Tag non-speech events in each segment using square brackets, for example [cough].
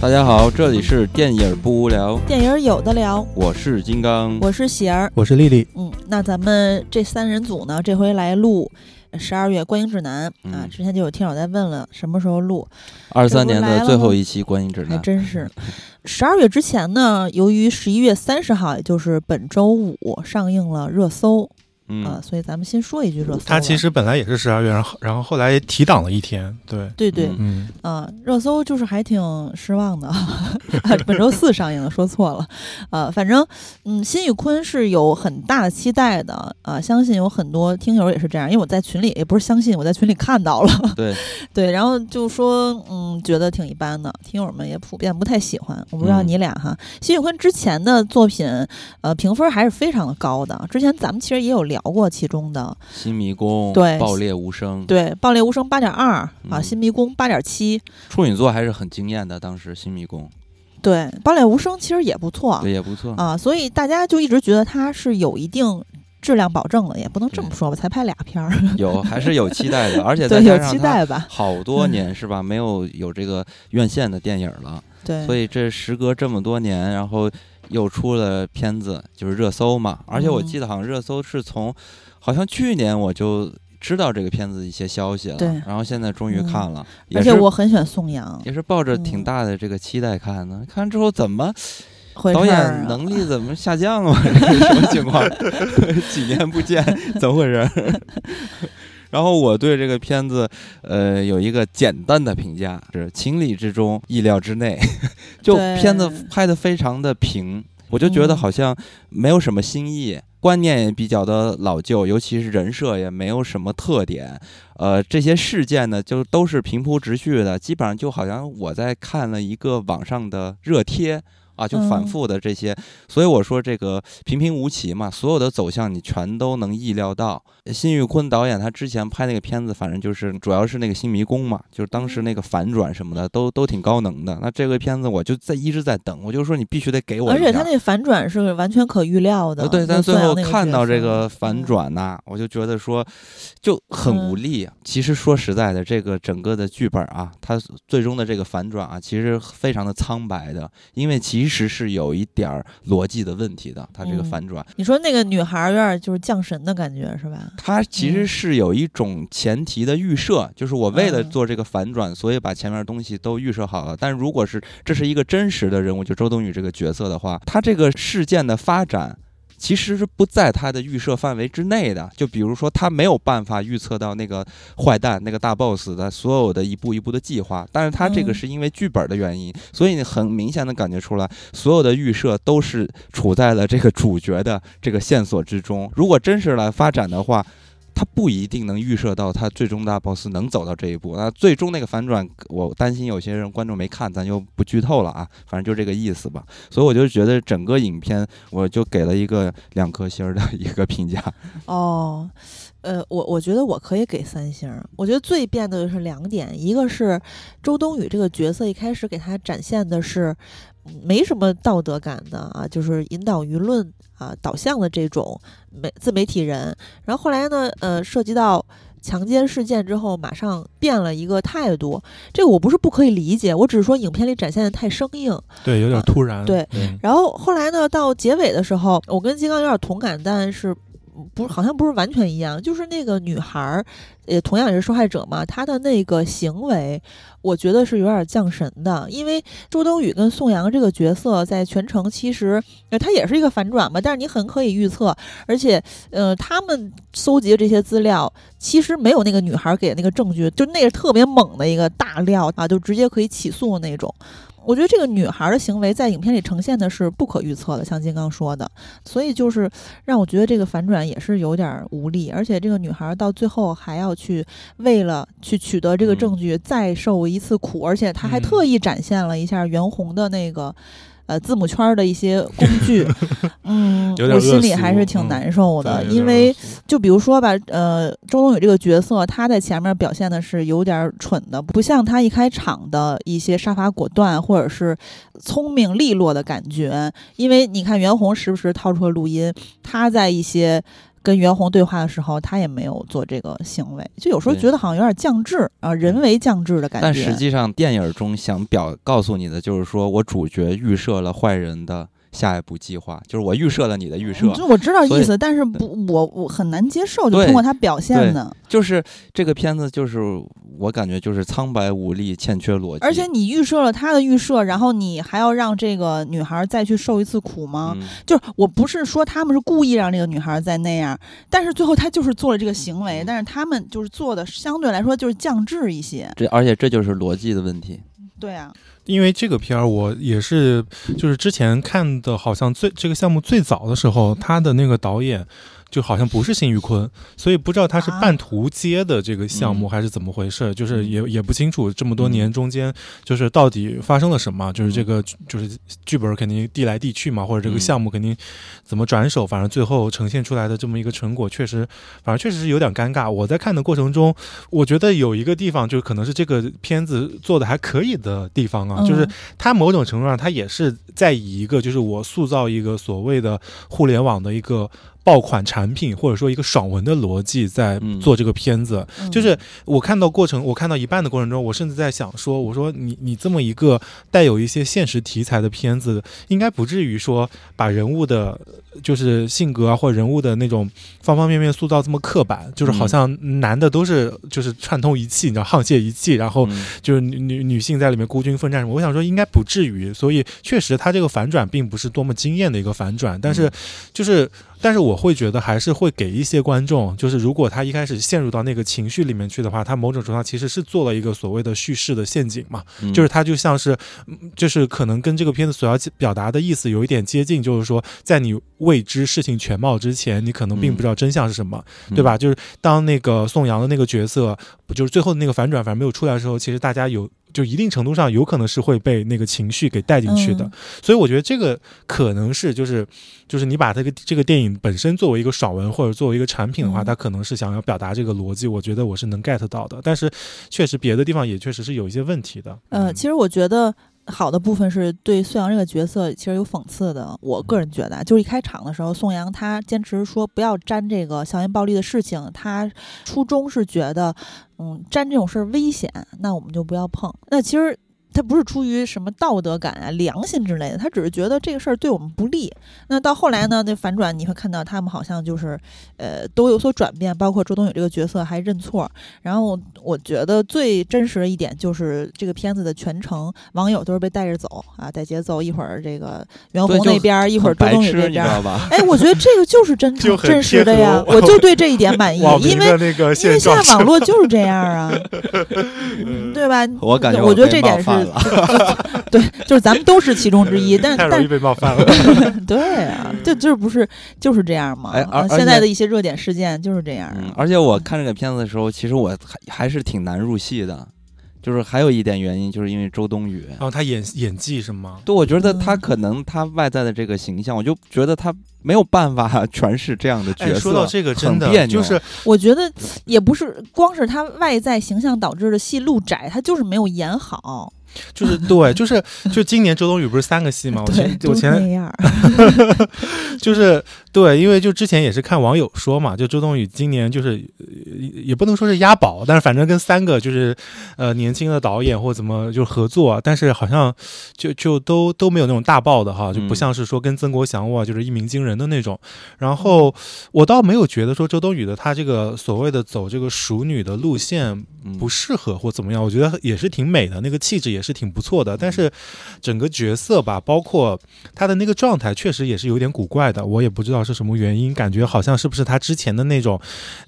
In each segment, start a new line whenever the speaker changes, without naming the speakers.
大家好，这里是电影不无聊，
电影有的聊，
我是金刚。
我是喜儿。
嗯我是丽丽，
嗯，那咱们这三人组呢，这回来录十二月观影指南啊。
嗯
之前就有听友在问了，什么时候录？
二三年的最后一期《观影指
还
南》，
真是。
[laughs]
十二月之前呢，由于十一月三十号，也就是本周五上映了《热搜》啊，
嗯，
所以咱们先说一句《热搜》吧。
他其实本来也是十二月，然后然后后来提档了一天，对，
对对，
嗯
嗯，
啊，热搜就是还挺失望的， [laughs] 啊本周四上映的，说错了。呃，反正嗯，辛宇坤是有很大的期待的啊、相信有很多听友也是这样，因为我在群里也不是相信，我在群里看到了，
对，
[laughs] 对，然后就说嗯，觉得挺一般的，听友们也普遍不太喜欢。我不知道
嗯
你俩哈，辛宇坤之前的作品呃评分还是非常的高的，之前咱们其实也有聊过其中的，
新迷宫，
对
爆裂无声，
对，《爆裂无声》八点二啊，
嗯
《新迷宫》八点七，
处女座还是很惊艳的。当时新迷宫
对，《芭蕾无声》其实也不错
对也不错，
啊，所以大家就一直觉得它是有一定质量保证的，也不能这么说吧，才拍俩片儿， [laughs]
有还是有期待的，而且再
对，有
加上
期
它
待嗯吧，
好多年是吧，没有有这个院线的电影了，
对，
所以这时隔这么多年，然后又出了片子，就是热搜嘛。而且我
嗯
记得好像热搜是从，好像去年我就知道这个片子一些消息了
对，
然后现在终于
嗯
看了，也
而且
是
我很喜欢宋阳，
也是抱着
嗯
挺大的这个期待看的。看完之后怎么
回
导
事儿
演
啊
能力怎么下降啊？ [laughs] 这是什么情况？ [laughs] 几年不见，怎么回事儿？ [laughs] 然后我对这个片子，呃，有一个简单的评价，是情理之中，意料之内。 [laughs] 就
对
片子拍得非常的平，我就觉得
嗯
好像没有什么新意，观念也比较的老旧，尤其是人设也没有什么特点。呃，这些事件呢，就都是平铺直叙的，基本上就好像我在看了一个网上的热贴啊，就反
嗯
复的这些，所以我说这个平平无奇嘛，所有的走向你全都能意料到。呃辛玉坤导演他之前拍那个片子，反正就是主要是那个《新迷宫》嘛，就是当时那个反转什么的都都挺高能的。那这个片子我就在一直在等，我就说你必须得给我
而
一下，
且他那反转是完全可预料的，
呃对，但
就
最
宋阳
后
那个
看
角
到这
色嗯
个反，转呐、我就觉得说就很无力、啊其实说实在的，这个整个的剧本啊，它最终的这个反转啊，其实非常的苍白的，因为其实是有一点儿逻辑的问题的。它这个
嗯
反转，
嗯你说那个女孩儿有点就是降神的感觉是吧？
它其
嗯
实是有一种前提的预设，就是我为了
嗯
做这个反转，所以把前面的东西都预设好了。但如果是这是一个真实的人物，就周冬雨这个角色的话，她这个事件的发展。其实是不在她的预设范围之内的，就比如说，她没有办法预测到那个坏蛋、那个大 boss 的所有的一步一步的计划，但是她这个
嗯
是因为剧本的原因，所以你很明显的感觉出来，所有的预设都是处在了这个主角的这个线索之中。如果真是来发展的话，他不一定能预设到他最终大 boss 能走到这一步。那最终那个反转，我担心有些人观众没看，咱就不剧透了啊。反正就这个意思吧。所以我就觉得整个影片，我就给了一个两颗星儿的 [laughs] 一个评价。
哦，呃，我我觉得我可以给三星儿。我觉得最变的就是两点，一个是周冬雨这个角色一开始给她展现的是嗯没什么道德感的啊，就是引导舆论啊导向的这种媒自媒体人。然后后来呢，呃，涉及到。强奸事件之后，马上变了一个态度，这个我不是不可以理解，我只是说影片里展现的太生硬，
对，有点突然，
啊对
嗯，
然后后来呢，到结尾的时候，我跟金刚有点同感，但是嗯不是好像不是完全一样，就是那个女孩儿也同样也是受害者嘛，她的那个行为，我觉得是有点降神的，因为周冬雨跟宋阳这个角色在全程其实，呃，她也是一个反转嘛，但是你很可以预测，而且，呃，他们搜集的这些资料其实没有那个女孩儿给那个证据，就那是特别猛的一个大料啊，就直接可以起诉那种。我觉得这个女孩的行为在影片里呈现的是不可预测的，像金刚说的，所以就是让我觉得这个反转也是有点儿无力，而且这个女孩到最后还要去为了去取得这个
嗯
证据再受一次苦，而且她还
嗯
特意展现了一下袁弘的那个。呃，字母圈儿的一些工
[laughs]
具，嗯，
有点
我
恶
心里
俗
还是挺
嗯
难受的，
对有
因
点
为
恶俗
就比如说吧，呃，周冬雨这个角色，她在前面表现的是有点儿蠢的，不像她一开场的一些杀伐果断或者是聪明利落的感觉。因为你看袁弘时不时掏出了录音，她在一些跟袁弘对话的时候，他也没有做这个行为，就有时候
对
觉得好像有点降智啊，
嗯
人为降智的感觉。
但实际上，电影中想表告诉你的就是说，我主角预设了坏人的下一步计划，就是我预设了你的预设
嗯，就我知道
所以
意思，但是不，我我很难接受，就
对
通过他表现的。
就是这个片子，就是我感觉就是苍白无力，欠缺逻辑，
而且你预设了他的预设，然后你还要让这个女孩再去受一次苦吗？
嗯
就是我不是说他们是故意让这个女孩再那样，但是最后她就是做了这个行
嗯
为，但是他们就是做的相对来说就是降智一些。
这而且这就是逻辑的问题，
对啊，
因为这个片儿，我也是就是之前看的，好像最这个项目最早的时候，他的那个导演就好像不是辛玉坤，所以不知道他是
啊
半途接的这个项目、还是怎么回事，就是也也不清楚这么多年中间就是到底发生了什么，就是这个就是剧本肯定递来递去嘛，或者这个
嗯
项目肯定怎么转手，反正最后呈现出来的这么一个成果，确实反正确实是有点尴尬。我在看的过程中，我觉得有一个地方就可能是这个片子做的还可以的地方啊，
嗯
就是它某种程度上，它也是在以一个就是我塑造一个所谓的互联网的一个爆款产品，或者说一个爽文的逻辑在
嗯
做这个片子。啊
嗯
就是我看到过程，我看到一半的过程中，我甚至在想说，我说你你这么一个带有一些现实题材的片子，应该不至于说把人物的，就是性格啊或者人物的那种方方面面塑造这么刻板，就是好像男的都是就是串通一气，你知道沆瀣一气，
哦
然后
嗯
就是女女女性在里面孤军奋战什么，我想说应该不至于，所以确实他这个反转并不是多么惊艳的一个反转，但是
嗯
就是。但是我会觉得还是会给一些观众，就是如果他一开始陷入到那个情绪里面去的话，他某种程度上其实是做了一个所谓的叙事的陷阱嘛，
嗯
就是它就像是，嗯就是可能跟这个片子所要表达的意思有一点接近，就是说在你未知事情全貌之前，你可能并不知道真相是什么，对？吧？就是当那个宋阳的那个角色，不就是最后那个反转反正没有出来的时候，其实大家有就一定程度上有可能是会被那个情绪给带进去的。
嗯
所以我觉得这个可能是就是就是你把这个这个电影本身作为一个爽文或者作为一个产品的话，
嗯
它可能是想要表达这个逻辑，我觉得我是能 get 到的。但是确实别的地方也确实是有一些问题的。嗯
呃，其实我觉得好的部分是对宋阳这个角色其实有讽刺的。我个人觉得啊，就是一开场的时候，宋阳他坚持说不要沾这个校园暴力的事情，他初衷是觉得，嗯，沾这种事儿危险，那我们就不要碰。那其实。他不是出于什么道德感啊、良心之类的，他只是觉得这个事儿对我们不利。那到后来呢，那反转你会看到他们好像就是，呃，都有所转变，包括周冬雨这个角色还认错，然后我觉得最真实的一点就是这个片子的全程网友都是被带着走啊，带节奏，一会儿这个袁
对
弘
就
那边儿，一
一
会儿周
白
冬雨
痴，
这
你知
边儿。
道吧？
[laughs] 哎，我觉得这个就是
[laughs]
真
就很
真实的
贴合
呀，
我
我就对这一点
[laughs]
满意，
网
因
民
为
的那个
因为
现
现
状
在
是
网络就是这样
[laughs]
啊，对吧？
我感觉
我觉得
被
这
冒
点是
犯了
对，就是咱们都是其中之一，但
太
但
容易被冒犯了。
[laughs] 对啊，就就是不是就是这样嘛
哎而
啊
而
现在
且
的一些热点事件就是这样
嗯
啊，，
而且我看这个片子的时候，其实我还还是挺难入戏的，就是还有一点原因，就是因为周冬雨。
然哦后他演演技是吗？
对，我觉得他
嗯
可能他外在的这个形象，我就觉得他没有办法 [laughs] 诠释这样的角
哎，
色。
说到这个，真
很别
的
扭
就是
我觉得也不是光是他外在形象导致的戏路窄，他就是没有演好。
就是对，就是就今年周冬雨不是三个
哦
戏吗？我前
对，都
我前
那样
嗯
儿。 [laughs]
就是对，因为就之前也是看网友说嘛，就周冬雨今年就是呃也不能说是押宝，但是反正跟三个就是呃年轻的导演或怎么就合作，但是好像就就都都没有那种大爆的哈，就不
嗯
像是说跟曾国祥哇就是一鸣惊人的那种。然后我倒没有觉得说周冬雨的她这个所谓的走这个熟女的路线
嗯
不适合或怎么样，我觉得也是挺美的，那个气质也是挺不错的。但是整个角色吧，包括他的那个状态，确实也是有点古怪的。我也不知道是什么原因，感觉好像是不是他之前的那种，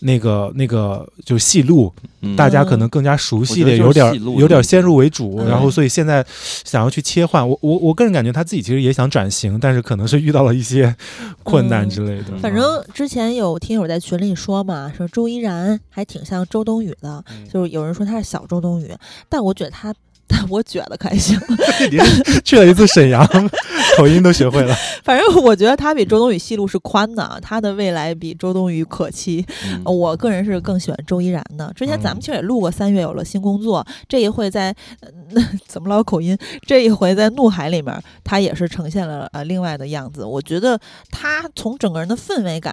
那个那个就戏路，
嗯
大家可能更加熟悉的，
我觉得就是
有点
戏路
有点先入为主，
嗯
然后所以现在想要去切换。我我我个人感觉他自己其实也想转型，但是可能是遇到了一些困难之类的。
嗯
反正之前有听友在群里说嘛，说周依然还挺像周冬雨的，
嗯 [laughs]
就是有人说她是小周 [laughs] 冬雨，但我觉得她，但我觉得还行。 [laughs]
你是去了一次沈阳， [laughs] 口音都学会了。
反正我觉得他比周冬雨戏路是宽的，他的未来比周冬雨可期。
嗯
我个人是更喜欢周依然的。之前咱们其实也录过《三月有了新工作》，这一回在呃 [laughs] 那、怎么老有口音？这一回在《怒海》里面，他也是呈现了呃另外的样子。我觉得他从整个人的氛围感，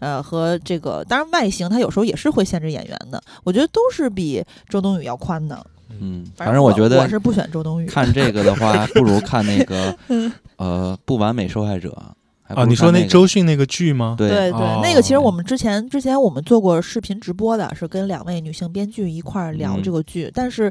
呃和这个当然外形，他有时候也是会限制演员的。我觉得都是比周冬雨要宽的。
嗯，
反
反正我觉
我
得
是不选周冬
[laughs]
雨。
看这个的话，不如看那个呃不完美受害者。还不
啊，
如
你说
看
那
那
周迅那个剧吗？
对
对对，那个
哦
其实我们之前之前我们做过视频直播的，是跟两位女性编剧一块儿聊
嗯
这个剧，但是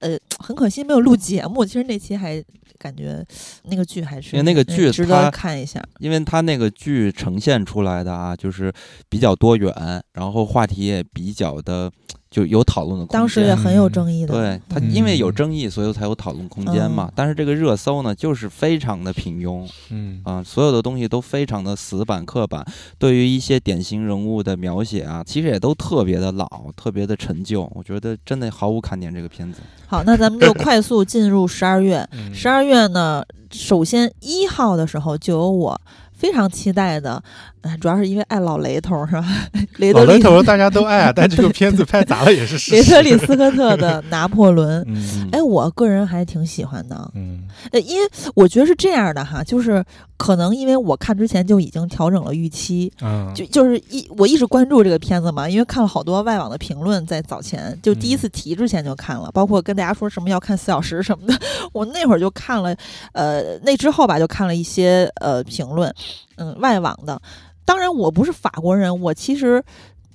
呃，很可惜没有录节目。其实那期还感觉那个剧还是
因为那个
嗯
剧
值
它
得看一下，
因为他那个剧呈现出来的啊，就是比较多元，然后话题也比较的就有讨论的空间。
当时也很有争议的。
对他，
嗯
因为有争议，所以才有讨论空间嘛。
嗯
但是这个热搜呢，就是非常的平庸
嗯
啊、所有的东西都非常的死板刻板，对于一些典型人物的描写啊，其实也都特别的老，特别的陈旧。我觉得真的毫无看点这个片子。
好，那咱们就快速进入十二月。
嗯
十二月呢，首先一号的时候就有我非常期待的，呃、主要是因为爱老雷头是吧？ [laughs] 雷
老
德
雷
利
头大家都爱啊，但这个片子拍砸了也是事
雷
实。
德利斯科特的《拿破仑》。
嗯
哎，我个人还挺喜欢的，
嗯
呃，因为我觉得是这样的哈，就是可能因为我看之前就已经调整了预期，
嗯，
就就是一我一直关注这个片子嘛，因为看了好多外网的评论，在早前就
嗯
第一次提之前就看了，包括跟大家说什么要看四小时什么的， [laughs] 我那会儿就看了，呃，那之后吧就看了一些呃评论，嗯，外网的。当然，我不是法国人，我其实。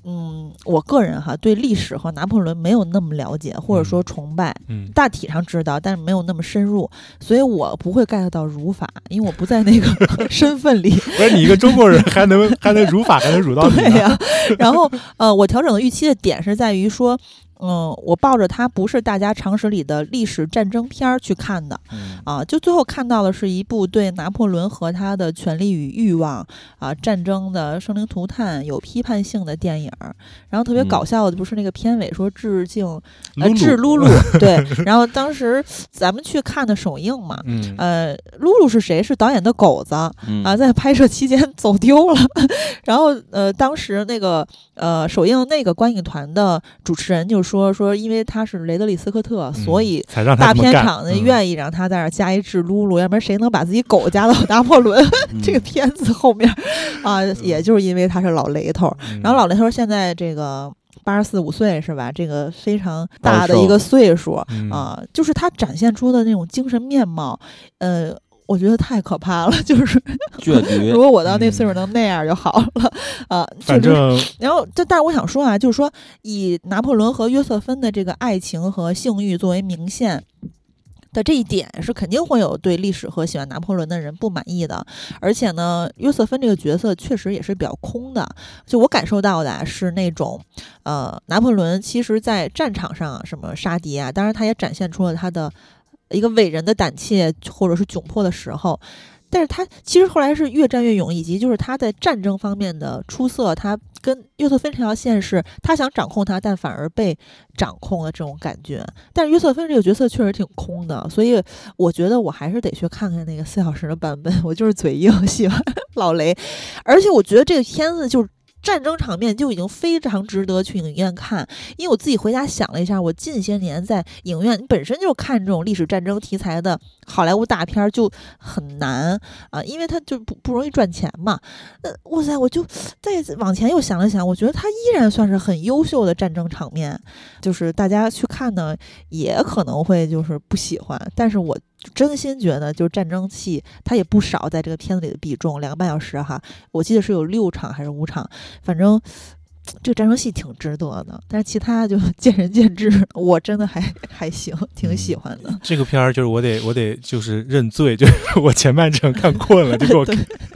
嗯，我个人哈对历史和拿破仑没有那么了解，或者说崇拜，
嗯
大体上知道，但是没有那么深入，所以我不会 get 到儒法，因为我不在那
[laughs]
个身份里。
不是你一个中国人还能还能辱法还能辱到你
对
呢？
呀、 [laughs] 然后呃，我调整的预期的点是在于说，嗯，我抱着它不是大家常识里的历史战争片儿去看的
嗯
啊，就最后看到的是一部对拿破仑和他的权力与欲望啊战争的生灵涂炭、有批判性的电影儿。然后特别
嗯
搞笑的不是那个片尾说致敬呃
露
致
露
露
[laughs]
露，对。然后当时咱们去看的首映嘛，
嗯
呃，露露是谁？是导演的狗子啊，
嗯
在拍摄期间 [laughs] 走丢了。然后呃，当时那个呃首映那个观影团的主持人就说说，因为他是雷德利斯科特，所以。
才嗯让他
大
这么
片
干
场呢，
嗯
愿意让他在那儿加一只露露，要不然谁能把自己狗加到拿破仑
嗯
[laughs] 这个片子后
[laughs]
面啊？也就是因为他是老雷头，
嗯
然后老雷头现在这个八十四五岁是吧？这个非常
高
大的
寿
一个岁数，
嗯
啊、就是他展现出的那种精神面貌，呃，我觉得太可怕了。 [laughs] 就是
倔局
如，果我到那岁数
嗯
能那样就好了， [laughs] 啊、
反
就是。
正
然后，这但是我想说啊，就是说以拿破仑和约瑟芬的这个爱情和性欲作为明线。的这一点是肯定会有对历史和喜欢拿破仑的人不满意的，而且呢，约瑟芬这个角色确实也是比较空的。就我感受到的啊是那种，呃，拿破仑其实在战场上啊什么杀敌啊，当然他也展现出了他的一个伟人的胆怯或者是窘迫的时候，但是他其实后来是越战越勇，以及就是他在战争方面的出色，他跟约瑟芬这条线是他想掌控他，但反而被掌控了这种感觉。但是约瑟芬这个角色确实挺空的，所以我觉得我还是得去看看那个四小时的版本。我就是嘴硬，喜欢 [laughs] 老雷，而且我觉得这个片子就是。战争场面就已经非常值得去影院看，因为我自己回家想了一下，我近些年在影院本身就看这种历史战争题材的好莱坞大片儿就很难，啊，因为他就不不容易赚钱嘛。呃，哇塞，我就再往前又想了想，我觉得他依然算是很优秀的战争场面，就是大家去看呢，也可能会就是不喜欢，但是我真心觉得，就是战争戏它也不少在这个片子里的比重，两个半小时哈，我记得是有六场还是五场，反正。这个战争戏挺值得的，但是其他就 [laughs] 见仁见智。我真的还还行，挺喜欢的。
这个片儿就是我得我得就是认罪，就是 [laughs] 我前半程看困了，就给我看，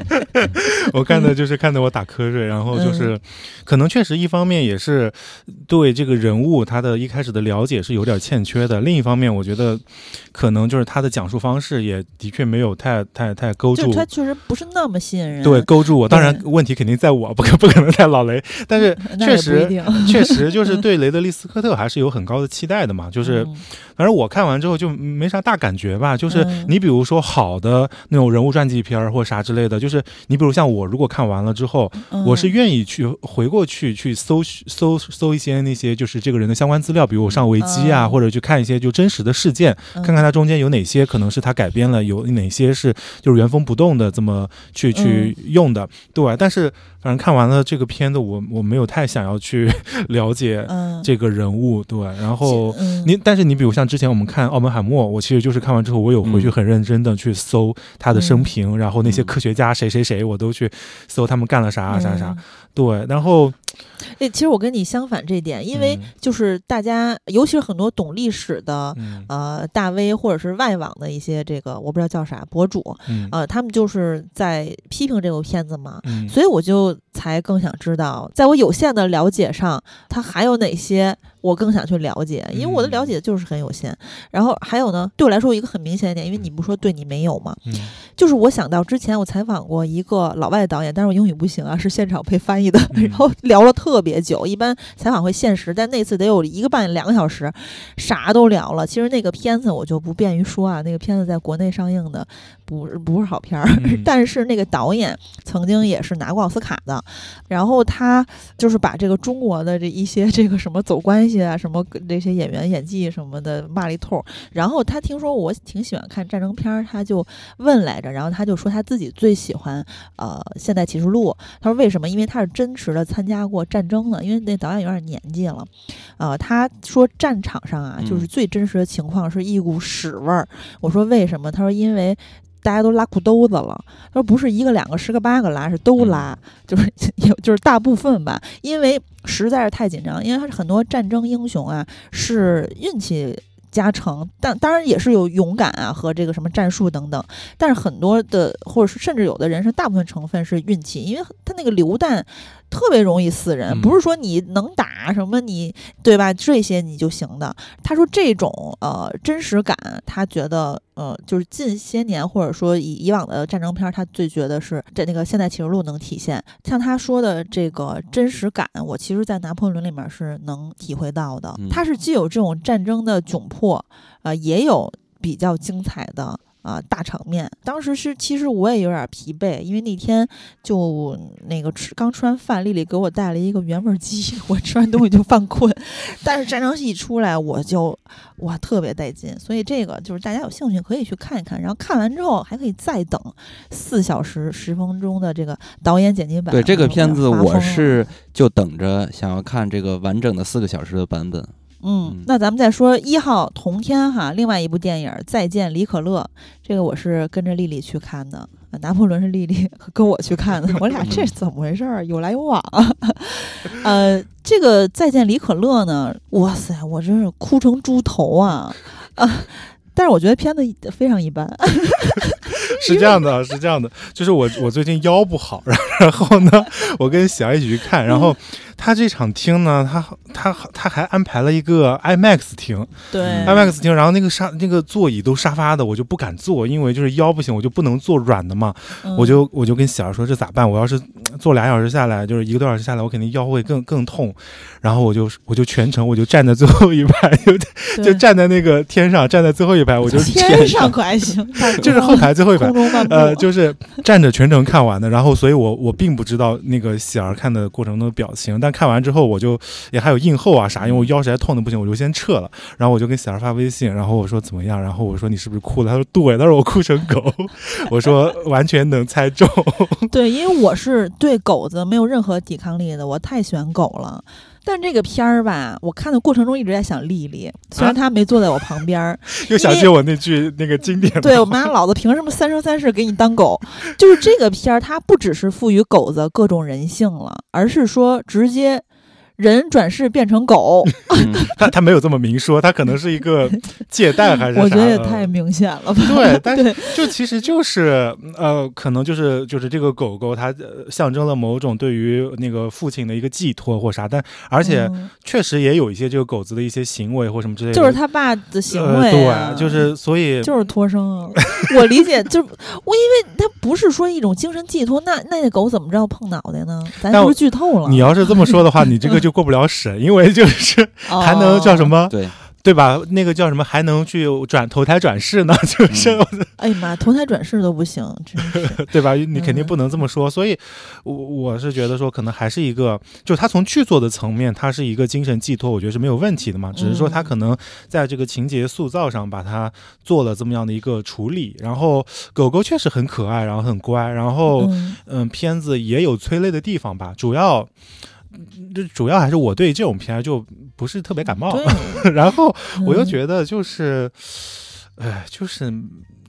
[laughs] 我看的就是看的我打瞌睡，然后
嗯
就是、可能确实一方面也是对这个人物他的一开始的了解是有点欠缺的，另一方面我觉得可能就是他的讲述方式也的确没有太太太勾
就是
住。
它确实不是那么吸引人。
对，，勾住我。当然，
对
问题肯定在我，不可不可能在老雷。
[laughs]
但是
那
确
也不一
实，
定。
确实就是对雷德利·斯科特还是有很高的期待的嘛。就是
嗯
反正我看完之后就没啥大感觉吧。就是
嗯
你比如说好的那种人物传记片儿或啥之类的，就是你比如像我如果看完了之后，
嗯
我是愿意去回过去去搜搜搜一些那些就是这个人的相关资料，比如我上维基啊，
嗯
或者去看一些就真实的事件，
看
看看它中间有哪些可能是他改编了，有哪些是就是原封不动的这么去去
嗯
用的，对。但是反正看完了这个片子，我我没有太想要去 [laughs] 了解
嗯，
这个人物，对。然后
嗯
你，但是你比如像之前我们看《澳门海默》，我其实就是看完之后，我有回去
嗯
很认真的去搜他的生
嗯
平，然后那些
嗯
科学家谁谁谁，我都去搜他们干了啥啥啥
嗯，
对。然后
哎，其实我跟你相反这一点，因为
嗯
就是大家，尤其是很多懂历史的。
嗯
呃，大 V 或者是外网的一些这个我不知道叫啥博主，
嗯
呃，他们就是在批评这部片子嘛，
嗯
所以我就才更想知道，在我有限的了解上，它还有哪些我更想去了解，因为我的了解就是很有限。然后还有呢，对我来说有一个很明显的点，因为你不说对你没有嘛，
嗯
就是我想到之前我采访过一个老外导演，但是我英语不行啊，是现场配翻译的，
嗯
然后聊了特别久。一般采访会限时，但那次得有一个半两个小时，啥都聊了。其实那个片子我就不便于说啊，那个片子在国内上映的不是不是好片儿，
嗯
[laughs] 但是那个导演曾经也是拿过奥斯卡的，然后他就是把这个中国的这一些这个什么走关系啊，什么这些演员演技什么的骂了一通。然后他听说我挺喜欢看战争片儿，他就问来着，然后他就说他自己最喜欢呃《现代启示录》，他说为什么？因为他是真实的参加过战争的，因为那导演有点年纪了，呃，他说战场上啊，就是
嗯
最真实的情况是一股屎味儿。我说为什么？他说因为。大家都拉裤兜子了，他说不是一个两个十个八个拉，是都拉，就是 [laughs] 也就是大部分吧，因为实在是太紧张，因为他是很多战争英雄啊是运气加成，但当然也是有勇敢啊和这个什么战术等等，但是很多的或者是甚至有的人是大部分成分是运气，因为他那个流弹特别容易死人，
嗯
不是说你能打什么你对吧这些你就行的。他说这种呃真实感，他觉得呃就是近些年或者说以以往的战争片儿，他最觉得是在那个《现代启示录》能体现。像他说的这个真实感，我其实，在《拿破仑》里面是能体会到的
嗯。
他是既有这种战争的窘迫，呃，也有比较精彩的。啊、大场面！当时是，其实我也有点疲惫，因为那天就那个吃刚吃完饭，丽丽给我带了一个原味鸡， [laughs] 我吃完东西就犯困，但是战争戏一出来，我就哇特别带劲，所以这个就是大家有兴趣可以去看一看，然后看完之后还可以再等四小时十分钟的这个导演剪辑版。
对这个
我
片子，
发疯
我
了
是就等着想要看这个完整的四个小时的版
[laughs]
本。嗯
嗯，那咱们再说一号同天哈，另外一部电影《再见李可乐》，这个我是跟着丽丽去看的，呃拿破仑是丽丽跟我去看
[laughs]
的，我俩
嗯
这是怎么回事儿？有来有往。啊呃，这个《再见李可乐》呢，哇塞，我真是哭成猪头啊！啊，但是我觉得片子非常一般，
是这样的啊，是这样的，就是我我最近腰不好，然然后呢，我跟小爱一起去看，然后他这场厅呢，他他他还安排了一个 IMAX 厅
对嗯
，IMAX 厅，然后那个沙那个座椅都沙发的，我就不敢坐，因为就是腰不行，我就不能坐软的嘛，
嗯
我就我就跟小爱说这咋办？我要是嗯坐俩小时下来，就是一个多小时下来，我肯定腰会更更痛，然后我就我就全程我就站在最后一排，就就
对
站在那个天上，站在最后一排，我就
天上哦可还行，
就是后排最后一排
空，中漫步，
[laughs] 呃，就是站着全程看完的，然后所以我我并不知道那个喜儿看的过程中的表情，但看完之后我就也还有映后啊啥，
嗯
因为我腰实在痛的不行，我就先撤了。然后我就跟喜儿发微信，然后我说怎么样，然后我说你是不是哭了？他说对，他说我哭成狗， [laughs] 我说完全能猜中。
对，因为我是对狗子没有任何抵抗力的，我太喜欢狗了。但这个片儿吧，我看的过程中一直在想丽丽，虽然
啊
她没坐在我旁边儿，
[laughs] 又想起我那句 [laughs] 那个经典的
对我妈，老子凭什么三生三世给你当狗？就是这个片儿，它不只是赋予狗子各种人性了，而是说直接人转世变成狗，
嗯
他他没有这么明说，他可能是一个借贷 [laughs] 还是
[laughs]
啥？
我觉得也
嗯
太明显了吧？
对，但是
对
就其实就是呃，可能就是就是这个狗狗它呃象征了某种对于那个父亲的一个寄托或啥，但而
而
且确实也有一些这个狗子的一些行为或什么之类的，
嗯就是他爸的行为啊、
呃、对，就是所以
就是托生啊！ [laughs] 我理解，就是我因为他不是说一种精神寄托，那那狗怎么着碰脑袋呢？咱是
但
不
我
是剧透了？哦 [laughs]
你要是这么说的话，你这个就过不了审，因为就是
哦
还能叫什？么
对，
对吧？那个叫什么，还能去转投胎转世呢？ [laughs] 就是、
哎呀妈，投胎转世都不行，真是
对吧？你
嗯
肯定不能这么说，所以我我是觉得说，可能还是一个，就他从剧作的层面，它是一个精神寄托，我觉得是没有问题的嘛。只是说
嗯
他可能在这个情节塑造上把它做了这么样的一个处理。然后狗狗确实很可爱，然后很乖，然后
嗯
嗯，片子也有催泪的地方吧，主要。这主要还是我对这种片儿就不是特别感冒，
对，
[laughs] 然后哦我又
嗯
觉得就是，哎，就是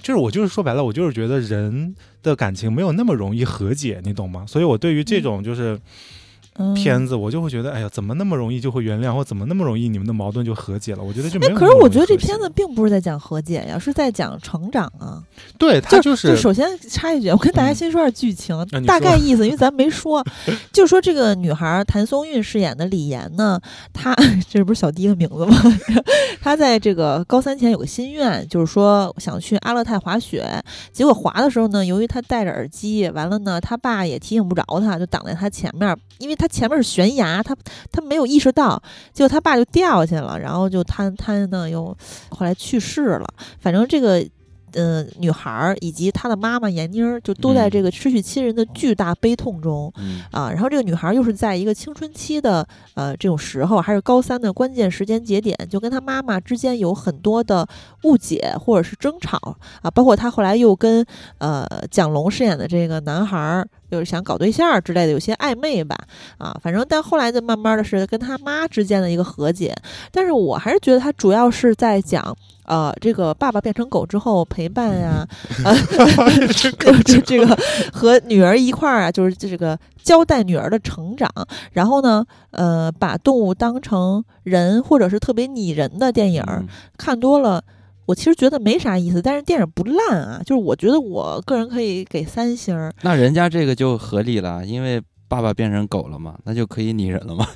就是我就是说白了，我就是觉得人的感情没有那么容易和解，你懂吗？所以我对于这种就是
嗯
片子，我就会觉得，哎呀，怎么那么容易就会原谅，或怎么那么容易你们的矛盾就和解了？我觉得就没
哎，
有那
可
么容易
是
和解。
我觉得这片子并不是在讲和解呀，是在讲成长啊。
对它
就是首先插一句，我跟大家
嗯
先说下剧情，
啊你
大
说
概意思，因为咱没
[laughs]
说，就说这个女孩儿谭松韵饰演的李岩呢，她这不是小迪的名字吗？ [laughs] 她在这个高三前有个心愿，就是说想去阿勒泰滑雪，结果滑的时候呢，由于她戴着耳机，完了呢，她爸也提醒不着她，就挡在她前面儿，因为她前面是悬崖，她她没有意识到，结果她爸就掉下去了，然后就她她呢又后来去世了，反正这个。嗯，女孩儿以及她的妈妈闫妮儿，就都在
嗯
这个失去亲人的巨大悲痛中 [laughs]
嗯
啊。然后这个女孩儿又是在一个青春期的呃这种时候，还是高三的关键时间节点，就跟她妈妈之间有很多的误解或者是争吵啊，包括她后来又跟呃蒋龙饰演的这个男孩儿。就是想搞对象儿之类的，有些暧昧吧，啊，反正但后来就慢慢的是跟他妈之间的一个和解，但是我还是觉得他主要是在讲，呃，这个爸爸变成狗之后陪伴呀、啊，这 [laughs] 这这个和女儿一块儿啊，就是这个交代女儿的成长，然后呢，呃，把动物当成人或者是特别拟人的电影儿，
嗯
看多了，我其实觉得没啥意思，但是电影不烂啊，就是我觉得我个人可以给三星儿。
那人家这个就合理了，因为爸爸变成狗了嘛，那就可以拟人了嘛。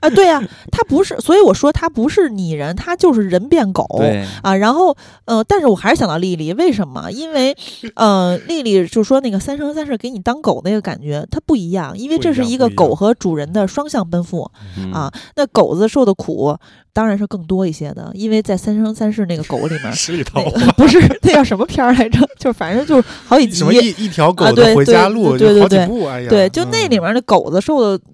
啊，对
[laughs]
呀、啊，它不是，所以我说它不是拟人，它就是人变狗。
对，
啊，然后，呃，但是我还是想到丽丽，为什么？因为，呃，丽丽就说那个三生三世给你当狗那个感觉，它不一样，因为
不
这
一
是
样
一
不
个
一
狗
样，
和主人的双向奔赴。
嗯
啊，那狗子受的苦当然是更多一些的，因为在三生三世那个狗里面儿
[laughs] 十里桃
那
花。
个不是那叫什么片儿来着？就反正就是好几集，
什么一一条狗
啊对
的回家
对
路
对
就好
对对
几步，哎呀，
对，就那
嗯
里面的狗子受的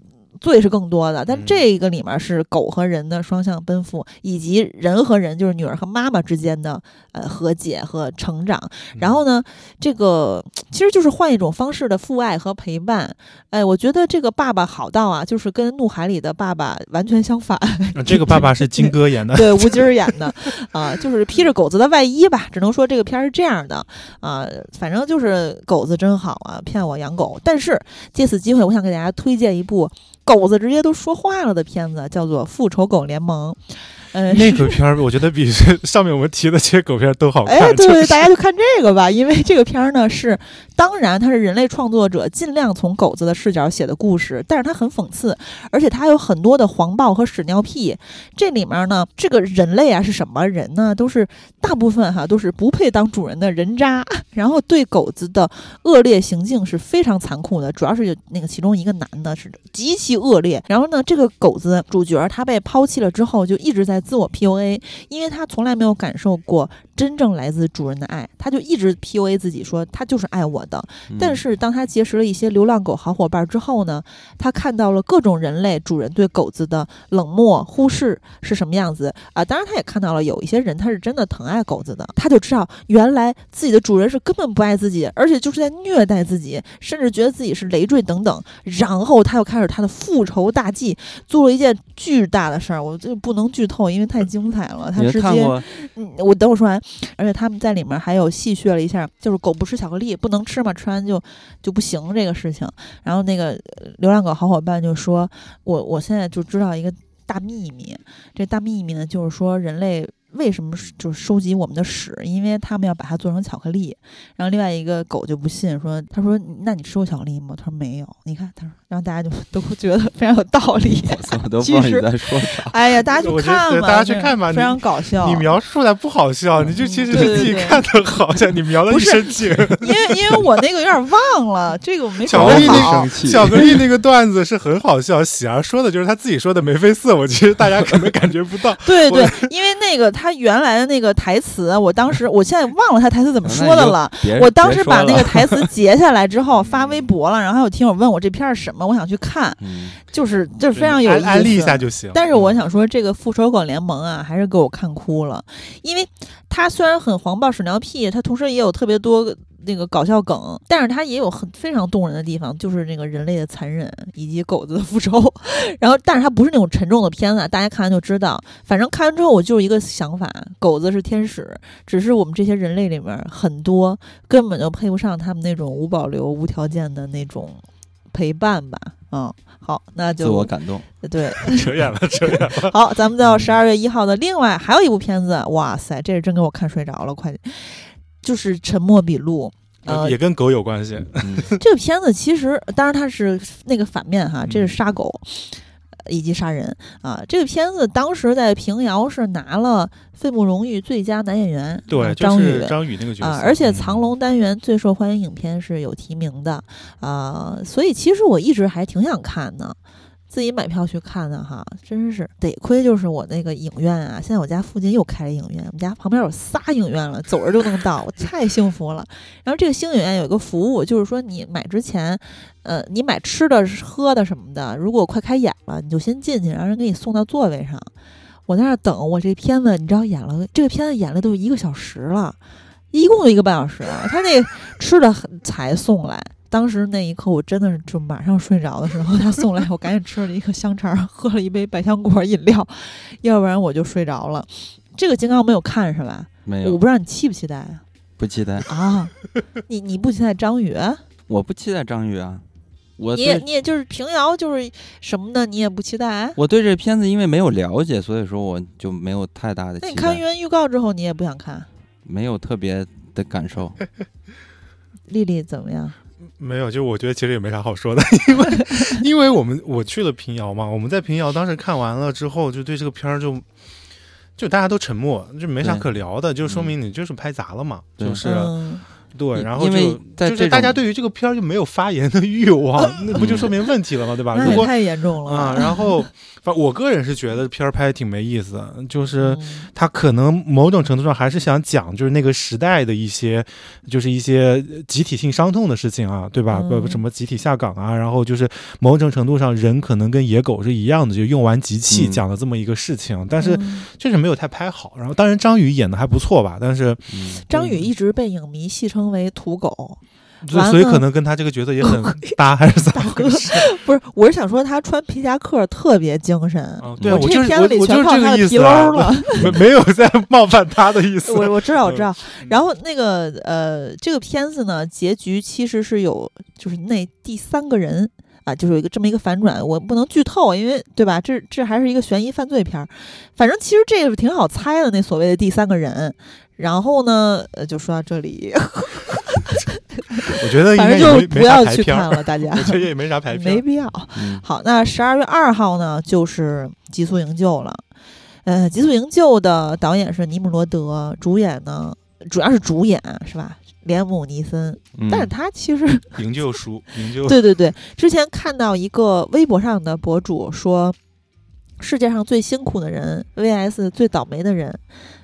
罪是更多的，但
嗯
这个里面是狗和人的双向奔赴，以及人和人，就是女儿和妈妈之间的呃和解和成长。
嗯
然后呢，这个其实就是换一种方式的父爱和陪伴。哎，我觉得这个爸爸好到啊，就是跟《怒海》里的爸爸完全相反。
嗯这个爸爸是金哥演的，
[laughs] 对，吴
[laughs]
京儿演的，啊、就是披着狗子的外衣吧，只能说这个片儿是这样的，啊、反正就是狗子真好啊，骗我养狗。但是借此机会，我想给大家推荐一部狗子直接都说话了的片子，叫做《复仇狗联盟》。嗯、
那个片儿我觉得比 [laughs] 上面我们提的这些狗片儿都好看。
哎，对
就
对，
是
大家就看这个吧，因为这个片儿呢是，当然它是人类创作者尽量从狗子的视角写的故事，但是它很讽刺，而且它有很多的黄暴和屎尿屁。这里面呢，这个人类啊是什么人呢？都是大部分哈、都是不配当主人的人渣， [laughs] 然后对狗子的恶劣行径是非常残酷的，主要是有那个其中一个男的是极其恶劣。然后呢，这个狗子主角他被抛弃了之后，就一直在自我 PUA，因为他从来没有感受过真正来自主人的爱，他就一直 PUA 自己说他就是爱我的。
嗯
但是当他结识了一些流浪狗好伙伴之后呢，他看到了各种人类主人对狗子的冷漠忽视是什么样子啊、当然，他也看到了有一些人他是真的疼爱狗子的，他就知道原来自己的主人是根本不爱自己，而且就是在虐待自己，甚至觉得自己是累赘等等。然后他又开始他的复仇大计，做了一件巨大的事儿，我就不能剧透，因为太精彩了。他
你
直
们看
接
过
嗯，我等我说完。而且他们在里面还有戏谑了一下，就是狗不吃巧克力，不能吃嘛，吃完就就不行这个事情。然后那个呃流浪狗好伙伴就说：“我我现在就知道一个大秘密，这大秘密呢就是说人类为什么是就是收集我们的屎？因为他们要把它做成巧克力。然后另外一个狗就不信，说他说那你吃过巧克力吗？他说没有。你看他说，然后大家就 [laughs] 都觉得非常有道理。 [laughs]
我都不知道你在说啥。
哎呀，大家去
我觉得
看
对
吧，
大家去
那
看吧
非
你
常搞笑。
你描述的不好笑，你就其实是自己
对对对
看的好笑，你描的一
不是
身情。
[laughs]
因为因为我那个有点忘了，这个我没
巧
搞
克力
那
好
生。气
巧克力那个段子是很好笑，喜儿说的就是他自己说的眉飞色舞，其实大家可能感觉不到。
对
[laughs]
对，因为那个他原来的那个台词，我当时我现在忘了他台词
嗯
怎么嗯说的了。
别人
我当时
别说
把那个
了
台
[laughs]
词截下来之后发微博了，然后还有听友问我这片儿是什么，我想去看，
嗯
就是 [laughs] 就是非常有意
安
思。
安利一下就行。
但是我想说，这个《复仇者联盟》啊，还是给我看哭了，因为它虽然很黄暴屎尿屁，它同时也有特别多那个搞笑梗，但是它也有很非常动人的地方，就是那个人类的残忍以及狗子的复仇。 [laughs] 然后，但是它不是那种沉重的片子啊，大家看完就知道。反正看完之后，我就有一个想法：狗子是天使，只是我们这些人类里面很多根本就配不上他们那种无保留、无条件的那种陪伴吧。嗯，好，那
自我
就
感动，
对。
[laughs] 扯远了，扯远了。 [laughs]
好，咱们到
嗯
十二月一号的另外还有一部片子，哇塞，这是真给我看睡着了，快点，就是《沉默笔
[laughs]
录》。呃
哎也，跟狗有关系，
嗯
这个片子其实当然它是那个反面哈，
嗯
这是杀狗。呃以及杀人啊！这个片子当时在平遥是拿了费穆荣誉最佳男演员，啊
对，就
张
是
宇
张宇那个角色嗯
啊，而
嗯
且藏龙单元最受欢迎影片是有提名的啊、所以其实我一直还挺想看的，自己买票去看的哈，真是得亏就是我那个影院啊，现在我家附近又开了影院，我们家旁边有仨影院了，走着就能到，我太幸福了。然后这个星影院有一个服务，就是说你买之前，呃，你买吃的、喝的什么的，如果快开演了，你就先进去，让人给你送到座位上。我在那儿等，我这片子你知道演了，这个片子演了都一个小时了，一共就一个半小时了。他那吃的很才送来，当时那一刻我真的是就马上睡着的时候，他送来，我赶紧吃了一个香肠，喝了一杯百香果饮料，要不然我就睡着了。这个金刚没有看是吧？
没
我
有
不知道你期不期待啊？
不期待，
啊，你你不期待张宇？
我不期待张宇啊，我
你也
对
你也就是平遥就是什么的，你也不期待。啊
我对这片子因为没有了解，所以说我就没有太大的
那你
期
看
待，
原预告之后，你也不想看？
没有特别的感受。
丽丽怎么样？
没有，就我觉得其实也没啥好说的， [laughs] 因为因为我们我去了平遥嘛，我们在平遥当时看完了之后，就对这个片儿就就大家都沉默，就没啥
对嗯
可聊的，就说明你就是拍砸了嘛，
对
就是、啊
嗯，
对，
因
然后
因为
就
在
就
这
是大家
种
对于这个片儿就没有发言的
[laughs]
欲望，那不就说明问题了吗？对吧？
那
如
也
果
太严重了
啊，然后反正我个人是觉得片儿拍得挺没意思的，就是。
嗯
他可能某种程度上还是想讲，就是那个时代的一些，就是一些集体性伤痛的事情啊，对吧？
嗯
不、什么集体下岗啊，然后就是某种程度上人可能跟野狗是一样的，就用完即弃，
嗯
讲了这么一个事情，但是
嗯
确实没有太拍好。然后当然张宇演的还不错吧，但是
嗯，
张宇一直被影迷戏称为“土狗
[laughs] 所
完了
所以可能跟他这个角色
[laughs]
也很搭，还是怎么回事？”，
不是，我是想说他穿皮夹克特别精神。
啊对啊，
我
我
这
就是
片
我
子里
我就
全
是
靠
这
他
个
的
意
皮
思、
褛
啊，
了，
[laughs] 没没有在冒犯他的意思。
我我知道我知道，
嗯
然后那个呃，这个片子呢，结局其实是有，就是那第三个人啊，就是有一个这么一个反转，我不能剧透，因为对吧？这这还是一个悬疑犯罪片儿，反正其实这个挺好猜的，那所谓的第三个人。然后呢，呃，就说到这里，
我觉得应
反
该
正就
也没
不
没啥
要
排
去
片
看
儿，
了，大家
我觉得也 [laughs] 没啥排片
没
儿。
必要。
嗯
好，那十二月二号呢，就是《极速营救》了。呃，《极速营救》的导演是尼姆罗德，主演呢主要是主演是吧？连姆尼森，
嗯
但是他其实、 [laughs]
营救书，营救
对对对，之前看到一个微博上的博主说，世界上最辛苦的人 vs 最倒霉的人。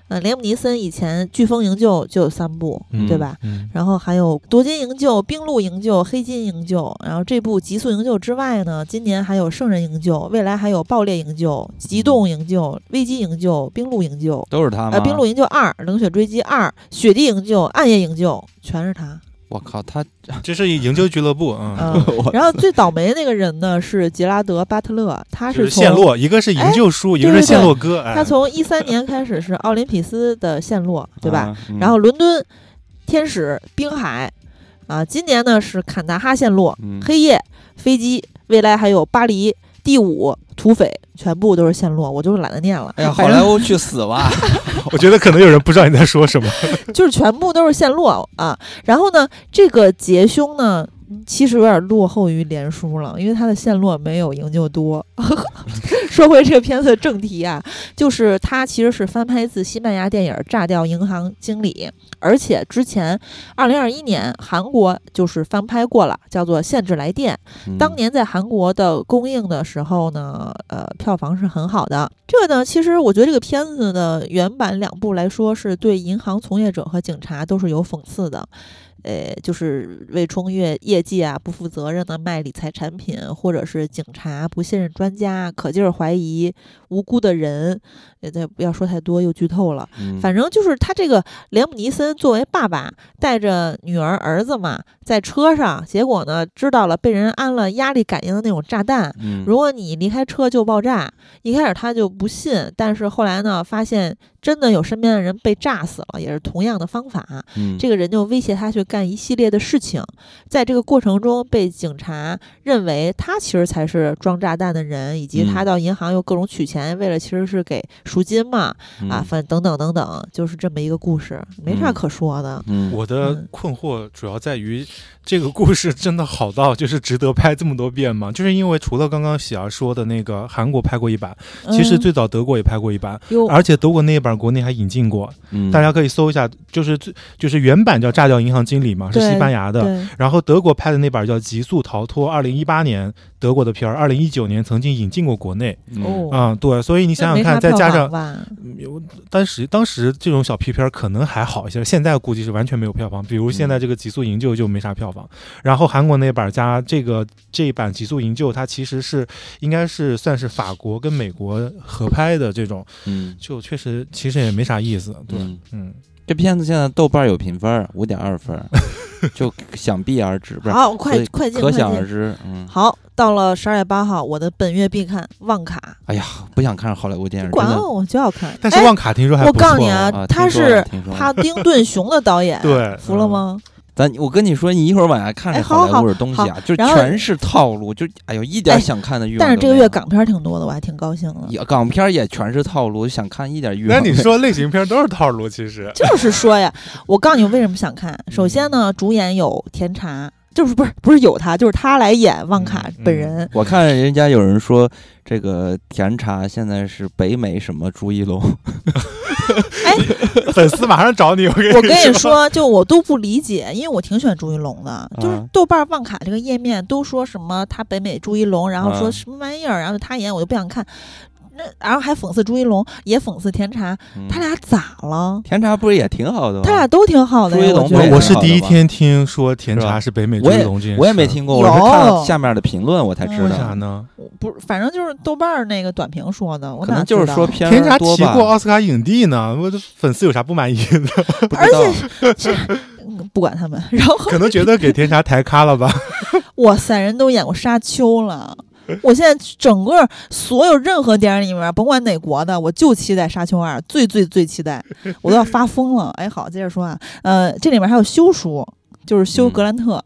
呃，连姆尼森以前《飓风营救》就有三部，对吧？？
嗯
然后还有夺金营救、冰露营救、黑金营救，然后这部极速营救之外呢，今年还有圣人营救，未来还有爆裂营救、极冻营救、危机营救、冰露营救，
都是他吗？
呃，冰露营救二、冷血追击二、雪地营救、暗夜营救，全是
[laughs]
他。
我靠，他，
这是营救俱乐部啊，
嗯
我
然后最倒霉那个人呢是杰拉德·巴特勒，他
就是是
从哎
陷落，一个是营救书，一个
对对
是陷
对
落哥，哎
他从一三年开始是奥林匹斯的陷落，对吧？？
啊嗯
然后伦敦天使、冰海，啊，今年呢是坎大哈陷落，
嗯
黑夜、飞机、未来还有巴黎、第五土匪全部都是陷落，我就是懒得念了。
哎呀，
反
好
正
莱坞去死吧！
我觉得可能有人不知道你在说什么。
就是全部都是陷落啊。然后呢，这个杰兄呢，其实有点落后于连叔了，因为他的陷落没有营救多。 [laughs] 说回这个片子的正题啊，就是他其实是翻拍自西班牙电影《炸掉银行经理》，而且之前二零二一年韩国就是翻拍过了，叫做《限制来电》。 [laughs]
嗯
当年在韩国的公映的时候呢，呃，票房是很好的。这个呢，其实我觉得这个片子的原版两部来说，是对银行从业者和警察都是有讽刺的。呃，就是为冲业业绩啊不负责任的卖理财产品，或者是警察不信任专家，可劲儿怀疑无辜的人。呃，这不要说太多，又剧透了。
嗯，
反正就是他这个连姆尼森作为爸爸带着女儿儿子嘛，在车上，结果呢知道了被人安了压力感应的那种炸弹，
嗯
如果你离开车就爆炸。一开始他就不信，但是后来呢发现真的有身边的人被炸死了，也是同样的方法。
嗯
这个人就威胁他去干一系列的事情，在这个过程中被警察认为他其实才是装炸弹的人，以及他
嗯
到银行又各种取钱，为了其实是给赎金嘛。啊，
嗯
反正等等等等，就是这么一个故事，没啥
嗯
可说的。
嗯
[laughs] 我的困惑主要在于，这个故事真的好到就是值得拍这么多遍吗？ [laughs] 就是因为除了刚刚喜儿说的那个韩国拍过一版，其实
嗯哦
最早德国也拍过一版，
有
而且德国那一版国内还引进过，
嗯
大家可以搜一下，就是最就是原版叫《炸掉银行经理》嘛，是
对
西班牙的。
对，
然后德国拍的那版叫《极速逃脱》，二零一八年德国的片儿，二零一九年曾经引进过国内。
嗯
哦
嗯，对，所以你
你
想想看，再加上
吧，
当时当时这种小屁片儿可能还好一些，现在估计是完全没有票房。比如现
嗯
在这个《极速营救》就没啥票房，然后韩国那版加这个这一版《极速营救》，它其实是应该是算是法国跟美国合拍的这种，
嗯
就确实其实也没啥意思。对，
嗯
嗯，
这片子现在豆瓣儿有评分五点二
[laughs]
分儿，就想必而知，不是
好，
所
快
以
快进，
可
快
想而
进。
知。嗯，
好，到了十二月八号，我的本月必看《旺卡
哎呀，不想看好莱坞电影，》，
管
真的
我就要看。
但是
哎
旺卡听说还
我
不错、，
告诉你啊
啊，
他
听说了
是
听说了
帕丁顿熊的导演
[laughs] 对嗯
服了吗？
咱我跟你说，你一会儿晚上看这
哎好
莱坞的东西啊，就
然后
全是套路，就哎呦一点
哎
想看的欲望都
但
没有。
是这个月港片儿挺多的，我还挺高兴的。
也港片儿也全是套路，想看一点欲
那
望。
你，说类型片都是套路，其 [laughs] 实
就是说呀，我告诉你为什么想看。
嗯
首先呢，主演有甜茶，就是不是不是有他，就是他来演旺卡
嗯
本
嗯
人。
我看人家有人说这个甜茶现在是北美什么朱一龙，
粉丝马上找你。我跟
[laughs]
我跟你说，就我都不理解，因为我挺喜欢朱一龙的，就是
啊
豆瓣旺卡这个页面都说什么他北美朱一龙，然后
啊
说什么玩意儿，然后他演我就不想看，那然后还讽刺朱一龙，也讽刺甜茶，
嗯
他俩咋了？
甜茶不是也挺好的吗？
他俩都挺好的
朱一
呀，
龙
觉
不
我
得
也
我
是
是
好的
第一
吧
天听说甜
是吧
茶是北美
我
追
也
龙这件事，
我也没听过，
有
我是看到下面的评论我才知
为
道
啥，呢？
我不是，反正就是豆瓣儿那个短评说的，我
可
哪
能就是
知道
说片
甜
儿
茶
多
提
吧，
过奥斯卡影帝呢，我的粉丝有啥不满意
[laughs]
的？
不
而
知道。
且这嗯不管他们，然后
[laughs] 可能觉得给甜茶抬咖了吧？
哇塞，人都演过沙丘了。我现在整个所有任何电影里面，甭管哪国的，我就期待《沙丘二》，最最最期
[laughs]
待，我都要发疯了。哎，好，接着说啊，呃，这里面还有修叔，就是修
嗯
格兰特，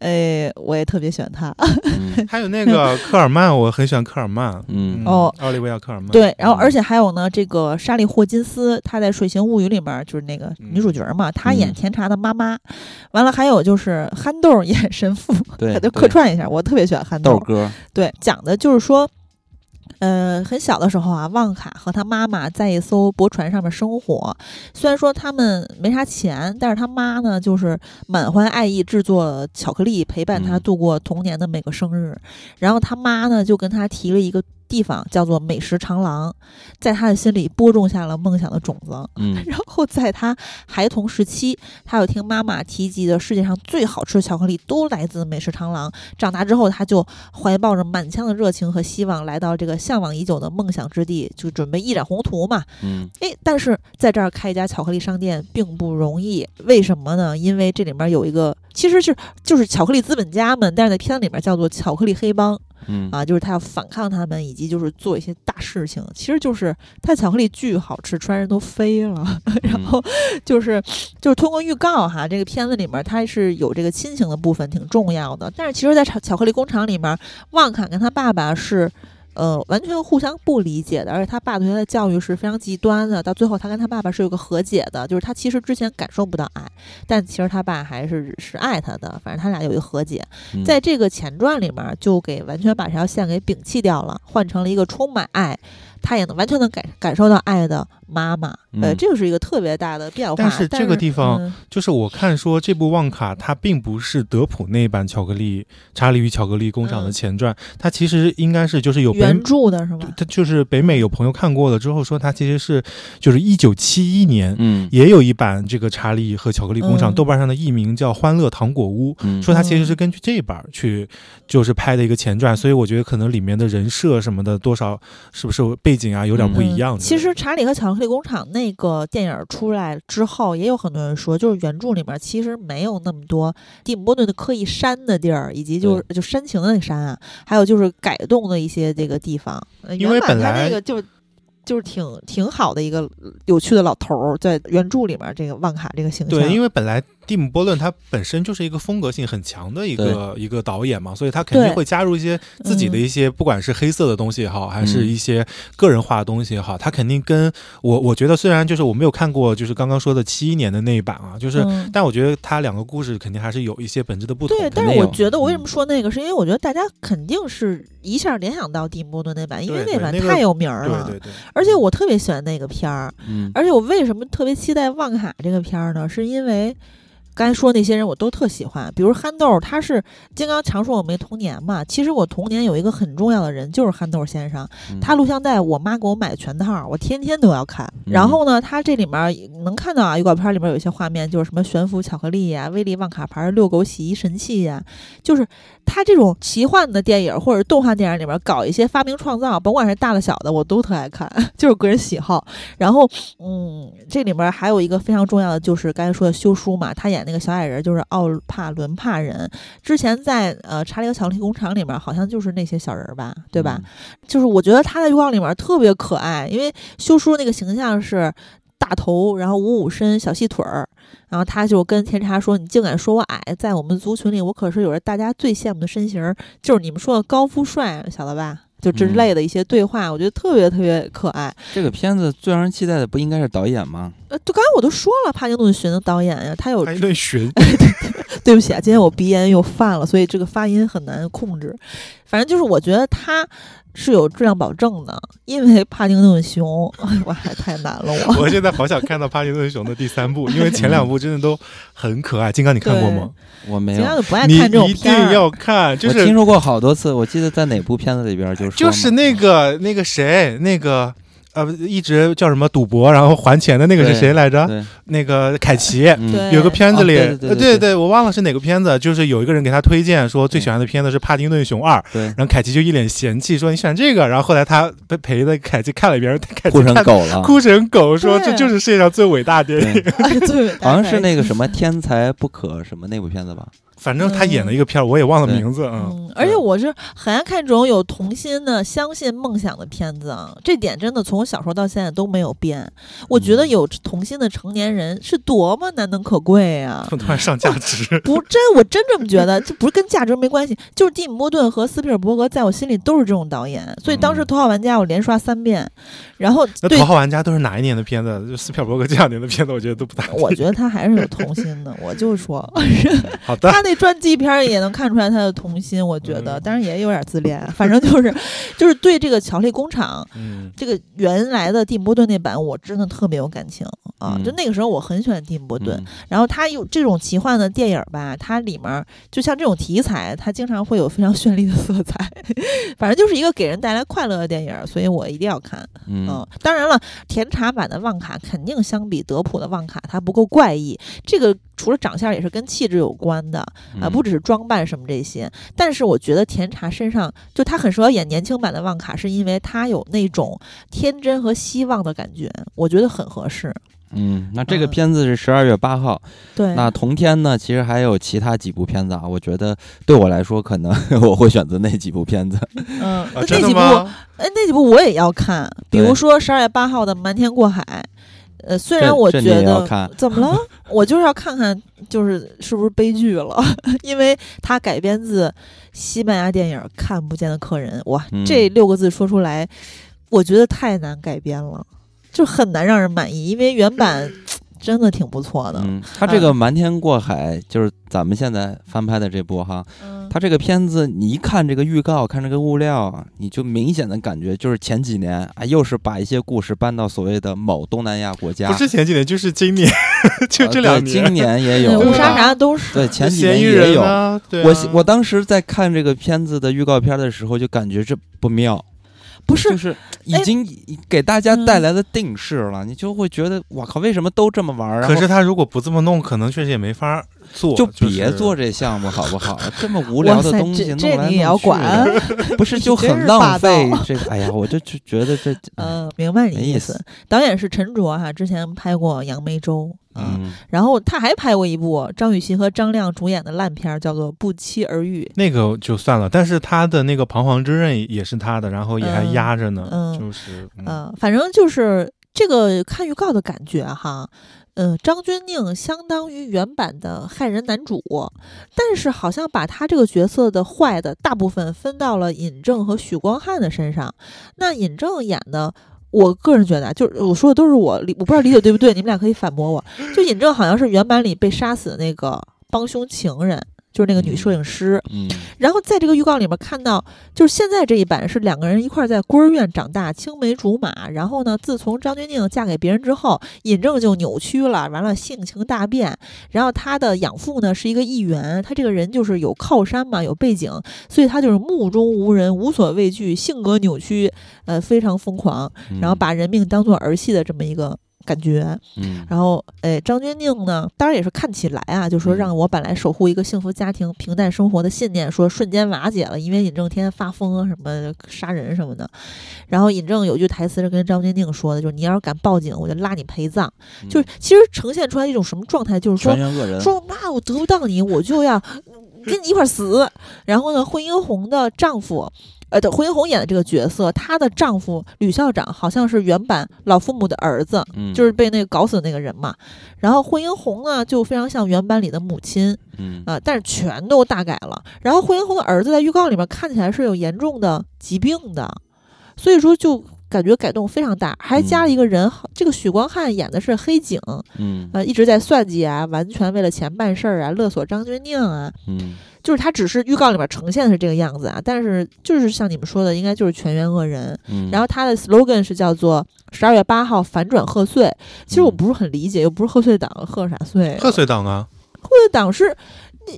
哎，我也特别喜欢他。
嗯
还有那个科尔曼，我很喜欢科尔曼。
嗯
哦，
奥利维亚·科尔曼。
对，然后
嗯
而且还有呢，这个莎莉霍金斯，她在《水形物语》里面就是那个女主角嘛，她演
嗯
甜茶的妈妈。完了，还有就是憨豆儿演神父，
对，
[laughs] 他就
对
客串一下，我特别喜欢憨豆
豆
儿。
哥，
[laughs] 对，讲的就是说，呃，很小的时候啊，旺卡和他妈妈在一艘驳船上面生活。虽然说他们没啥钱，但是他妈呢，就是满怀爱意制作巧克力，陪伴他
嗯
度过童年的每个生日。然后他妈呢，就跟他提了一个地方，叫做美食长廊，在他的心里播种下了梦想的种子。
嗯
然后在他孩童时期，他有听妈妈提及的世界上最好吃的巧克力都来自美食长廊。长大之后，他就怀抱着满腔的热情和希望，来到这个向往已久的梦想之地，就准备一展宏图嘛。
嗯
诶，但是在这儿开一家巧克力商店并不容易，为什么呢？因为这里面有一个，其实是就是巧克力资本家们，但是在片子里面叫做巧克力黑帮。
嗯
啊，就是他要反抗他们，以及就是做一些大事情。其实就是他巧克力巨好吃，吃完人都飞了。 [laughs]
嗯
然后就是就是通过预告哈，这个片子里面它是有这个亲情的部分，挺重要的。但是其实，在巧巧克力工厂里面，旺卡跟他爸爸是。呃，完全互相不理解的，而且他爸对他的教育是非常极端的。到最后，他跟他爸爸是有个和解的，就是他其实之前感受不到爱，但其实他爸还是是爱他的。反正他俩有一个和解，
嗯
在这个前传里面就给完全把这条线给摒弃掉了，换成了一个充满爱，他也能完全能感感受到爱的妈妈。呃，
嗯
这个是一个特别大的变化。
但是这个地方
嗯
就是我看说这部《旺卡》，它并不是德普那版《巧克力查理与巧克力工厂》的前传，它其实应该是就是有
嗯
北
原著的是吧？
它就是北美有朋友看过了之后说，它其实是就是一九七一年。
嗯
也有一版这个《查理和巧克力工厂》
嗯
豆瓣上的译名叫《欢乐糖果屋》，
嗯
说它其实是根据这一版儿去就是拍的一个前传，所以我觉得可能里面的人设什么的多少是不是背景啊有点不一样
嗯
的。
其实《查理和巧克力工厂》那个电影出来之后，也有很多人说，就是原著里面其实没有那么多蒂姆·波顿的刻意删的地儿，以及就是就煽情的那个删啊，还有就是改动的一些这个地方。呃
因为
原版
本
他
来
那个就。就是挺挺好的一个有趣的老头儿，在原著里面这个旺卡这个形象，
对，因为本来蒂姆·波顿他本身就是一个风格性很强的一个一个导演嘛，所以他肯定
对嗯
会加入一些自己的一些，不管是黑色的东西也好，还是一些个人化的东西也好，他肯定跟我我觉得虽然就是我没有看过就是刚刚说的七一年的那一版啊，就是。
嗯
但我觉得他两个故事肯定还是有一些本质的不同。
对，
肯
但
定
是我
有
觉得我为什
嗯
么说那个，是因为我觉得大家肯定是一下联想到蒂姆·波顿那版，因为
对对
版
那个
太有名儿了，
对对嗯对，
而且我特别喜欢那个片儿，
嗯
而且我为什么特别期待《旺卡》这个片儿呢？是因为刚才说那些人我都特喜欢，比如憨豆儿，他是金刚常说我没童年嘛，其实我童年有一个很重要的人就是憨豆儿先生，
嗯
他录像带我妈给我买全套儿，我天天都要看。
嗯
然后呢，他这里面儿能看到啊，预告片儿里面有一些画面，就是什么悬浮巧克力呀、威力旺卡牌儿、遛狗洗衣神器呀、就是他这种奇幻的电影或者动画电影里面搞一些发明创造，甭管是大的小的，我都特爱看， [laughs] 就是个人喜好。然后，嗯，这里面还有一个非常重要的，就是刚才说的休书嘛，他演那个小矮人就是奥帕伦帕人，之前在呃《查理和巧克力工厂》里面好像就是那些小人儿吧，对吧？？
嗯
就是我觉得他在预告里面特别可爱，因为修叔那个形象是大头，然后五五身、小细腿儿，然后他就跟甜茶说：“你竟敢说我矮，在我们族群里，我可是有着大家最羡慕的身形儿，就是你们说的高富帅，啊晓得吧？”就之类的一些对话，我觉得特别特别可爱。
这个片子最让人期待的不应该是导演吗？
呃，就刚才我都说了，帕金顿寻的导演呀，他有
还一顿寻
对不起啊，今天我鼻炎又犯了，所以这个发音很难控制。反正就是我觉得它是有质量保证的，因为帕丁顿熊，哎哇，太难了我。
我现在好想看到《帕丁顿熊》的第三部，因为前两部真的都很可爱。金刚，你看过吗？
我 [laughs] 没
尽
有
量，就不爱
你
看这种
一定
片儿。
要看，就
我听
是
说过好多次，我记得在哪部片子里边就说
就
嘛
是那个那个谁，那个呃，一直叫什么赌博，然后还钱的那个是
对
谁来着？
对，
那个凯奇。
嗯
对
有个片子里，
哦对对对
呃
对对
我忘了是哪个片子，就是有一个人给他推荐说最喜欢的片子是《帕丁顿熊二》，
[laughs]
对，
然后凯奇就一脸嫌弃说你选这个，然后后来他陪陪着凯奇看了一遍，凯奇
哭成
看
狗了，
哭成狗，说
对
这就是世界上最伟大的电
[laughs]
影。
对，
哎，对，
[laughs] 好像是那个什么《天才不可》什么那部片子吧？
反正他演了一个片儿，我也忘了名字啊。
嗯，而且我是很爱看这种有童心的、相信梦想的片子啊，这点真的从我小时候到现在都没有变。我觉
嗯
得有童心的成年人是多么难能可贵啊！，
[laughs] 突然上价值
哦
[laughs]
不，真我真这么觉得，这不是跟价值没关系，就是蒂姆·波顿和斯皮尔伯格在我心里都是这种导演，所以当时
嗯
《头号玩家》我连刷三遍，然后
那
对
《头号玩家》都是哪一年的片子？就斯皮尔伯格这两年的片子，我觉得都不
[laughs]
大。
我觉得他还是有童心的，我就
[laughs]
说
好的，
他那传记片儿也能看出来他的童心，我觉得，
嗯
当然也有点自恋，啊反正就是就是对这个巧克力工厂。
嗯，
这个原来的蒂姆·波顿那版，我真的特别有感情啊！
嗯
就那个时候，我很喜欢蒂姆·波顿，
嗯，
然后它有这种奇幻的电影吧，它里面儿就像这种题材，它经常会有非常绚丽的色彩， [laughs] 反正就是一个给人带来快乐的电影儿，所以我一定要看。
嗯
嗯，当然了，甜茶版的旺卡肯定相比德普的旺卡它不够怪异，这个除了长相也是跟气质有关的啊，
嗯
不只是装扮什么这些。但是我觉得甜茶身上就他很适合演年轻版的旺卡，是因为他有那种天真和希望的感觉，我觉得很合适。
嗯，那这个
嗯
片子是十二月八号，
对，
那同天呢，其实还有其他几部片子啊，我觉得对我来说，可能 [laughs] 我会选择那几部片子。
嗯，那
啊，
那
真的
几部，
吗？
哎，那几部我也要看，比
对
如说十二月八号的《瞒天过海》。呃，虽
这
然我
这
觉
你也要
得
看，
怎么了， [laughs] 我就是要看看，就是是不是悲剧了， [laughs] 因为它改编自西班牙电影《看不见的客人》。哇，
嗯
这六个字说出来，我觉得太难改编了，就很难让人满意，因为原版真的挺不错的。
嗯，他这个《瞒天过海》就是咱们现在翻拍的这部哈，
嗯
他这个片子你一看这个预告，看这个物料，你就明显的感觉就是前几年啊，又是把一些故事搬到所谓的某东南亚国家，
不是前几年，就是今年， [laughs] 就
呃
这两
对
年， [laughs]
今年也
[laughs] 对
有
误
对
杀
吧
啥都是
对，前几
嫌
年
疑
也
人
有。
啊，对啊
我我当时在看这个片子的预告片的时候，就感觉这不妙，
不是
就是已
哎
经给大家
嗯
带来了定势了，你就会觉得我靠，为什么都这么玩儿？然后
可是他如果不这么弄，可能确实也没法做，
就是别做这项目好不好？这么无聊
哇
的
塞
东西
这
弄
这
来
你也要
弄去
管 [laughs]
的，不是
你
就
真
很
是
浪
霸道
费这个？哎呀，我就就觉
[laughs]
得这，哎
呃，明白你
没
意
意
思
思。
导演是陈卓哈、之前拍过《杨梅洲》啊，
嗯，
然后他还拍过一部张雨绮和张亮主演的烂片儿，叫做《不期而遇》。
那个就算了，但是他的那个彷徨之刃也是他的，然后也还
嗯
压着呢，
嗯
就是嗯，
呃，反正就是这个看预告的感觉哈，呃，张钧甯相当于原版的害人男主，但是好像把他这个角色的坏的大部分分到了尹正和许光汉的身上。那尹正演的。我个人觉得啊，就是我说的都是我理，我不知道理解对不对，你们俩可以反驳我。就尹正好像是原版里被杀死的那个帮凶情人，就是那个女
嗯
摄影师。
嗯
然后在这个预告里面看到，就是现在这一版是两个人一块儿在孤儿院长大，青梅竹马。然后呢，自从张钧甯嫁给别人之后，尹正就扭曲了，完了性情大变。然后他的养父呢是一个议员，他这个人就是有靠山嘛，有背景，所以他就是目中无人，无所畏惧，性格扭曲，呃，非常疯狂，
嗯
然后把人命当做儿戏的这么一个感觉。
嗯
然后，哎，张钧甯呢，当然也是看起来啊，就说
嗯
让我本来守护一个幸福家庭、平淡生活的信念，说瞬间瓦解了，因为尹正天天发疯啊，什么杀人什么的。然后尹正有句台词是跟张钧甯说的，就是你要是敢报警，我就拉你陪葬。
嗯
就是其实呈现出来一种什么状态，就是说
全员恶人，
说妈，我得不到你，我就要跟你一块儿死。然后呢，惠英红的丈夫，呃，对，惠英红演的这个角色，她的丈夫吕校长好像是原版老父母的儿子，
嗯
就是被那个搞死的那个人嘛。然后惠英红呢，就非常像原版里的母亲
嗯
啊、呃但是全都大改了。然后惠英红的儿子在预告里面看起来是有严重的疾病的，所以说就。感觉改动非常大，还加了一个人，这个许光汉演的是黑警，
嗯
呃，一直在算计啊，完全为了钱办事儿啊，勒索张钧甯啊，
嗯
就是他只是预告里面呈现的是这个样子啊，但是就是像你们说的，应该就是全员恶人。
嗯，
然后他的 slogan 是叫做“十二月八号反转贺岁”，其实我
嗯
不是很理解，又不是贺岁档，贺啥岁？
贺岁档啊，
贺岁档是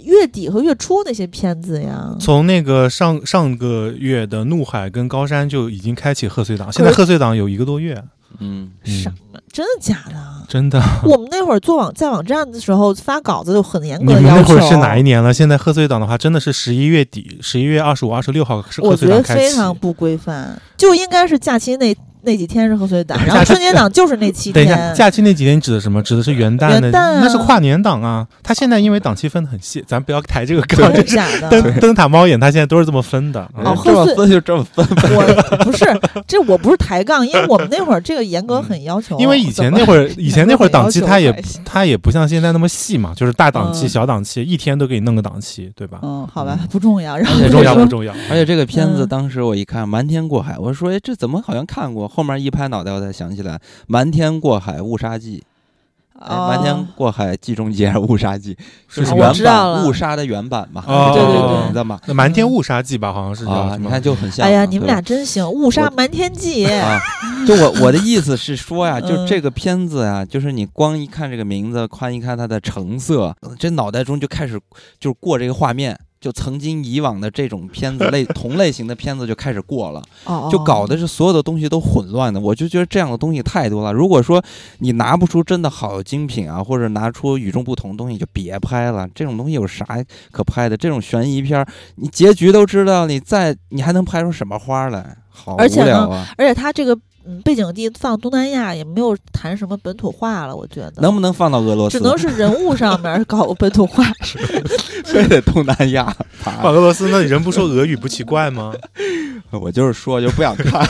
月底和月初那些片子呀。
从那个上上个月的《怒海》跟《高山》就已经开启贺岁档，
是
现在贺岁档有一个多月，
嗯
什
嗯
么？真的假
[laughs]
的？
真的。
我们那会儿做网在网站的时候发稿子有很严
你
格的
们
要
那
求。啊
会儿是哪一年了？现在贺岁档的话，真的是十一月底，十一月二十五、二十六号是贺
我
岁
觉
档
得
开启
非。常不规范，就应该是假期那那几天是贺岁
[laughs]
档，然后
假期
春节档就是那七
等
天
一。下，假期那几天指的什么？指的是元旦的，
元旦啊
那是跨年档啊。他现在因为档期分得很细，咱不要抬这个 [laughs] 杠。
真的
这是
假
灯
的？
灯塔猫眼，他现在都是这么分的。嗯
哦
这么
贺岁
分就这么分，
我不是，这我不是抬杠，因为我们那会儿这个严格很要求。
嗯因为以前那
儿，
会儿，以前那会儿档期它也
怎么要求
它也不像现在那么细嘛，就是大档期、
嗯
小档期，一天都给你弄个档期，对吧？
嗯，好吧，不重要。然后
不重
就
要，不
说
重要。
嗯而且这个片子
嗯
当时我一看《瞒天过海》，我说：“哎，这怎么好像看过？”后面一拍脑袋，我才想起来，《瞒天过海》《误杀记》哎，《瞒天
哦
过海》《季中杰》还是《误杀记》
是
是
什
原
么
我？知道
版
了
《误杀》的原版嘛？
哦
是这
对对
个
对
名字嘛？
那《瞒天误杀记》吧，好像是叫
啊，
什
你
么？
看就很像嘛。
哎呀，你
对吧
们俩真行，误杀瞒天记。 [laughs]
啊，就我我的意思是说呀，就
嗯
这个片子呀，就是你光一看这个名字，看一看它的成色，呃这脑袋中就开始就是过这个画面。就曾经以往的这种片子
[laughs]
类同类型的片子就开始过了，[laughs]
哦，
就搞的是所有的东西都混乱的。我就觉得这样的东西太多了。如果说你拿不出真的好精品啊，或者拿出与众不同的东西，就别拍了。这种东西有啥可拍的？这种悬疑片儿，你结局都知道，你再你还能拍出什么花来？好
而且
无
呢
聊啊！
而且他这个嗯，背景地放东南亚，也没有谈什么本土化了，我觉得。
能不能放到俄罗斯？[laughs]
只能是人物上面搞个本土化，
[laughs] 非得东南亚爬
[laughs] 哇，俄罗斯那里人不说俄语不奇怪吗？ [laughs]
我就是说，就不想
[laughs]
看。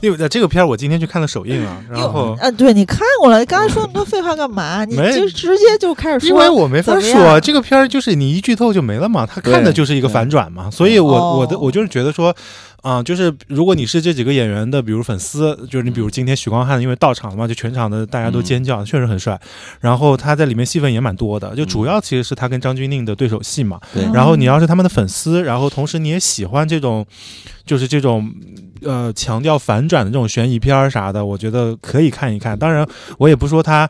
因为这个片儿我今天去看了首映啊，然后
啊，对你看过了，你刚才说那么多废话干嘛？你
没
就直接就开始
因为
说，
我没
怎
法
么
说
样
这个片儿，就是你一剧透就没了嘛，他
对
看的就是一个反转嘛，所以
哦
我我的我就是觉得说。啊、就是如果你是这几个演员的，比如粉丝，就是你比如今天许光汉，因为到场了嘛，就全场的大家
嗯
都尖叫，确实很帅。然后他在里面戏份也蛮多的，就
嗯
主要其实是他跟张钧甯的对手戏嘛。
对
嗯
然后你要是他们的粉丝，然后同时你也喜欢这种，就是这种呃强调反转的这种悬疑片儿啥的，我觉得可以看一看。当然，我也不说它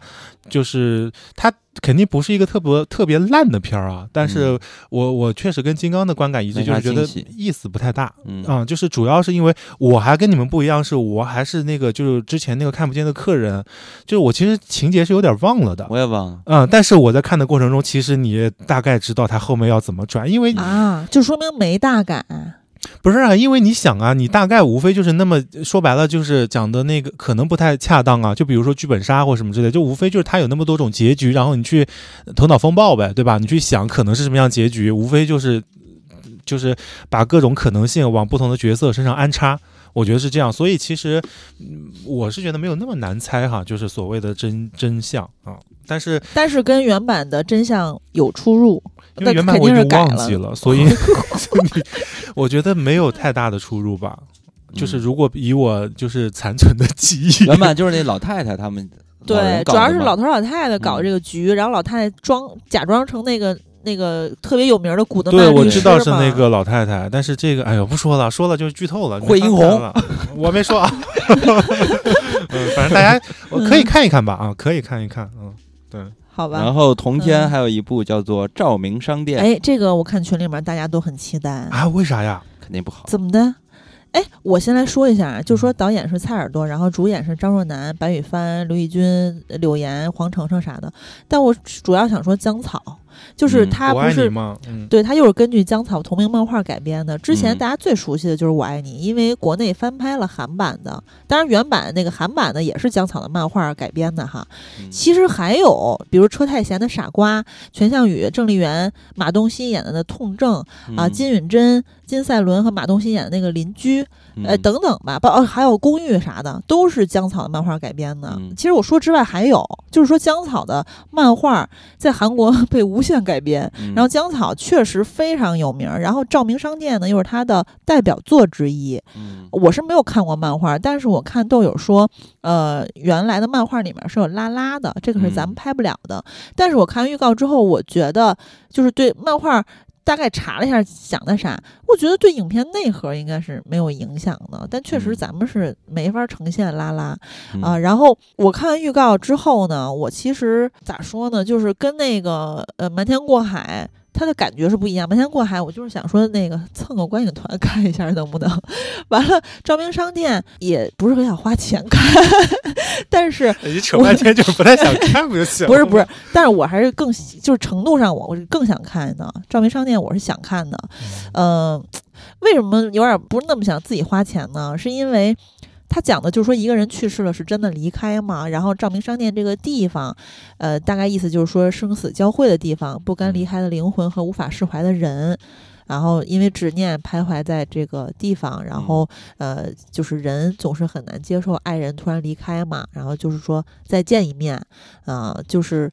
就是它肯定不是一个特别特别烂的片儿啊，但是我、我确实跟金刚的观感一致，
嗯没
就
啥
是觉
惊
得
喜
意思不太大。
嗯
啊、就是主要是因为我还跟你们不一样，是我还是那个就是之前那个看不见的客人，就是我其实情节是有点忘了的，
我也忘了。
嗯，但是我在看的过程中，其实你也大概知道它后面要怎么转，因为
啊，就说明没大感。
不是啊，因为你想啊，你大概无非就是那么说白了，就是讲的那个可能不太恰当啊，就比如说剧本杀或什么之类，就无非就是它有那么多种结局，然后你去呃头脑风暴呗，对吧？你去想可能是什么样结局，无非就是就是把各种可能性往不同的角色身上安插。我觉得是这样，所以其实，嗯，我是觉得没有那么难猜哈，就是所谓的真真相啊。但是
但是跟原版的真相有出入，
因为
那
原版
肯
我已
定是
经
改
忘记 [laughs] 了，所以所以我觉得没有太大的出入吧。就是如果以我就是残存的记忆，
嗯原版就是那老太太他们老
对
人，搞
主
的
要是
嘛
老头老太太
嗯
搞这个局，然后老太太装假装成那个那个特别有名的古德曼
[laughs] 对我
律师
知道是
嘛
那个老太太，但是这个哎呦不说了，说了就是剧透了。
惠英
没
红
法看了，我没说啊。 [laughs] 嗯，反正大
[laughs]
家我可以看一看吧啊，可以看一看，嗯，
好吧
然？后同天
嗯
还有一部叫做《照明商店》，
哎，这个我看群里面大家都很期待，
啊，为啥呀？
肯定不好。
怎么的？哎，我先来说一下，啊，就
嗯
说导演是蔡耳朵，然后主演是张若楠、白宇帆、刘奕君、柳岩、黄澄澄啥的。但我主要想说姜草，就是
嗯
他
我
不
爱
是
你吗？嗯，
对，它又是根据姜草同名漫画改编的。之前
嗯
大家最熟悉的就是《我爱你》，因为国内翻拍了韩版的，当然原版那个韩版的也是姜草的漫画改编的哈。
嗯
其实还有，比如车太贤的《傻瓜》，全相宇、郑丽媛、马东锡演的那《痛症》啊，
嗯
金允珍、金赛纶和马东锡演的那个《邻居》呃
嗯
等等吧，包哦还有《公寓》啥的，都是姜草的漫画改编的。
嗯
其实我说之外还有，就是说姜草的漫画在韩国 [laughs] 被无限改编。
嗯
然后姜草确实非常有名儿，然后《照明商店》呢又是他的代表作之一。
嗯
我是没有看过漫画，但是我看豆友说，呃，原来的漫画里面是有拉拉的，这个是咱们
嗯
拍不了的。但是我看预告之后，我觉得就是对漫画大概查了一下讲的啥，我觉得对影片内核应该是没有影响的。但确实
嗯
咱们是没法呈现拉拉，
嗯
啊，然后我看完预告之后呢，我其实咋说呢，就是跟那个呃《瞒天过海》它的感觉是不一样。《瞒天过海》我就是想说那个蹭个观影团看一下能不能，完了《照明商店》也不是很想花钱看， [laughs] 但是
[laughs] 你扯半天就是不太想看不就行？
不是不是，但是我还是更喜就是程度上我我是更想看的《照明商店》，我是想看的，嗯，为什么有点不是那么想自己花钱呢？是因为他讲的就是说一个人去世了，是真的离开嘛？然后照明商店这个地方，呃，大概意思就是说生死交汇的地方，不甘离开的灵魂和无法释怀的人。然后因为执念徘徊在这个地方，然后呃，就是人总是很难接受爱人突然离开嘛，然后就是说再见一面，啊、就是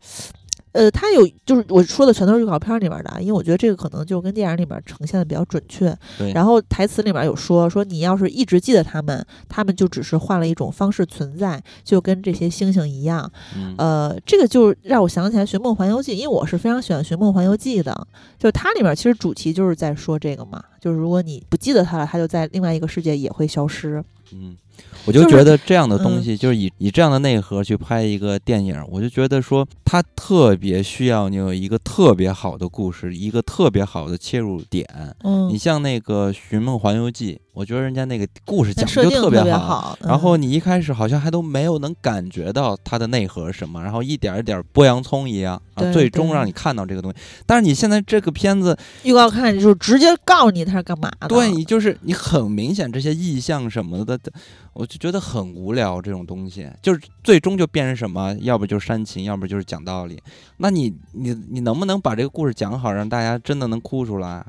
呃，它有就是我说的全都是预告片儿里面的啊，因为我觉得这个可能就跟电影里面呈现的比较准确。
对
然后台词里面有说说你要是一直记得他们，他们就只是换了一种方式存在，就跟这些星星一样。
嗯
呃，这个就让我想起来《寻梦环游记》，因为我是非常喜欢《寻梦环游记》的，就是它里面其实主题就是在说这个嘛，就是如果你不记得它了，它就在另外一个世界也会消失。
嗯，我就
就是
觉得这样的东
嗯
西，就是以以这样的内核去拍一个电影，我就觉得说，它特别需要你有一个特别好的故事，一个特别好的切入点。
嗯
你，像那个《寻梦环游记》，我觉得人家那个故事
那
讲
设
的
定
就
别
好。
好。
然后
嗯
你一开始好像还都没有能感觉到它的内核是什么，然后一点儿一点儿剥洋葱一样，啊，
对
最终
对
让你看到这个东西。但是你现在这个片子，
预告看就是直接告诉你它是干嘛的。
对你就是你很明显这些意象什么的，我就觉得很无聊这种东西，就是最终就变成什么，要不就是煽情，要不就是讲道理。那你你你能不能把这个故事讲好，让大家真的能哭出来？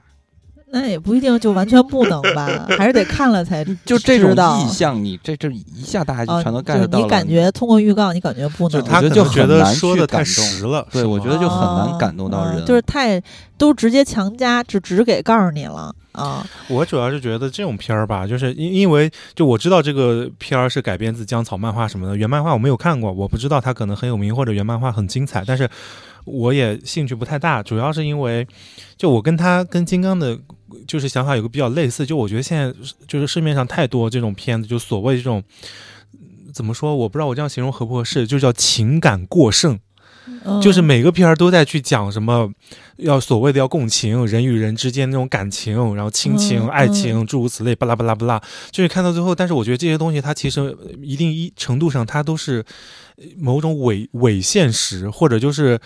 那也不一定就完全不能吧，还是得看了才
[laughs] 就这种
嗯知道
意象，你这这一下大家就
啊
全都 get
就是
到了。
你感觉通过预告，你感觉不
就
能，
是他
我觉
可
得就
能觉
很
得
难
说
去
的太
感动
实了，
对
是
我
吗
觉得就很难感动到
啊啊
人
就是太都直接强加，就直给告诉你了啊。
我主要是觉得这种片儿吧，就是因因为就我知道这个片儿是改编自江草漫画什么的，原漫画我没有看过，我不知道它可能很有名或者原漫画很精彩，但是我也兴趣不太大，主要是因为就我跟他跟金刚的，就是想法有个比较类似，就我觉得现在就是市面上太多这种片子，就所谓这种嗯怎么说，我不知道我这样形容合不合适，就叫情感过剩。
嗯
就是每个片儿都在去讲什么，要所谓的要共情，人与人之间那种感情，然后亲情、
嗯
爱情，诸如此类，巴拉巴拉巴拉，就是看到最后。但是我觉得这些东西，它其实呃一定一程度上，它都是呃某种伪伪现实，或者就是，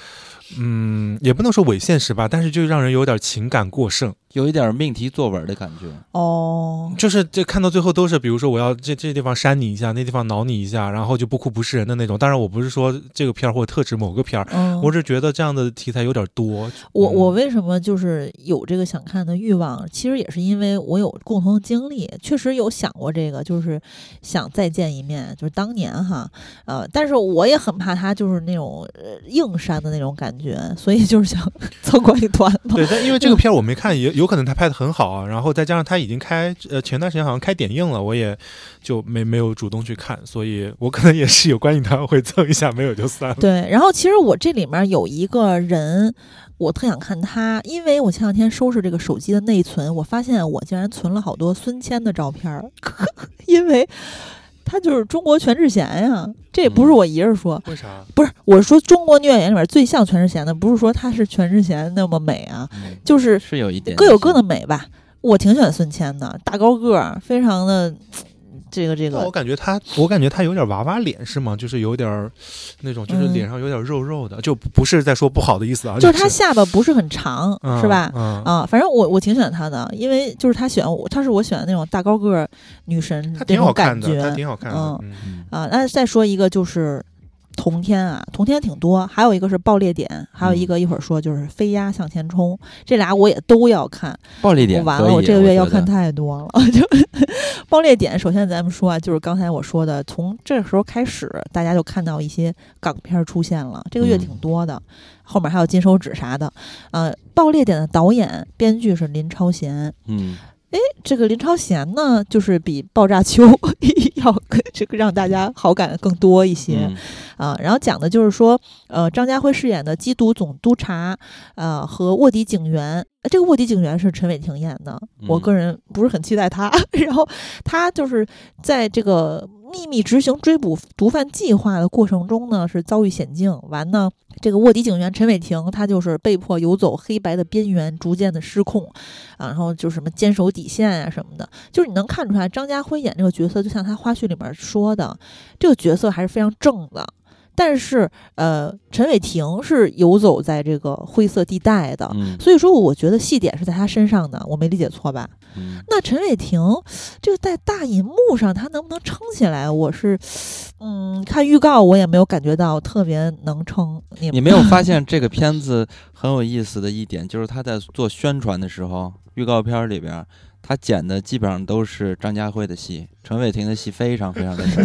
嗯，也不能说伪现实吧，但是就让人有点情感过剩。
有一点命题作文的感觉。
哦，
就是这看到最后都是，比如说我要这这地方扇你一下，那地方挠你一下，然后就不哭不是人的那种。当然，我不是说这个片儿或者特指某个片儿，
嗯，
我是觉得这样的题材有点多。
我
嗯
我为什么就是有这个想看的欲望？其实也是因为我有共同的经历，确实有想过这个，就是想再见一面，就是当年哈，呃，但是我也很怕他就是那种呃硬删的那种感觉，所以就是想 [laughs] 凑过一团嘛。
对，但因为
嗯
这个片儿我没看，也有可能他拍的很好啊。然后再加上他已经开，呃，前段时间好像开点映了，我也就没没有主动去看，所以我可能也是有观影团会蹭一下，没有就算了。
对，然后其实我这里面有一个人，我特想看他，因为我前两天收拾这个手机的内存，我发现我竟然存了好多孙谦的照片儿，因为他就是中国全智贤呀、这也不是
嗯
我一人说，
为啥？
不是我说中国女演员里面最像全智贤的，不是说她是全智贤那么美啊，
嗯，
就是
是有一点
各有各的美吧。我挺喜欢孙谦的，大高个儿，非常的这个这
但我
个，
感觉他，我感觉他有点娃娃脸是吗？就是有点儿那种，就是
嗯
脸上有点肉肉的，就不是在说不好的意思啊，
就是是她下巴不是很长，
嗯
是吧？
嗯。
啊，反正我我挺喜欢她的，因为就是她喜欢我，她是我喜欢那种大高个儿女神
他
那
挺好
种
看
感
的，他
觉
挺好看的
嗯。
嗯
嗯。
啊。那再说一个就是同天啊，同天挺多，还有一个是爆裂点，还有
嗯
一个一会儿说就是飞鸭向前冲，这俩我也都要看。
暴力
我
点可以。
完了，我这个月要
觉得
看太多了。就 [laughs] 爆裂点，首先咱们说啊，就是刚才我说的，从这时候开始，大家就看到一些港片儿出现了，这个月
嗯
挺多的，后面还有金手指啥的。呃，爆裂点的导演、编剧是林超贤。
嗯，
这个林超贤呢，就是比爆炸秋 [laughs] 要更这个让大家好感更多一些。
嗯
啊，然后讲的就是说，呃，张家辉饰演的缉毒总督察，呃，和卧底警员，呃这个卧底警员是陈伟霆演的，我
嗯
个人不是很期待他。 [laughs] 然后他就是在这个秘密执行追捕毒贩计划的过程中呢，是遭遇险境，完呢，这个卧底警员陈伟霆他就是被迫游走黑白的边缘，逐渐的失控，啊，然后就是什么坚守底线啊什么的，就是你能看出来张家辉演这个角色，就像他花絮里面说的，这个角色还是非常正的。但是，呃，陈伟霆是游走在这个灰色地带的，
嗯
所以说我觉得戏点是在他身上的，我没理解错吧？
嗯
那陈伟霆这个在大银幕上他能不能撑起来？我是，嗯，看预告我也没有感觉到特别能撑。你
你没有发现这个片子很有意思的一点， [laughs] 就是他在做宣传的时候，预告片里边，他剪的基本上都是张家辉的戏，陈伟霆的戏非常非常
[laughs]
的少。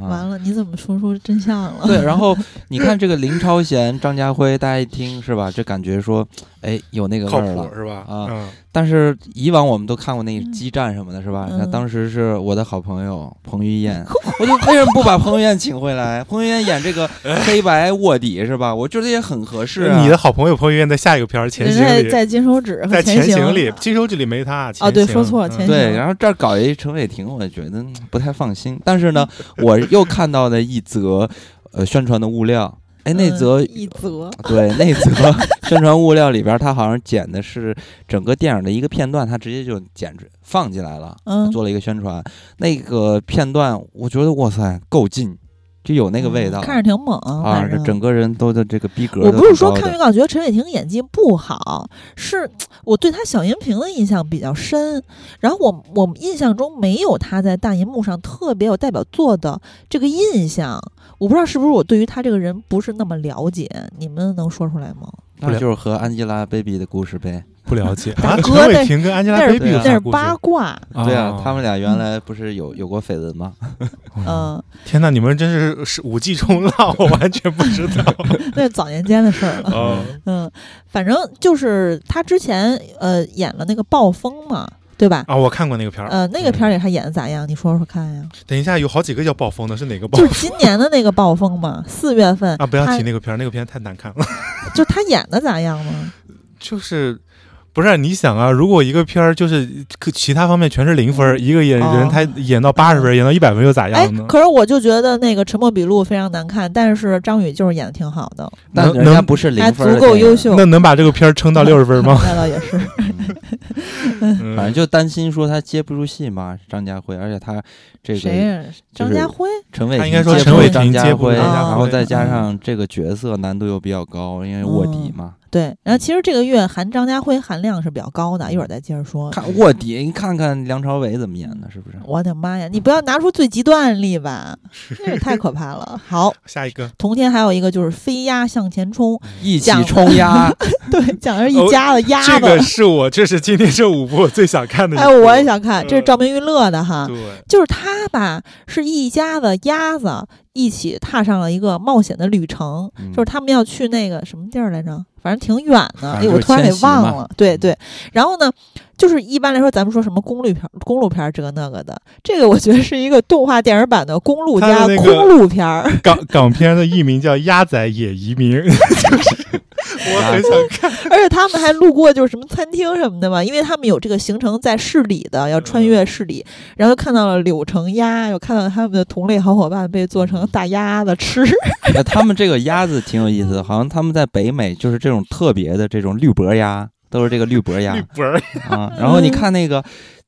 完
啊
了，你怎么说出真相了？
[laughs]
对，然后你看这个林超贤、张家辉，大家一听是吧？这感觉说，哎，有那个味
靠
儿
谱
了。
是吧？
啊
嗯，
但是以往我们都看过那个
嗯
激战什么的，是吧？
嗯
那当时是我的好朋友彭于
[laughs]
晏，我就为什么不把彭于晏请回来？彭于晏演这个黑白卧底是吧？我觉得也很合适啊。
你的好朋友彭于晏在下一个片儿《前
人
行》
在
里，
在金手指和
在前
行
里，金手指里没他。
哦对
前行
说错了
嗯
前行 [laughs]
对，然后这儿搞一陈伟霆，我觉得嗯不太放心。但
[laughs]
是呢，我又看到了一则呃宣传的物
[laughs]
料，哎，那
嗯
则、
一则，
对那则 [laughs] 宣传物料里边儿，他好像剪的是整个电影的一个片段，他直接就剪着放进来了，
嗯
做了一个宣传。那个片段，我觉得哇塞，够劲。就有那个味道。
嗯看着挺猛
啊，
反正
整个人都的这个逼格。
我不是说看预告觉得陈伟霆演技不好，是我对他小荧屏的印象比较深。然后我我印象中没有他在大荧幕上特别有代表作的这个印象。我不知道是不是我对于他这个人不是那么了解，你们能说出来吗？
那就是和 Angelababy 的故事呗。
不了解
大
[laughs] 啊，
哥
陈
那
伟霆跟
那是
Angelababy 有
那是
啥故事？
八卦，
啊
对啊，他们俩原来不是有有过绯闻吗？
嗯、
天哪，你们真是是五 G 冲浪， [laughs] 我完全不知
[laughs]
道。
那是早年间的事儿了。
哦，
嗯，反正就是他之前呃演了那个暴风嘛，对吧？
啊，我看过那个片儿。
呃，那个
嗯
片儿里他演的咋样？你说说看呀。
等一下，有好几个叫暴风的，是哪个暴
就？是今年的那个暴风嘛，四月份
啊，不要提
他
那个片儿，那个片儿太难看了。 [laughs]
就他演的咋样吗？
就是。不是你想啊，如果一个片儿就是可其他方面全是零分儿，一个演
哦
人他演到八十分儿，演到一百分儿又咋
哎
样呢，？
可是我就觉得那个《沉默笔录》非常难看，但是张宇就是演的挺好的，
但
能
人家
能
不是零
还
分儿
足
的
够
电影
优。秀。
那能把这个片儿撑到六十分儿吗？
那
[laughs]
倒也是，
嗯
反正就担心说他接不住戏嘛，张家辉，而且他这个
谁呀？张家辉
陈伟
他
霆
应该说
接
陈
不
伟
住张
霆
家
接不
辉，
住张家
然后
辉
再加
嗯
上这个角色难度又比较高，因为卧底
嗯
嘛。
对，然后其实这个月含张家辉含量是比较高的，一会儿再接着说。
看卧底，你看看梁朝伟怎么演的，是不是？
我的妈呀！你不要拿出最极端案例
[laughs]
吧，这也太可怕了。好，
下一个，
同天还有一个就是飞鸭向前冲，
一起
讲
冲
[laughs]
压，
对，讲的是一家的鸭
这
子。
个是我这是今天这五部我最想看的一部。
哎，我也想看，这是
嗯
赵明玉乐的哈。
对，
就是他吧，是一家子鸭子一起踏上了一个冒险的旅程，
嗯
就是他们要去那个什么地儿来着，反正挺远
反
的，哎，
正
我
就是
突然给
迁徙
忘
嘛
了。对对，然后呢，就是一般来说咱们说什么公路片儿、公路片儿这个那个的，这个我觉得是一个动画电影版的公路
它
加
的那
公
个
路片儿。
港港片的译名叫《鸭仔野移民》，
[laughs]
就是我很想看。
[laughs] 而且他们还路过就是什么餐厅什么的嘛，因为他们有这个行程在市里的，要穿越市里，然后就看到了柳橙鸭，又看到他们的同类好伙伴被做成大鸭子吃。
哎他们这个鸭子挺有意
嗯
思的，好像他们在北美就是这种特别的这种绿脖鸭，都是这个绿脖鸭
绿本儿
[laughs]
啊。然
嗯
后你看那个，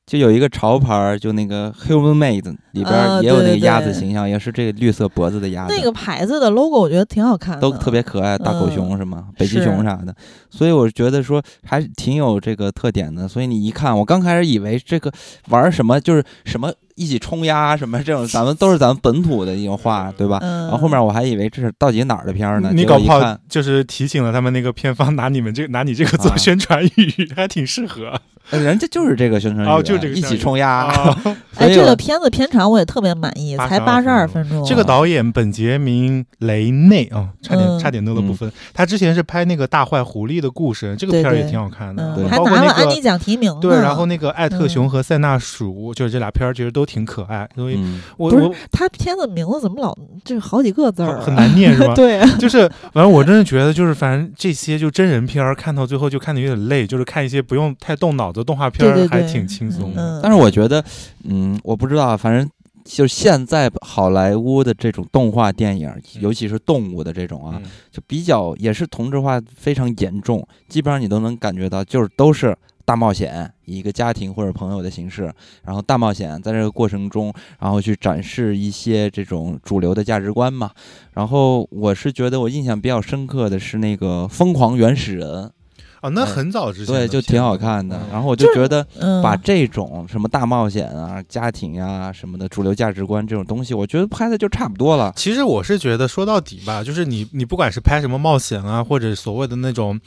就有一个潮牌儿，就那个 Human Made 里边
啊
儿也有那个
对对
鸭子
对
形象，也是这个绿色脖子的鸭子，
[laughs] 那个牌子的 logo 我觉得挺好看的，
都特别可爱，大狗熊
嗯
是吗？北极
是
熊啥的，所以我觉得说还是挺有这个特点的。所以你一看，我刚开始以为这个玩什么就是什么一起冲压什么这种，咱们都是咱们本土的一种话，对吧？
嗯。
然后后面我还以为这是到底哪儿的片儿呢，
你
结果
搞
一
不
看
好就是提醒了他们那个片方拿你们这 [laughs] 拿你这个
啊
做宣传语， [laughs] 还挺适合
呃人家就是这个宣传语，
哦就这个
一
宣传
起
语
冲压。
[laughs]
啊。
所
哎，
以
这个
我
片子片长我也特别满意，
82
才八十二分钟。
[laughs] 这个导演本杰明·雷内啊、差点
嗯
差点漏了部分。他之前是拍那个《大坏狐狸》的故事，这个
对
片儿也
对
挺好看的，
嗯，还
包括
拿了
那
安
个
妮。奖嗯提名呢。
对，然后那个艾特熊和塞纳鼠，就是这俩片儿，其实都挺可爱。所以
嗯，
我
不是
我
他片子名字怎么老这好几个字儿啊？
很难念是吧？
[laughs] 对，
就是，反正我真的觉得，就是反正这些就真人片儿，看到最后就看的有点累，就是看一些不用太动脑子的动画片
对
儿，
对对
还挺轻松的。
嗯
但是我觉得，嗯，我不知道，反正。就是现在好莱坞的这种动画电影，尤其是动物的这种啊，
嗯
就比较也是同质化非常严重，基本上你都能感觉到，就是都是大冒险，以一个家庭或者朋友的形式，然后大冒险在这个过程中，然后去展示一些这种主流的价值观嘛。然后我是觉得我印象比较深刻的是那个《疯狂原始人
啊，那很早之》，前的
嗯对，
片
就
了，
挺好看的
嗯。
然后我就觉得
嗯，
把这种什么大冒险啊、家庭啊什么的主流价值观这种东西，我觉得拍的就差不多了。
其实我是觉得，说到底吧，就是你你不管是拍什么冒险啊，或者所谓的那种，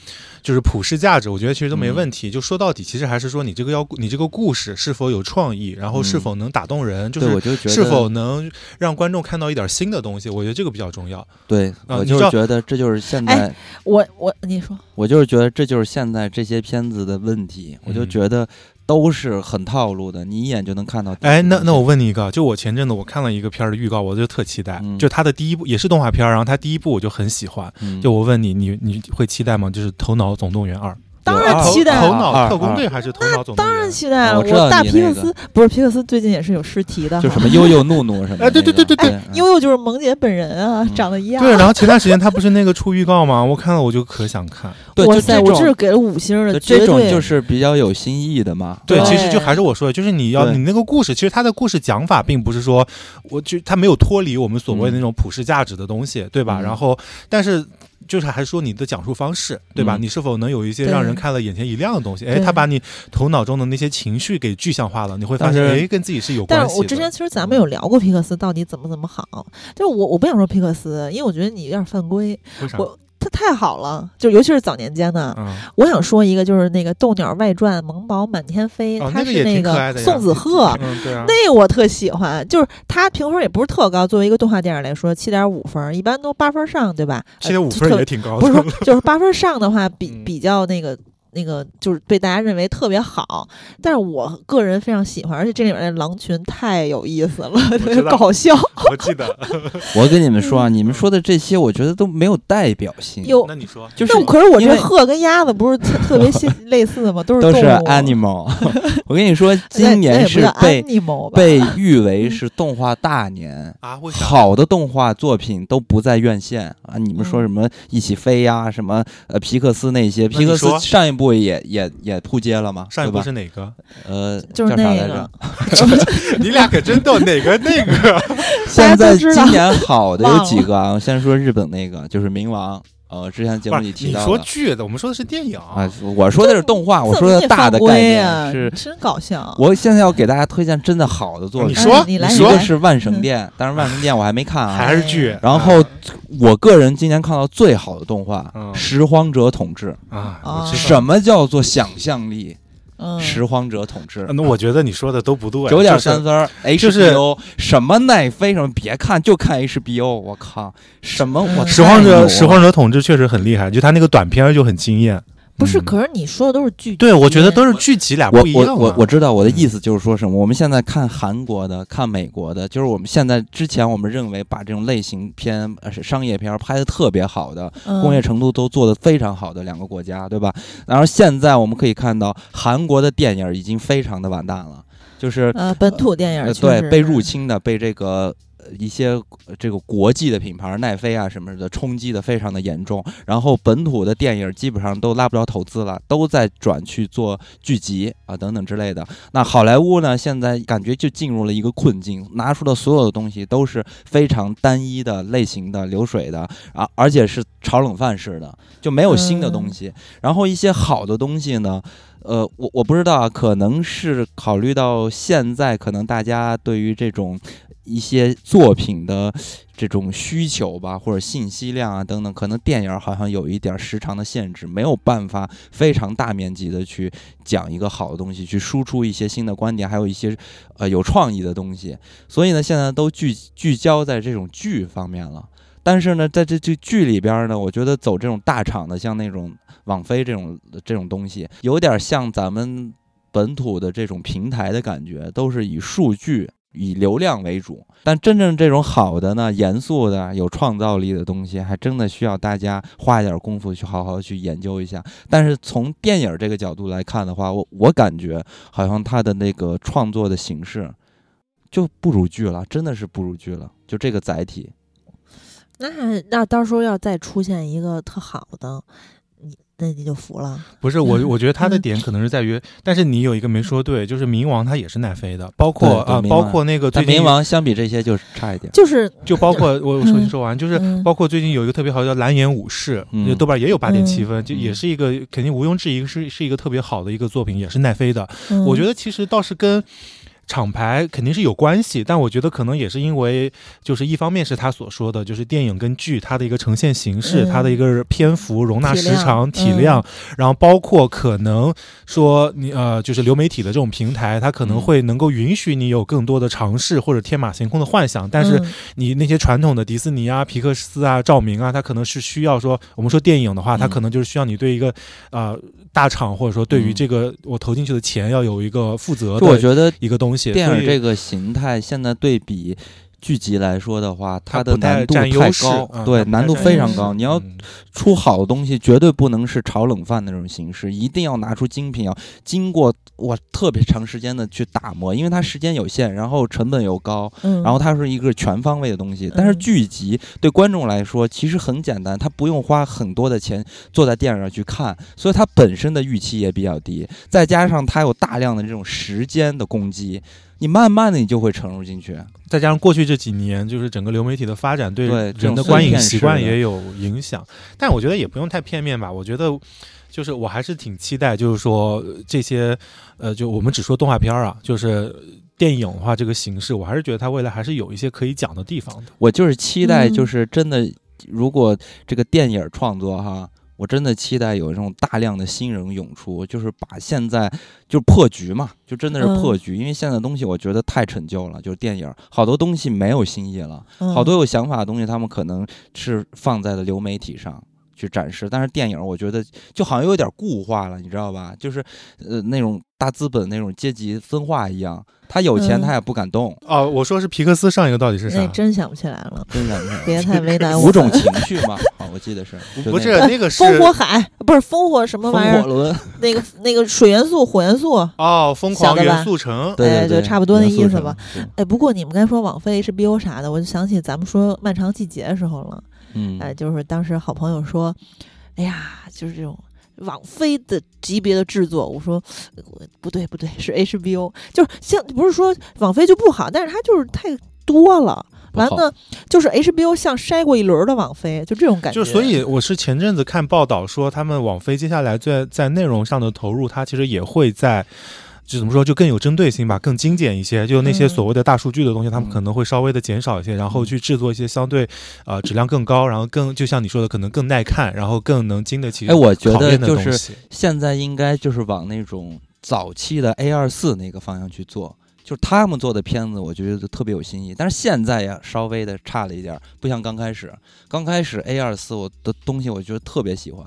就是普世价值，我觉得其实都
嗯
没问题。就说到底，其实还是说你这个要你这个故事是否有创意，然后是否能打动人，就
嗯对，
是
我就觉得
是否能让观众看到一点新的东西，我觉得这个比较重要。
对，
啊
我
你
就
知
是
道
觉得这就是现
哎
在
我我你说，
我就是觉得这就是现在这些片子的问题，我就
嗯
觉得都是很套路的，你一眼就能看到底是
哎，
什么
那那我
东
问你一个，就我前阵子我看了一个片儿的预告，我就特期待，
嗯
就它的第一部也是动画片儿，然后它第一部我就很喜欢。
西嗯
就我问你，你你会期待吗？就是《头脑总动员二》
当然期待
啊
啊
头
了
脑特工
二
队还是头脑总动
当
员？
然期待了。
我知道
我大
你
皮
那
克
个
斯不是皮克斯，最近也是有诗题的
啊就什
哈。
么悠悠怒怒什么的那个。
哎对对对对对
嗯
悠悠就是萌姐本人啊，
嗯
长得一样。
对，然后前段时间他不是那个出预告吗？我看了我就可想看。
对，
哇
就
塞，
这
我这
种
是给了五星的，
对
绝
这种
对
就是比较有新意的嘛。
对，
对
其实就还是我说的，就是你要
对
你那个故事，其实它的故事讲法并不是说，我就它没有脱离我们所谓的那种普世价值的东西，对吧？
嗯
然后，但是就是还是说你的讲述方式，对吧？
嗯
你是否能有一些
对
让人看了眼前一亮的东西？哎，
对
他把你头脑中的那些情绪给具象化了，你会发现，
但是
哎，跟自己是有关系
但
的。
是我之前其实咱们有聊过皮克斯到底怎么怎么好，就是我我不想说皮克斯，因为我觉得你有点犯规，
为啥？
我啊它太好了，就尤其是早年间呢。
嗯，
我想说一个就是那个《斗鸟外传》《萌宝满天飞》
哦，
它
那个
是
也
那
挺可爱
个
的呀
宋子赫，
嗯，对啊，
那我特喜欢，就是它评分也不是特高，作为一个动画电影来说，七点五分，一般都八分上，对吧？
七点
呃
五分
特
也挺高
不
的，
是说就是八分上的
[laughs]
话，比
嗯
比较那个那个就是被大家认为特别好，但是我个人非常喜欢，而且这里面的狼群太有意思了，特别
知道
搞笑。
[laughs] 我记得。
我跟你们说啊，你们说的这些，我觉得都没有代表性。
有，
那你说，
就是
那可是我觉
因
得
为
鹤跟鸭子不是特特别像 [laughs] 类似的吗？都是
都
动
是
物
animal。我
[laughs]
跟你说，
那
今
那也
年
不
是
叫
被
animal 吧
被誉为是动画大年。
啊，为啥？
好的动画作品都不在院线啊！你们说
嗯
什么《一起飞》呀，什么呃皮克斯那些，
你
皮克斯
说
上一部也也也扑街了嘛，
上一
对
部
吧
是哪个？
呃
就是
叫啥
那
来
个 [laughs]
着？，
你俩可真逗，哪个那个？
现
大家
在
都知道
今年好的
忘
有
了
几个啊？我先说日本那个，就是《冥王》，呃，之前节目
不是
里提
你
到
说
的
剧的，我们说的是电影啊
啊，我说的是动画，我
怎
说
么
的
也
大
犯
的
规
概念
啊
是
真搞笑。
我现在要给大家推荐真的好的作
啊你
品，
说
嗯你来
一
你
你
说哎
个
来
是《万圣殿》，但是《万圣殿》我还没看啊。
还是剧。
然后我个人今年看到最好的动画
嗯
《拾荒者统治
啊，
啊
我》，知道。
什么叫做想象力？
嗯，
拾荒者统治。
那我觉得你说的都不嗯对，
九点
就
三
是。
分儿
就是
HBO 什么奈飞什么别看，就看 HBO。我靠，什么我
嗯
拾荒
太牛
者，
了
拾荒者统治确实很厉害，就他那个短片就很惊艳。
不是，
嗯
可是你说的都是剧，
对，我觉得都是剧集俩
我
不一样、啊
我我我知道我的意思就是说什么，我们现在看韩国的，看美国的，就是我们现在之前我们认为把这种类型片、呃商业片儿拍的特别好的，
嗯
工业程度都做得非常好的两个国家，对吧？然后现在我们可以看到，韩国的电影已经非常的完蛋了，就是、
呃本土电
呃
影
对被入
侵。
侵的，被这个。呃一些呃这个国际的品牌奈飞啊什么的冲击的非常的严重，然后本土的电影基本上都拉不着投资了，都在转去做剧集啊等等之类的。那好莱坞呢，现在感觉就进入了一个困境，拿出的所有的东西都是非常单一的类型的流水的，啊，而且是炒冷饭式的，就没有新的东西。然后一些好的东西呢，呃，我我不知道啊，可能是考虑到现在可能大家对于这种一些作品的这种需求吧，或者信息量啊等等，可能电影好像有一点时长的限制，没有办法非常大面积的去讲一个好的东西，去输出一些新的观点，还有一些呃有创意的东西。所以呢，现在都聚聚焦在这种剧方面了。但是呢，在这这剧里边呢，我觉得走这种大厂的，像那种网飞这种呃这种东西，有点像咱们本土的这种平台的感觉，都是以数据、以流量为主。但真正这种好的呢、严肃的、有创造力的东西，还真的需要大家花一点功夫去好好去研究一下。但是从电影这个角度来看的话，我我感觉好像它的那个创作的形式就不如剧了，真的是不如剧了，就这个载体。
那那到时候要再出现一个特好的，你那你就服了。
不是我，我觉得他的
嗯
点可能是在于，但是你有一个没说对，就是冥王他也是奈飞的，包括
对对
啊、
冥
包
王
括那个
但
最近
冥王相比这些就差一点。
就是
就包 [laughs] 括我我首先说完，就是
嗯
包括最近有一个特别好的叫《蓝颜武士》，
嗯
就豆瓣也有八点七分，就
嗯
也是一个肯定毋庸置疑是是一个特别好的一个作品，也是奈飞的。我觉
得
得其实倒是跟。厂牌肯定是有关系，但我觉得可能也是因为，就是一方面是他所说的，就是电影跟剧它的一个呈现形式，
嗯
它的一个篇幅、容纳
体
时
量
长、体
嗯
量，然后包括可能说你呃，就是流媒体的这种平台，它可能
嗯
会能够允许你有更多的尝试或者天马行空的幻想，但是你那些传统的迪士尼啊、皮克斯啊、照明啊，它可能是需要说，我们说电影的话，它
嗯
可能就是需要你对一个呃大厂或者说对于
嗯
这个我投进去的钱要有一个负责
就我
的
觉得
一个东西。
电
所
影
以
这个形态现在对比。剧集来说的话，它的
不太
难度
占优
太
势
高，
啊
对，
它不太
难度
占
非
优
常
势
高。你要
嗯
出好的东西，绝对不能是炒冷饭的那种形式，一定要拿出精品，要经过我特别长时间的去打磨，因为它时间有限，然后成本又高，
嗯，
然后它是一个全方位的东西。但是
嗯
剧集对观众来说其实很简单，他不用花很多的钱坐在电视上去看，所以它本身的预期也比较低，再加上它有大量的这种时间的供给，你慢慢的你就会沉入进去。
再加上过去这几年，就是整个流媒体的发展对
对这种
人的观影
碎片
习
式
惯
的
也有影响，但我觉得也不用太片面吧。我觉得就是我还是挺期待，就是说呃这些呃，就我们只说动画片儿啊，就是电影的话，这个形式，我还是觉得它未来还是有一些可以讲的地方的。
我就是期待，
嗯
就是真的，如果这个电影创作哈，我真的期待有这种大量的新人涌出，就是把现在就是破局嘛，就真的是
嗯
破局，因为现在东西我觉得太陈旧了，就是电影好多东西没有新意了，
嗯
好多有想法的东西他们可能是放在了流媒体上。去展示，但是电影我觉得就好像有点固化了，你知道吧？就是，呃，那种大资本那种阶级分化一样，他有钱
嗯
他也不敢动，
哦，我说是皮克斯上一个到底是啥
那？真想不起来了，
真的是。
别太为难我。
五种情绪嘛，好，我记得是，就
不
那
是
个
那个是
烽火海不是烽火什么
风
玩意
火
儿？
轮，
那个那个水元素、火元素，
哦，疯
小
狂
的吧
元素城。
对
哎
对
就差不多那意思吧。
元素城
哎，不过你们刚才说网飞 HBO 啥的，我就想起咱们说《漫长季节》的时候了。
嗯，
哎，就是当时好朋友说，哎呀，就是这种网飞的级别的制作，我说呃不对不对，是 HBO，就是像不是说网飞就不好，但是它就是太多了。
不
完
好
了，就是 HBO 像筛过一轮儿的网飞，就这种感觉。
就所以，我是前阵子看报道说，他们网飞接下来在在内容上的投入，它其实也会在，就怎么说，就更有针对性吧，更精简一些。就那些
嗯
所谓的大数据的东西，他们
嗯
可能会稍微的减少一些，然后去制作一些相对呃质量更高，然后更就像你说的，可能更耐看，然后更能经得起
哎，我觉
考
得
验的
就
东西。
是现在应该就是往那种早期的 A 二四那个方向去做。就是他们做的片子，我觉得特别有新意，但是现在呀，稍微的差了一点儿，不像刚开始。刚开始 A 二四我的东西，我觉得特别喜欢，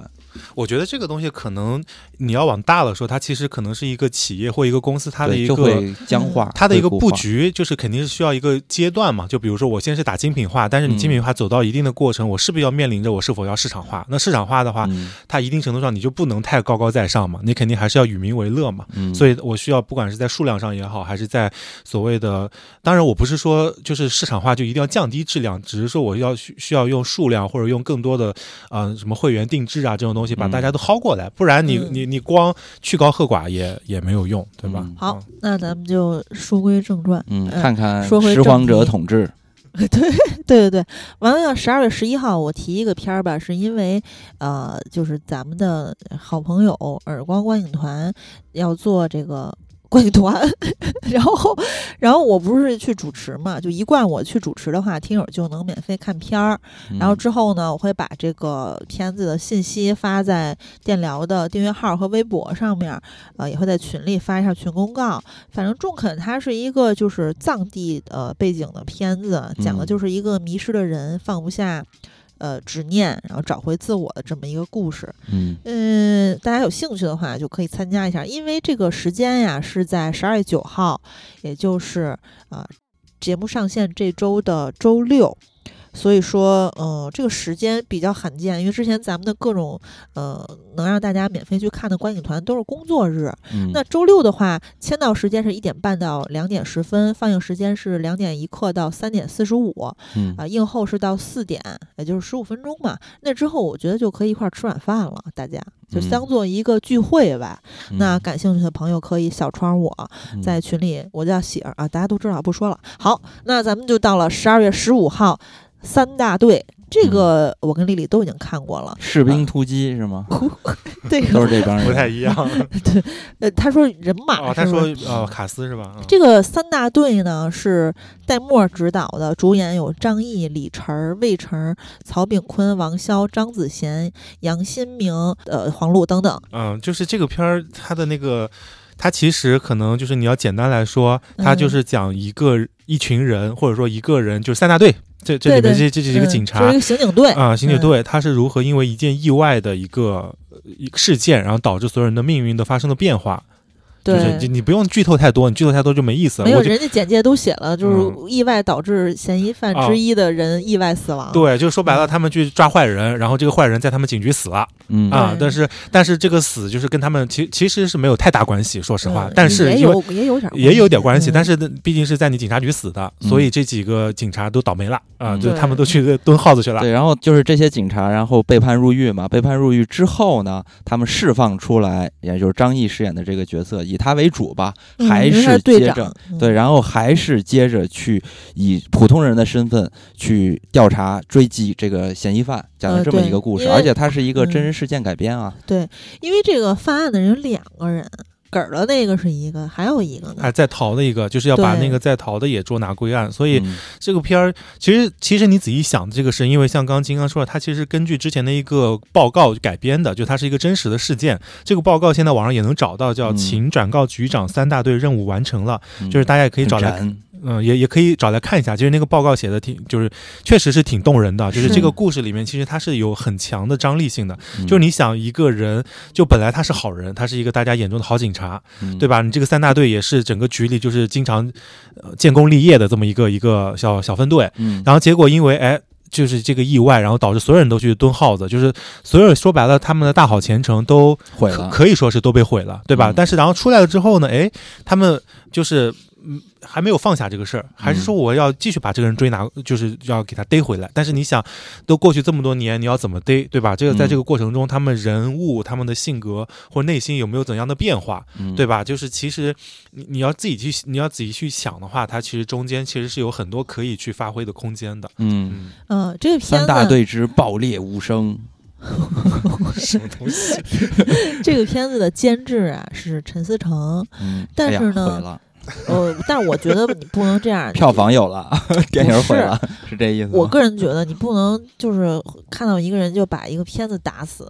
我觉得这个东西可能你要往大了说，它其实可能是一个企业或一个公司它的
对
一
就
个
会
嗯
僵化，
它的一个
会固
布
化，
局就是肯定是需要一个阶段嘛，就比如说我先是打精品化，但是你
嗯
精品化走到一定的过程，我势必要面临着我是否要市场化。那市场化的话，
嗯
它一定程度上你就不能太高高在上嘛，你肯定还是要与民为乐嘛。
嗯，
所
以
以我需要不管是在数量上也好，还是在所谓的，当然我不是说就是市场化就一定要降低质量，只是说我要需需要用数量或者用更多的呃什么会员定制啊这种东西把
嗯
大家都薅过来，不然你
嗯
你你光去高和寡也也没有用，对吧
嗯？
好，那咱们就书归正传。
嗯，
嗯
看看
说回
拾荒
正
者
题
统治，
对对对，完了，十二月十一号我提一个片儿吧，是因为呃，就是咱们的好朋友耳光观影团要做这个 [laughs] 观影团，然后然后我不是去主持嘛，就一贯我去主持的话，听友就能免费看片儿，然后
嗯
之后呢，我会把这个片子的信息发在电疗的订阅号和微博上面，呃，也会在群里发一下群公告。反正《中肯》它是一个就是藏地呃背景的片子，讲
嗯
的就是一个迷失的人放不下。呃，执念，然后找回自我的这么一个故事，
嗯
嗯，大家有兴趣的话就可以参加一下，因为这个时间呀是在十二月九号，也就是啊、呃节目上线这周的周六，所以说，呃，这个时间比较罕见，因为之前咱们的各种呃能让大家免费去看的观影团都是工作日，
嗯
那周六的话，签到时间是一点半到两点十分，放映时间是两点一刻到三点四十五，
嗯
啊，映后是到四点，也就是十五分钟嘛。那之后，我觉得就可以一块儿吃晚饭了，大家就
嗯
当做一个聚会吧。
嗯
那感兴趣的朋友可以小窗我，
嗯。
在群里，我叫喜儿啊，大家都知道，不说了。好，那咱们就到了十二月十五号，三大队这个我跟丽丽都已经看过了 [laughs]
士兵突击是吗？
这
都
个
是这帮人，
不太一样。
呃，他说人马是不
哦，
是，
他说呃，卡斯是吧？嗯
这个三大队呢是戴墨执导的，主演有张译、李晨儿、魏晨儿、曹炳坤、王骁、张子贤、杨新明、呃黄璐等等。
嗯，就是这个片儿，它的那个，它其实可能就是你要简单来说，它
嗯
就是讲一个、一群人，或者说一个人，就是三大队，这这里
对
面
对
这这几个警察
嗯、就是一个刑警队。
啊、刑警队，他是如何因为一件意外的一个呃一个事件，然后导致所有人的命运的发生的变化。就是
对
你，你不用剧透太多，你剧透太多就没意思
没
了。
有
我就嗯
人家简介都写了，就是意外导致嫌疑犯
啊
之一的人意外死亡。
对，就是说白
嗯
了，他们去抓坏人，然后这个坏人在他们警局死了
嗯
啊
对。
但是但是这个死就是跟他们其其实是没有太大关系，说实
嗯
话。但是
也
因为
有也有点
也有点关系，
嗯
但是呢毕竟是在你警察局死的，
嗯
所以这几个警察都倒霉了啊，
嗯
就是他们都去蹲耗子去了。
对，然后就是这些警察，然后被判入狱嘛。被判入狱之后呢，他们释放出来，也就是张译饰演的这个角色，以他为主吧，
嗯
还
因为他
是
队
接
长
着，
嗯
对，然后还是接着去以普通人的身份去调查追击这个嫌疑犯，讲了
呃
这么
对
一个故事，
因为
而且它是一个真
嗯
人事件改编啊。
对，因为这个犯案的人有两个人，梗儿的那个是一个，还有一个呢
哎，，在逃的一个就是要把
对
那个在逃的也捉拿归案，所以
嗯
这个片儿其实其实你仔细想，这个是因为像刚刚金刚说的，它其实根据之前的一个报告改编的，就它是一个真实的事件。这个报告现在网上也能找到，叫“
嗯
请转告局长，三大队任务完成了”，
嗯
就是大家也可以找
很
来，
燃
嗯，也也可以找来看一下。其实那个报告写的挺，就是确实是挺动人的，就是
是
这个故事里面其实它是有很强的张力性的。
嗯
就是你想一个人，就本来他是好人，他是一个大家眼中的好警察，
嗯
对吧？你这个三大队也是整个局里就是经常呃建功立业的这么一个一个小小分队，
嗯，
然后结果因为哎。就是这个意外，然后导致所有人都去蹲耗子，就是所有人说白了，他们的大好前程都
毁
可
了，
可以说是都被毁了，对吧？
嗯
但是然后出来了之后呢，哎，他们就是嗯还没有放下这个事儿，还
嗯
是说我要继续把这个人追拿，就是要给他逮回来。但是你想，都过去这么多年，你要怎么逮，对吧？这个在
嗯
这个过程中，他们人物、他们的性格或内心有没有怎样的变化，
嗯
对吧？就是其实你你要自己去你要自己去想的话，它其实中间其实是有很多可以去发挥的空间的。
嗯，
嗯，
嗯，这个片
三大
子，
队之爆裂无声，
[laughs] 什么
[laughs]
东西？
这个片子的监制啊是陈思诚，
嗯，
但
哎呀
是呢
毁了，
呃，但是我觉得你不能这样，
票房有
[laughs]
了，电影毁了，是这意思吗？
我个人觉得你不能就是看到一个人就把一个片子打死，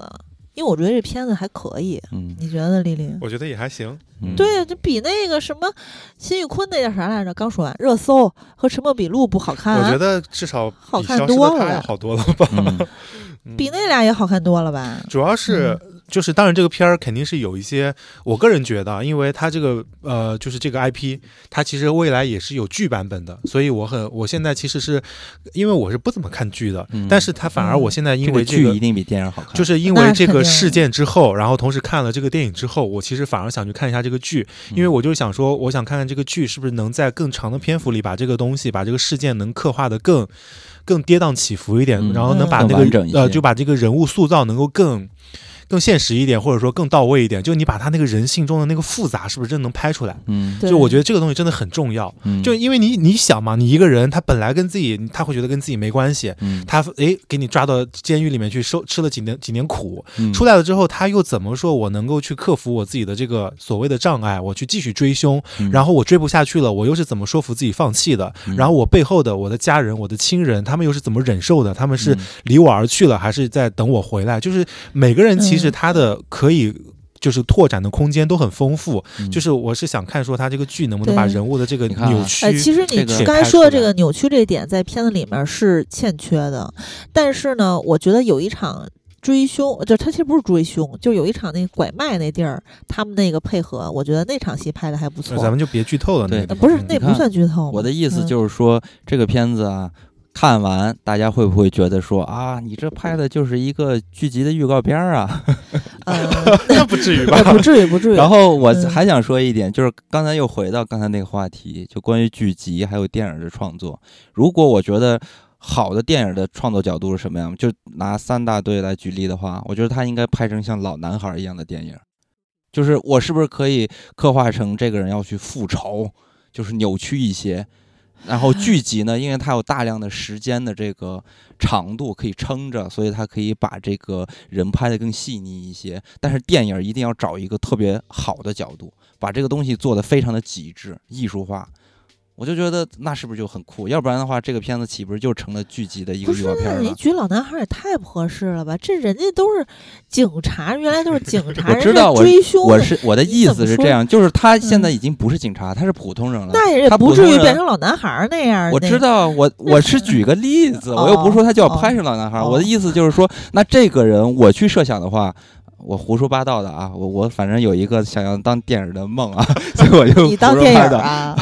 因为我觉得这片子还可以，
嗯
你觉得丽丽？
我觉得也还行。
嗯
对，这比那个什么辛宇坤那叫啥来着？刚说完，热搜和陈默笔录不好看、啊，
我觉得至少
好
比
看
消失
多
的他
了
要好多了吧。
嗯
比那俩也好看多了吧？
主要是就是，当然这个片儿肯定是有一些，我个人觉得啊，因为它这个呃，就是这个 IP，它其实未来也是有剧版本的，所以我很，我现在其实是因为我是不怎么看剧的，
嗯
但是它反而我现在因为
这个剧
个
一。定比电影好看，
就是因
那
为
是
这
肯
个
定
事件之后，然后同时看了这个电影之后，我其实反而想去看一下这个剧，
嗯
因为我就是想说，我想看看这个剧是不是能在更长的篇幅里把这个东西、把这个事件能刻画的更更跌宕起伏一点，
嗯
然后能把
更
那
完整一
个呃
些
就把这个人物塑造能够更。更现实一点，或者说更到位一点，就你把他那个人性中的那个复杂，是不是真能拍出来？
嗯，
对
就我觉得这个东西真的很重要。
嗯
就因为你你想嘛，你一个人他本来跟自己，他会觉得跟自己没关系，
嗯
他诶给你抓到监狱里面去受吃了几年几年苦，
嗯
出来了之后，他又怎么说我能够去克服我自己的这个所谓的障碍，我去继续追凶，
嗯
然后我追不下去了，我又是怎么说服自己放弃的？
嗯
然后我背后的我的家人、我的亲人，他们又是怎么忍受的？他们是
嗯
离我而去了，还是在等我回来？就是每个人其
嗯
实他的可以。就是拓展的空间都很丰富，
嗯
就是我是想看说他这个剧能不能把
对
人物的这个
你看啊
扭曲，
哎，其实你
这个
刚
拍
才
出
说的这
来
个扭曲这一点，在片子里面是欠缺的，但是呢，我觉得有一场。追凶，就他其实不是追凶，就有一场那个拐卖那地儿，他们那个配合，我觉得那场戏拍的还不错。
呃咱们就别剧透了。
对
那个
呃不是
嗯
那
看
不算剧透吗，
我的意思
嗯
就是说，这个片子啊，看完大家会不会觉得说啊，你这拍的就是一个剧集的预告片儿啊？ [laughs]
呃，
那不至于吧？
那不至于，不至于。
然后我
嗯
还想说一点，就是刚才又回到刚才那个话题，就关于剧集还有电影的创作。如果我觉得好的电影的创作角度是什么样，就拿三大队来举例的话，我觉得他应该拍成像老男孩一样的电影，就是我是不是可以刻画成这个人要去复仇，就是扭曲一些。然
嗯
后剧集呢，因为它有大量的时间的这个长度可以撑着，所以它可以把这个人拍得更细腻一些。但是电影一定要找一个特别好的角度，把这个东西做得非常的极致、艺术化。我就觉得那是不是就很酷？要不然的话，这个片子岂不是就成了剧集的一个
不
预
是
告片
那
儿
你
了？
举老男孩也太不合适了吧？这人家都是警察，原来都是警察，
我
人
知
家
道我
追凶
我
的
是我的
你
意
怎
思
么
是
说
这样，就是他现在
嗯
已经不是警察，他是普通人了。
那也
他
不
普
至
通
于
人
变成老男孩那样儿那个。
我知道，
[laughs]
我我是举个例子，我又不是说他就要拍上老男孩儿。
哦
我的意思就是说，那这个人我去设想的话，我胡说八道的啊，我我反正有一个想要当电影的梦啊， [laughs] 所以我就
你当
胡说
电影
八道
儿啊？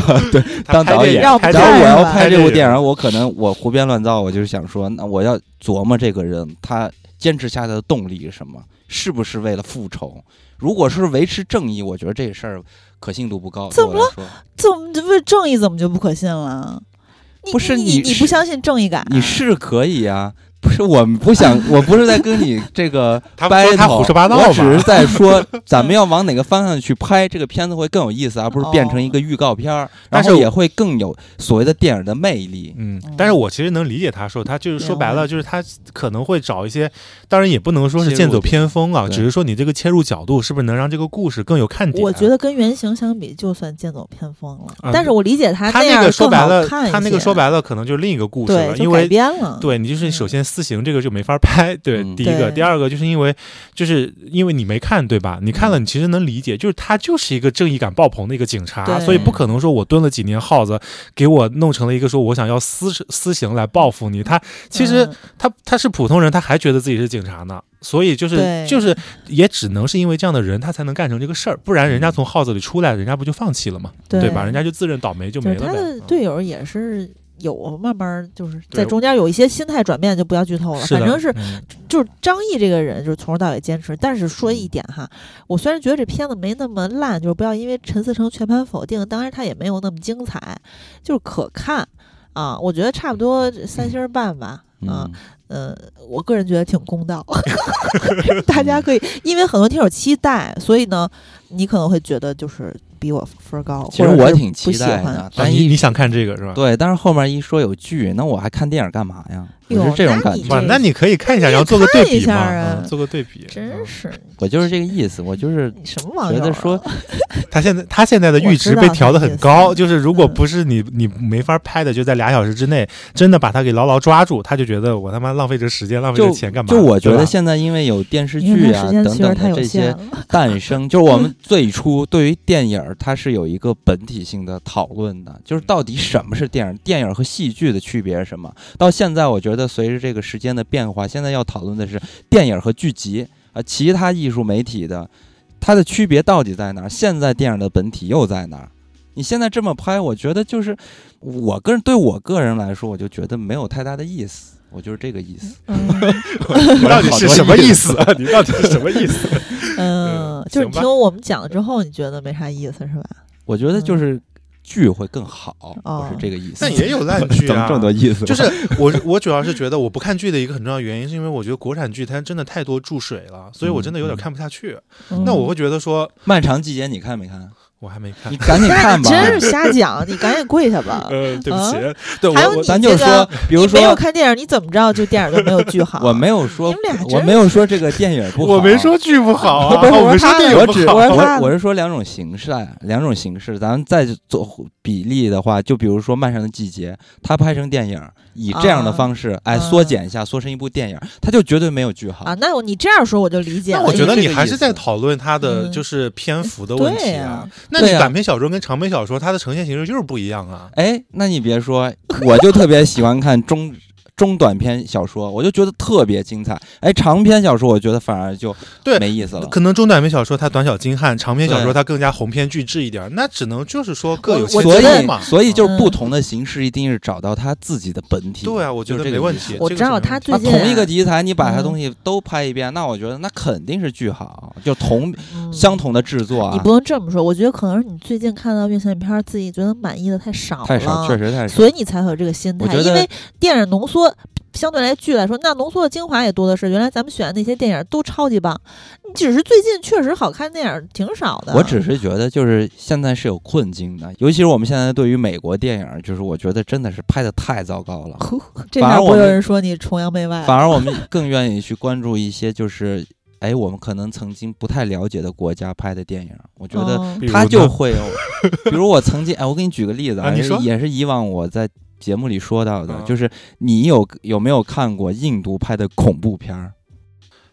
当导演
让我们
假如我
看
要
吧
拍这部电影，我可能我胡编乱造，我就是想说，那我要琢磨这个人他坚持下来的动力是什么，是不是为了复仇？如果是维持正义，我觉得这事儿可信度不高。
怎么
对我来说？
怎么这不正义怎么就不可信了？你
不是
你
你
你
是
不相信正义感、啊
你是可以啊。不是，我们不
[laughs]
想，我不是在跟你这个
他不说
battle，
他胡说八道吧
我只是在说咱们要往哪个方向去拍这个片子会更有意思，而不是变成一个预告片儿，然
哦但是
后
我
也会更有所谓的电影的魅力。
嗯，但是我其实能理解他说，他就是说白
明白
了，就是他可能会找一些，当然也不能说是
啊切入
剑走偏锋啊，
对
只是说你这个切入角度是不是能让这个故事更有看点？
我觉得跟原型相比，就算剑走偏锋了。
啊
但是我理解他
他
样
那个说
更
白
好
了，
看一
他那个
些
说白了可能就是另一个故事
对
了，因
就改
为
编了。
对你就是
嗯
首先私刑这个就没法拍，对，
嗯
第一个，
对
第二个就是因为就是因为你没看对吧？你看了，你其实能理解，就是他就是一个正义感爆棚的一个警察，
对
所以不可能说我蹲了几年耗子，给我弄成了一个说我想要私私刑来报复你。他其实
嗯
他他是普通人，他还觉得自己是警察呢。所以就是
对
就是，也只能是因为这样的人，他才能干成这个事儿，不然人家从耗子里出来，人家不就放弃了吗？
对
吧？人家就自认倒霉就
就
没
是
了呗。
他的
嗯
队友也是有慢慢就是
对
在中间有一些心态转变，就不要剧透了。
是的
反正是
嗯
就是张译这个人，就是从头到尾坚持。但是说一点哈，
嗯
我虽然觉得这片子没那么烂，就是不要因为陈思诚全盘否定，当然他也没有那么精彩，就是可看啊。我觉得差不多三星儿半吧，啊
嗯，，
呃，我个人觉得挺公道， [laughs] 大家可以，因为很多听友期待，所以呢，你可能会觉得就是比我分儿高，
其实
或者
我
是
挺
不
期
喜
待
欢。
的，
啊
但
你
一
你想看这个是吧？
对，但是后面一说有剧，那我还看电影干嘛呀？我
哟
是这种
那
感
你
觉，
哇，
这
那你可以看一下，
你
然后做个对
看一
比嘛，
下啊
嗯做个对比。
真
嗯
是
我就是这个意思，我就是
你什么网友、啊？
觉得说
他现在他现在的阈值被调得很
我
高，
知道
就是如果
嗯
不是你你没法拍的，就在俩小时之内，真的把他给牢牢抓住，他就觉得我他妈浪费这时间，浪费这
就
钱干嘛？
就我觉
对
得
吧
现在因为有电视
因为
剧
它
啊
时间
等
其实
等
太
的
有
这
限
些
了。
诞生，就是我们最初对于电影儿它是有一个本体性的讨论的，就是到底什么是电影，电影和戏剧的区别是什么？到现在，我觉得随着这个时间的变化，现在要讨论的是电影和剧集啊，其他艺术媒体的它的区别到底在哪儿？现在电影的本体又在哪儿？你现在这么拍，我觉得就是我个人对我个人来说，我就觉得没有太大的意思，我就是这个意思。
嗯
你到底是什么意思
[laughs]
[laughs]
好？
你到底是什么意思？
[laughs]
嗯，
嗯
就是
行吧
听我们讲了之后，你觉得没啥意思是吧？
我觉得就是剧会更好，
嗯哦
我是这个意思。
但也有烂
[laughs]
剧啊
怎么这么多意思？
就是我，我主要是觉得我不看剧的一个很重要原因，是因为我觉得国产剧它真的太多注水了，所以我真的有
嗯
点看不下去。
嗯、
那我会觉得说，
漫长季节，你看没看？
我还没看
你， [laughs] 赶紧看吧。
[laughs] 真是瞎讲，你赶紧跪
[laughs]
下吧。
呃，对不
啊
起，对
还有
我
你
我
咱就
这
说
个，
比如
你没有
说，
看电影，你怎么知道这电影就没有剧好？
我没有说
你们俩，真
我没有说这个电影不好，
我没说剧不
[laughs]
好
[laughs]
啊，
不是
我
我
没
是
说
怕
电
哦我
影不
只
好。
我是
我
怕
我是说两种形式，啊，两种形式，咱们再做比例的话，就比如说《漫长的季节》，它拍成电影，以这样的方式，哎，
嗯
缩减一下，缩成一部电影，它就绝对没有剧好
啊，。那我你这样说我就理解了。
那我觉得
因为这
你
个
还
意
是
思哎
在讨论它的
嗯
就是篇幅的问题
对
啊
啊。
那你
对啊
短篇小说跟长篇小说它的呈现形式就是不一样啊。
哎，那你别说，我就特别喜欢看中中短篇小说，我就觉得特别精彩。哎，长篇小说我觉得反而就
对
没意思了。
可能中短篇小说它短小精悍，长篇小
对
说它更加鸿篇巨制一点儿。那只能就是说各有
我
千
所
觉得
以
秋嘛。
所以就是
嗯
不同的形式一定是找到它自己的本体。
对啊，我觉
就
得
是这
没
个
问
意思
题。
我
这个
正
是
好
没问
他
题
啊，
最近
同一个题材，你把它
嗯
东西都拍一遍，那我觉得那肯定是剧好，就同
嗯
相同的制作
你
啊
不，能这么说，我觉得可能是你最近看到院线片，自己觉得满意的太少了，
太少，确实太少。
所以你才会有这个心
哎我
态。
觉得
因为电影浓缩，相对来剧来说，那浓缩的精华也多的是。原来咱们选的那些电影都超级棒，你只是最近确实好看电影挺少的。啊
我只是觉得，就是现在是有困境的，尤其是我们现在对于美国电影，就是我觉得真的是拍的太糟糕了。
呵这
反而
下
我
不会有
们
人说你崇洋媚外了。
反而我们更愿意去关注一些就是，哎，我们可能曾经不太了解的国家拍的电影。我觉得
哦
比如
它
呢
就会
[laughs]
有，比如我曾经，哎，我给你举个例子
啊你
也
说
也是以往我在节目里说到的
嗯，
就是你有有没有看过印度拍的恐怖片儿？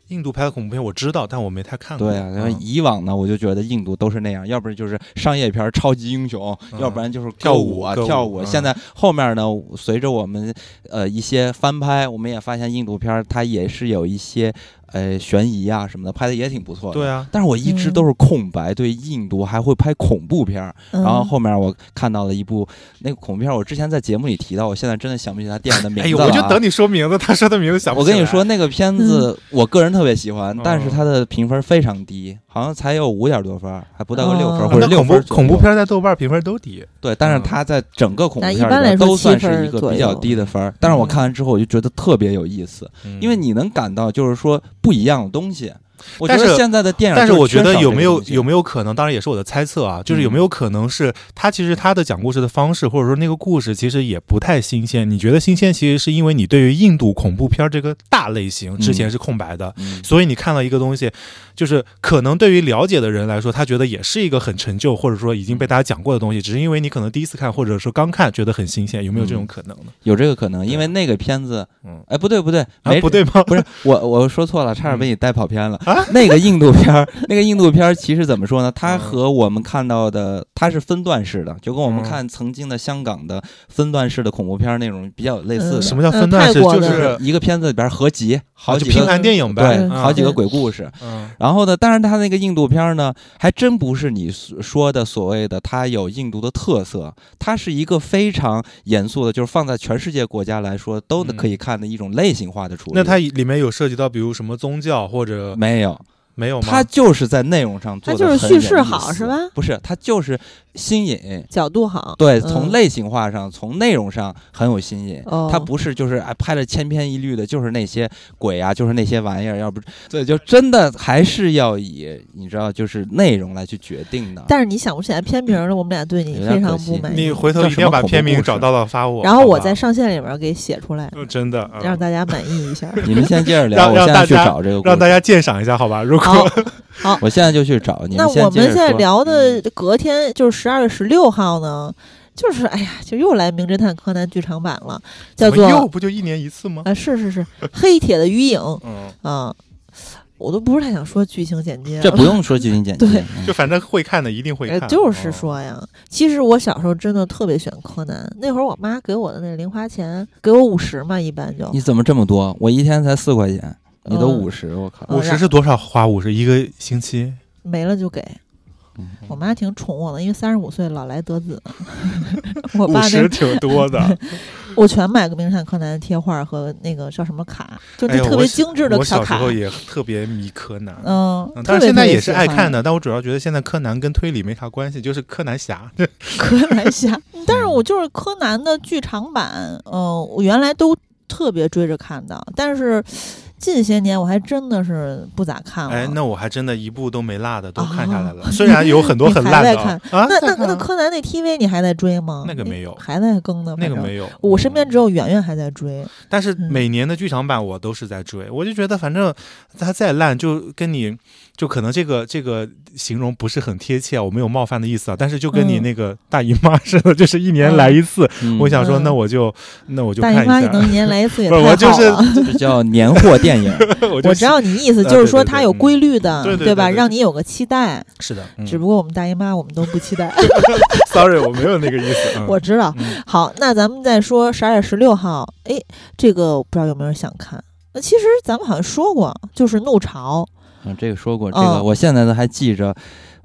印度拍的恐怖片我知道，但我没太看过。
对啊，然后
嗯
以往呢，我就觉得印度都是那样，要不然就是商业片儿、超级英雄，
嗯
要不然就是
跳
歌
舞
啊、
歌
跳
舞嗯
现在后面呢，随着我们呃一些翻拍，我们也发现印度片儿它也是有一些呃悬疑啊什么的，拍的也挺不错的。
对啊，
但是我一直
嗯
都是空白，对印度还会拍恐怖片儿，
然
嗯
然后后面我看到了一部那个恐怖片儿，我之前在节目里提到，我现在真的想不起来电影的名
哎
字
呦，
了、
我就等。你说名字，他说的名字想不
我
起来。
跟你说，，那个片子
嗯
我个人特别喜欢，
嗯
但是它的评分非常低，好像才有五点多分儿，还不到个六分儿
哦
或者
那
六
恐
分
怖
儿左右
恐怖片在豆瓣评分都低，
对，但是
嗯
它在整个恐怖
但一
片
般
里边
来说
都
七
算
分
是
儿
一个
左
比较
右
低的分儿。但是我
嗯
看完之后，我就觉得特别有意思，因
嗯
为。你能感到就是说不一样的东西。我觉
但
得
是
现在的电影，
但是我觉得有没有有没有可能，当然也是我的猜测啊，就是有
嗯
没有可能是他其实他的讲故事的方式，或者说那个故事其实也不太新鲜。你觉得新鲜，其实是因为你对于印度恐怖片这个大类型之
嗯
前是空白的，
有
所以你看了一个东西，就是可能对于了解的人来说，他觉得也是一个很陈旧，或者说已经被大家讲过的东西，只是因为你可能第一次看，或者说刚看觉得很新鲜，有没有
嗯
这种可能呢？
有这个可能？因
对
为那个片子，
嗯，
哎，不对不对，
啊
没，
不对吗？
[laughs] 不是我我说错了，差点被
嗯
你带跑偏了。
啊
[laughs] 那个印度片儿，那个印度片儿其实怎么说呢？它
嗯
和我们看到的它是分段式的，就跟我们
嗯
看曾经的香港的分段式的恐怖片儿那种比较有类似
嗯
的
什。么叫分段式？
呃泰国
就
的
是
一个片子里边儿合集好
啊就
几
拼
个。
盘电影呗，
对，
嗯
好几个
对
鬼故事。
嗯
然后呢，但是它那个印度片儿呢，还真不是你所说的所谓的它有印度的特色，它是一个非常严肃的，就是放在全世界国家来说都
嗯
可以看的一种类型化的处理。
那它里面有涉及到比如什么宗教或者
没有，
没有吗？
它就是在内容上做
它
的，
就是叙事好是吧？？
不是，它就是新颖。
角度好，
对，
嗯
从类型化上，从内容上很有新颖。
哦
它不是就是哎拍的千篇一律的，就是那些鬼啊，就是那些玩意儿，要不对，就真的还是要以你知道就是内容来去决定的。
但是你想不起来片名了，我们俩对你
有点
非
可
常
惜
不满
你
意。
回头
叫
一
什
定要
么
把
恐怖
片名
故
找
事
到了发我，
然后
好
我
吧
在上线里面给写出来，
就真的、嗯
让大家满意一下。
[laughs] 你们先接
[laughs]
着聊，
让
我现在去
让大家
找这个故
让大
事，
家鉴赏一下，好吧？如果、 [laughs]
好，
我现在就去找。你
那
先
我
接
们
着
现在
说
聊的隔天就是十二月十六号呢，就是哎呀，就又来《名侦探柯南》剧场版了，叫
怎么
做
又不就一年一次吗？
啊，是是是，《黑铁的余影》
嗯，
啊，我都不是太想说剧情简介了，
这不
[laughs]
用说剧情简介，
对
嗯
就反正会看的一定会
呃
看，
就是
嗯
说呀，其实我小时候真的特别喜欢柯南，那会儿我妈给我的那零花钱，给我五十嘛，一般就
你怎么这么多？我一天才四块钱，你都
嗯
五十，我靠！
嗯
五十是多少花？五十一个星期。
没了就给。
嗯
我妈挺宠我的，因为三十五岁老来得子嘛，我
五
爸
十
那
[laughs] 挺多的，
我全买个名侦探柯南的贴画和那个叫什么卡， [laughs] 就
哎
那
呦
特别精致的
我小时
卡。
候也特别迷柯南，
嗯
嗯，但
特别
是现
特
在
别
也是
喜
爱
欢
看的。但我主要觉得现在柯南跟推理没啥关系，就是柯南侠。
[laughs] [laughs] 柯南
[laughs]
侠，但是
嗯
我就是柯南的剧场版，嗯、我原来都特别追着看的，但是近些年我还真的是不咋看了。
哎，那我还真的一部都没落的都看下来了，
啊
虽然有很多很烂的
你还在
啊啊，
那
在
那
看
那
啊
柯南那 TV 你还在追吗？
那个没有
还在更呢。
那个
反正
没有，
我身边
嗯
只有圆圆还在追，
但是
嗯
每年的剧场版我都是在追，我就觉得反正它再烂，就跟你就可能这个这个形容不是很贴切啊，我没有冒犯的意思啊，但是就跟你
嗯
那个大姨妈似的，就是一年来一次。
嗯
我想说，
嗯
那我就那我就
大
看
姨
一
妈你能
下，
一
[laughs]
年来一次也
不
太
是
好了。
我就是
这叫年货电影，
[laughs] 我就
我知道你意思，就
呃
是
对
说
对
它
对
有
嗯
规律的，
对对对
吧？
对
让你有个期待。
是的，嗯
只不过我们大姨妈，我们都不
[laughs]
期待。
[laughs]
[laughs]
sorry，我没有那个意思。嗯
我知道。
嗯
好，那咱们再说十二月十六号，哎，这个我不知道有没有人想看。那其实咱们好像说过，就是《怒潮》
嗯，这个说过，这个
嗯
我现在都还记着。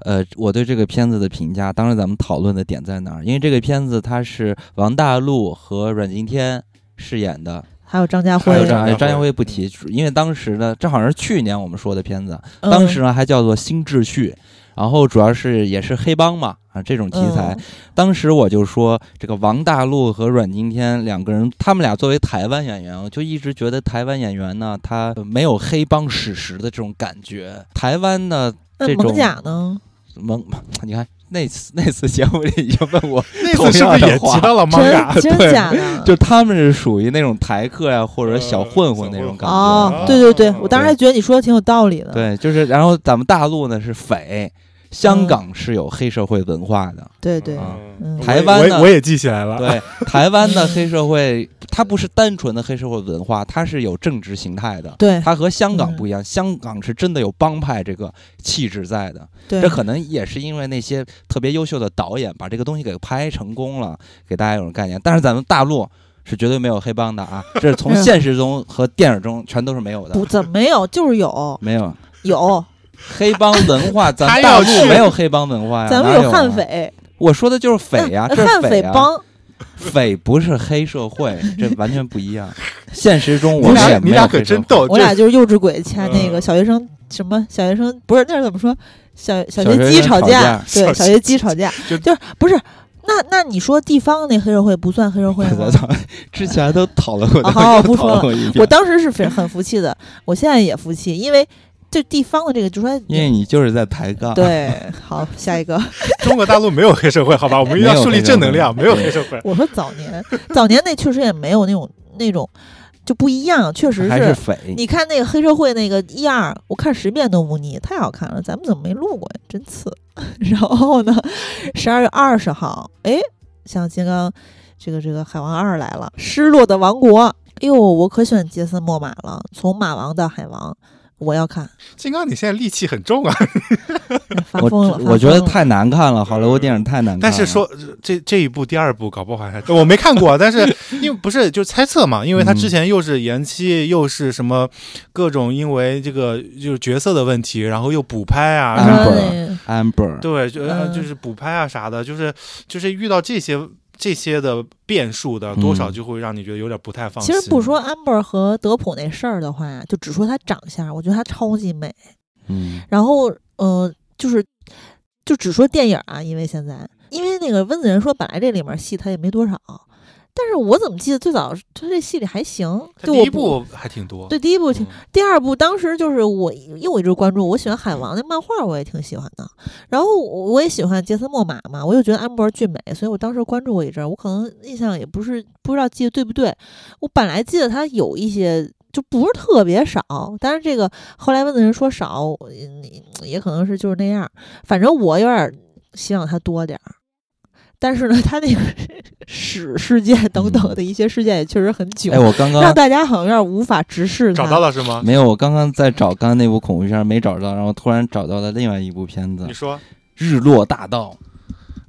呃，我对这个片子的评价，当时咱们讨论的点在哪儿？因为这个片子它是王大陆和阮经天饰演的，
还有张家
还
辉
还有
有，
张
张家辉
张家
嗯
辉不提，因为当时呢，这好像是去年我们说的片子，
嗯
当时呢还叫做《新秩序》，然后主要是也是黑帮嘛啊这种题材，
嗯
当时我就说，这个王大陆和阮经天两个人，他们俩作为台湾演员，我就一直觉得台湾演员呢，他没有黑帮史实的这种感觉。台湾呢，
那
这种
蒙甲呢？
蒙， [laughs] 你看那次那次节目里已经问我，
那次是不是也提到了 manga？嗯
真
[laughs]
真
对
假的？
[laughs] 就他们是属于那种台客呀、或者小混混那种感觉。
哦
啊，
对对对，
嗯
我当时还觉得你说的挺有道理的。
对，就是然后咱们大陆呢是匪，香港是有黑社会文化的。
对对
啊
嗯
台湾
我也
呢
我也记起来了。
对，台湾的
嗯
黑社会，它不是单纯的黑社会文化，它是有政治形态的。
对
它和香港不一样，香港是真的有帮派这个气质在的。
对，
这可能也是因为那些特别优秀的导演把这个东西给拍成功了，给大家有种概念。但是咱们大陆，是绝对没有黑帮的啊，这是从现实中和电影中全都是没有的
不，，怎么没有？就是有
没有
有，
黑帮文化，咱
他
们大
要
陆
去
没有黑帮文化呀，
咱们
[laughs] 哪有啊
悍，匪，
我说的就是匪呀，
呃
这是
悍
匪
匪
呀，
帮，
匪不是黑社会，这完全不一样。现实中我
你
们
俩
也
你
没有
俩可
黑社
真
会，
逗，
我俩就是幼稚鬼掐那个
哦嗯
小学生什么小学生不是那是怎么说？小小
小
学
学
鸡
生
吵
吵
架
架，
对，
小
小
学
学鸡吵架，
就
就是不是？那那你说地方那黑社会不算黑社会吗？
[laughs] 之前都讨论过，
啊
咱
好
[laughs] 们
不
又
说
讨
了
论过一遍
我。当时是非很服气的，我现在也服气，因为这地方的这个就说
因为你就是在抬杠，，
对，好，下一个，
中国大陆没有黑社会，好吧？我们一定要树立正能量，没
没
有
有
黑
黑
社会。
我说早年，早年那确实也没有那种那种就不一样，确实
还是匪。
你看那个黑社会那个一二，我看十遍都不腻，太好看了。咱们怎么没录过呀？真次。然后呢， [laughs] 十二月二十号，哎，像金刚这个这个《海王二》来了，《失落的王国》。哎呦，我可喜欢杰森·莫玛了，从马王到海王，我
[laughs]
要看，
金刚，你现在戾气很重啊！
发
我
疯了。
我
发
觉得
疯了
太难看了，好莱坞电影太难看了。
但是说呃这这一部、第二部，搞不好还我没看过，但是因为不是就猜测嘛，因为他之前又是延期，又是什么各种因为这个就是角色的问题，然后又补拍啊
嗯
啥
啊
的，
Amber
那
Amber，
对，就
嗯
就是补拍啊啥的，就是就是遇到这些这些的变数的，多少
嗯
就会让你觉得有点不太放
其
心。
实不说安 m 和德普那事儿的话，就只说她长相，我觉得她超级美。
嗯，
然后，呃，就是就只说电影啊，因为现在因为那个温子仁说，本来这里面戏他也没多少，但是我怎么记得最早他这戏里还行，
他
就
第
我
一
不
部还挺多，
对第一部挺
嗯，
第二部当时就是我，因为我一直关注，我喜欢海王那漫画，我也挺喜欢的。然后我我也喜欢杰森·莫玛嘛，我又觉得安博尔巨美，所以我当时关注过一阵儿。我可能印象也不是不知道记得对不对，我本来记得他有一些。就不是特别少，但是这个后来问的人说少，嗯也可能是就是那样。反正我有点儿希望他多点儿，但是呢，他
[laughs]
那个屎事件等等的一些事件也确实很久，
嗯哎，我刚
让
刚
大家好像有点无法直视他。
找到了是吗？
没有，我刚刚在找刚刚那部恐怖片没找到，然后突然找到了另外一部片子
你
《
说
日落大道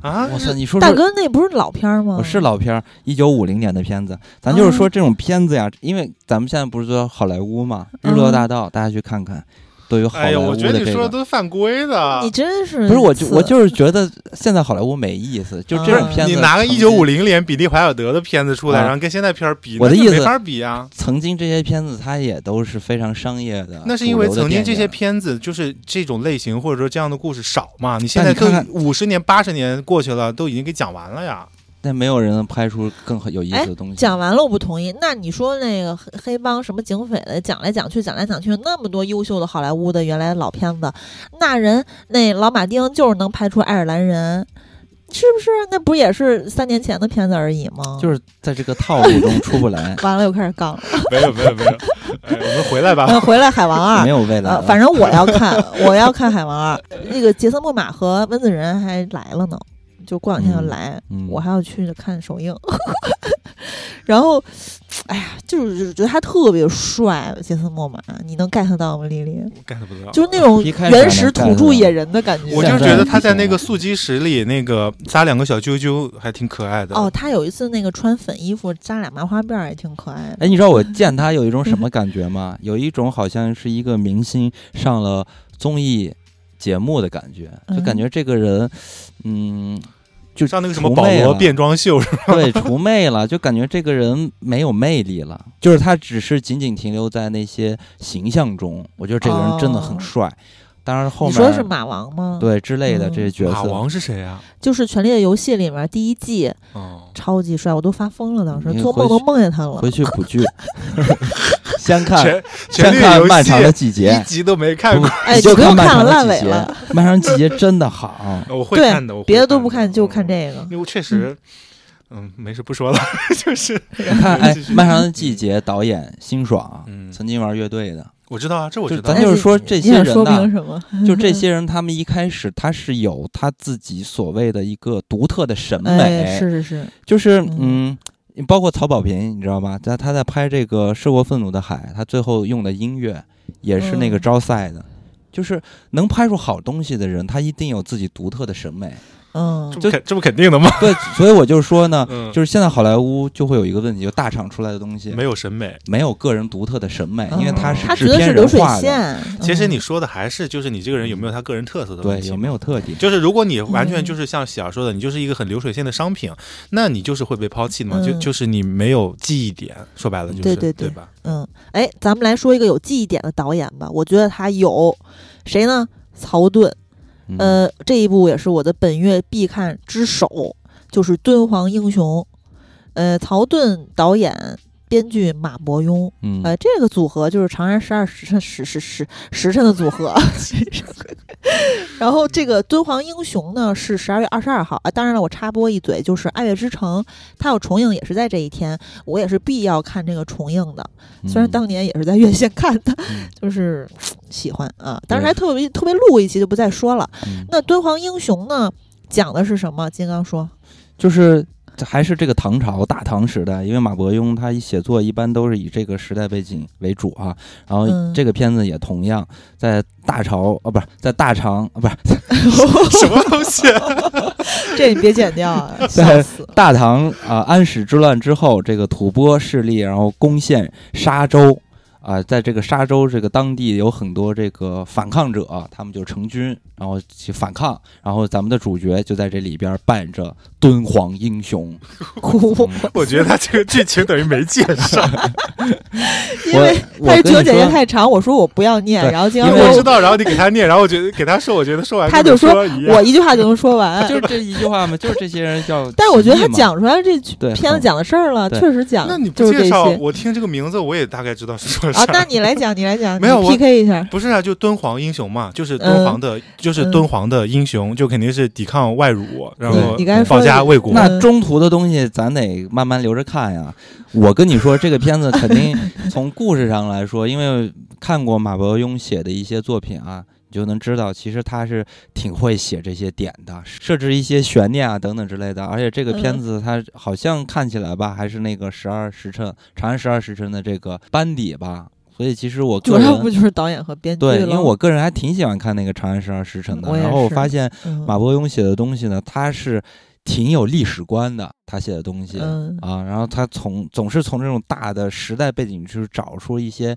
啊》。？
嗯哇塞，你说
大
说。
哥，那不是老片儿吗？
我是老片儿，一九五零年的片子。咱就是
哦
说这种片子呀，因为咱们现在不是说好莱坞嘛，《日
嗯
落大道》，大家去看看，都有好
哎
莱
呀，
坞
我觉
的
得你
这
说的
个。
都是犯规的。
你真嗯
不
是
是，我就
次
我就是觉得现在好莱坞没意思，
啊
就这种片子。
你拿个一九五，零年比利怀尔德的片子出来，
啊
然后跟现在片儿比，
我的
那就
意思
没法比啊。
曾经这些片子它也都是非常商业的。
那是因为
啊主流的
曾经这
电影
些
啊
片子就是这种类型或者说这样的故事少嘛，你现在
但你
都
看看
五十年八十年过去了，都已经给讲完了呀。
但没有人能拍出更有意思的东西。
哎讲完了，我不同意。那你说那个黑黑帮什么警匪的，讲来讲去，讲来讲去，那么多优秀的好莱坞的原来老片子，那人那老马丁就是能拍出爱尔兰人，是不是？那不也是三年前的片子而已吗？，
就是啊在这个套路中出不来
[laughs] 完了又开始杠了。
[laughs] 没有没有没有， [laughs] 哎，我们回来吧。
嗯回来海王二
没，有未来
呃，
了。
反正
[laughs]
我要看，我要看海王二。那个杰森·莫玛和温子仁还来了呢，就过两天要
嗯
来。
嗯
我还要去看首映。 [laughs] 然后，哎呀，就是觉得他特别帅，杰森·莫玛，你能 get 到吗，丽丽？
我 get 不到。
就是那种
啊一开始
原
还
始
能
土
get
著
到
野人的感觉。
我就
现
是
在
觉得他
不
在
行
那
了
个素鸡石里那个撒两个小啾啾还挺可爱的。
哦，，他有一次那个穿粉衣服扎俩麻花辫儿也挺可爱的。
哎，你知道我见他有一种什么感觉吗？有一种好像是一个明星上了综艺节目的感觉，就感觉这个人，嗯，就
像那个什么
除
保
魅
罗
了
变装秀
[laughs]
是吧？
对除魅了，就感觉这个人没有魅力了，就是他只是仅仅停留在那些形象中。我觉得这个人真的很
哦帅
帅，当然后
你
面
说是马王吗？，
对之类的
嗯
这些角
马
色，
王是谁啊？
就是《权力的游戏》里面第一季
哦，
超级帅，我都发疯了，当时
你
做
回
梦都
去
梦见他了
回。去补
[laughs]
剧， [laughs] 先看
权权
先
力
看
游
《漫长的
戏
季节》
一集都没看过，
哎，
你
你
就
不用
漫
看
长
了，
的
烂
季
尾
节
了。，
漫长季节真的
[laughs]
好。
哦我会
对
看的，我会
别的都不看，
看，
就
嗯
看
个。
这个。
因为确实，嗯，没事不说了， [laughs]
[laughs]
就是
你看，哎，
继续
《漫长的季节》导演辛爽，
嗯
曾经玩乐队的，
我知道啊，这我知
就
道
咱
哎
啊。
就是
你
说
你
这
你
些
想
人
说
呐
明什么？
就这些人，他们一开始他是有他自己所谓的一个独特的审美，
哎，是是是，
就是
嗯
嗯。包括曹保平，你知道吗？在他在拍这个《涉过愤怒的海》，他最后用的音乐也是那个
嗯
招赛的，就是能拍出好东西的人，他一定有自己独特的审美。
嗯
这
就
不肯这不肯定的吗？
对， [coughs] 所以我就说呢，
嗯，
就是现在好莱坞就会有一个问题，就大厂出来的东西
[laughs] 没有审美。
没
没
有个人独特的审美，
嗯
因为它
他
是
觉
制
得
片
是流
人
水
画的，
线。
其实
嗯
你说的还是就是你这个人有没有他个人特色的问
对，
题。
有没有特点？
就是如果你完
嗯
全就是像喜儿说的，你就是一个很流水线的商品，那你就是会被抛弃的嘛，就
嗯
就是你没有记忆点，说白了就是
对对对
对吧？ [laughs]
嗯，哎，咱们来说一个有记忆点的导演吧，我觉得他有谁呢？曹盾，
嗯，
呃，这一部也是我的本月必看之首，就是《敦煌英雄》。呃，曹盾导演、编剧马伯庸，
嗯
呃，这个组合就是《长安十二时辰》时时时时辰的组合。然后这个《敦煌英雄》呢是十二月二十二号啊，当然了，我插播一嘴，就是《爱乐之城》它有重映，也是在这一天，我也是必要看这个重映的。虽然当年也是在院线看的，
嗯
[laughs] 就是 [sniffs] 喜欢啊。
对
当时还特别特别录过一期，就不再说了。
嗯
那《敦煌英雄》呢，讲的是什么？金刚说，
就是还是这个唐朝大唐时代，因为马伯庸他写作一般都是以这个时代背景为主啊，然后
嗯
这个片子也同样在大朝啊，不是在大唐啊，不是
什么东西？
这你别剪掉啊，
[laughs]
笑
对
死
[laughs]
了。
大唐啊、安史之乱之后，这个吐蕃势力然后攻陷沙州啊、在这个沙州这个当地有很多这个反抗者、啊他们就成军，然后去反抗，然后咱们的主角就在这里边扮着敦煌英雄，
哭，
嗯
我觉得他这个剧情等于没介
[laughs]
绍，
因为
我
他是
我跟
觉得
你
简介
说
太长，我说我不要念，
对
然后金
因
刚
为
我知
说，
道。然后你给他念，然后我觉得给他说，我觉得说完
他
跟
就
你
说
说一样
我一句话就能说完。 [laughs]
就是这一句话嘛，就是这些人叫，
但是我觉得他。讲出来这
对
片子
嗯
讲的事儿了，
对
确实讲
那你
啊就
不
是这
介绍，
些
我听这个名字我也大概知道是说啥。
啊。
[laughs]
那你来讲，你来讲，
没有
你
我
PK 一下。
不是啊，就敦煌英雄嘛，就是敦煌的，就是敦煌的英雄，就肯定是抵抗外辱，然后
你刚才说
保家卫国。
那中途的东西咱得慢慢留着看呀。我跟你说，这个片子肯
[laughs]
定从故事上来说，因为看过马伯庸写的一些作品啊，你就能知道，其实他是挺会写这些点的，设置一些悬念啊等等之类的。而且这个片
嗯
子它好像看起来吧，还是那个十二时辰《长安十二时辰》的这个班底吧，所以其实我
主
个
要不
人。
就是导演和编剧了？
对，因为我个人还挺喜欢看那个《长安十二时辰》的
我，也
然后我
是
发现
嗯
马伯庸写的东西呢，他是挺有历史观的，他写的东西。
嗯
啊，然后他从总是从这种大的时代背景去找出一些，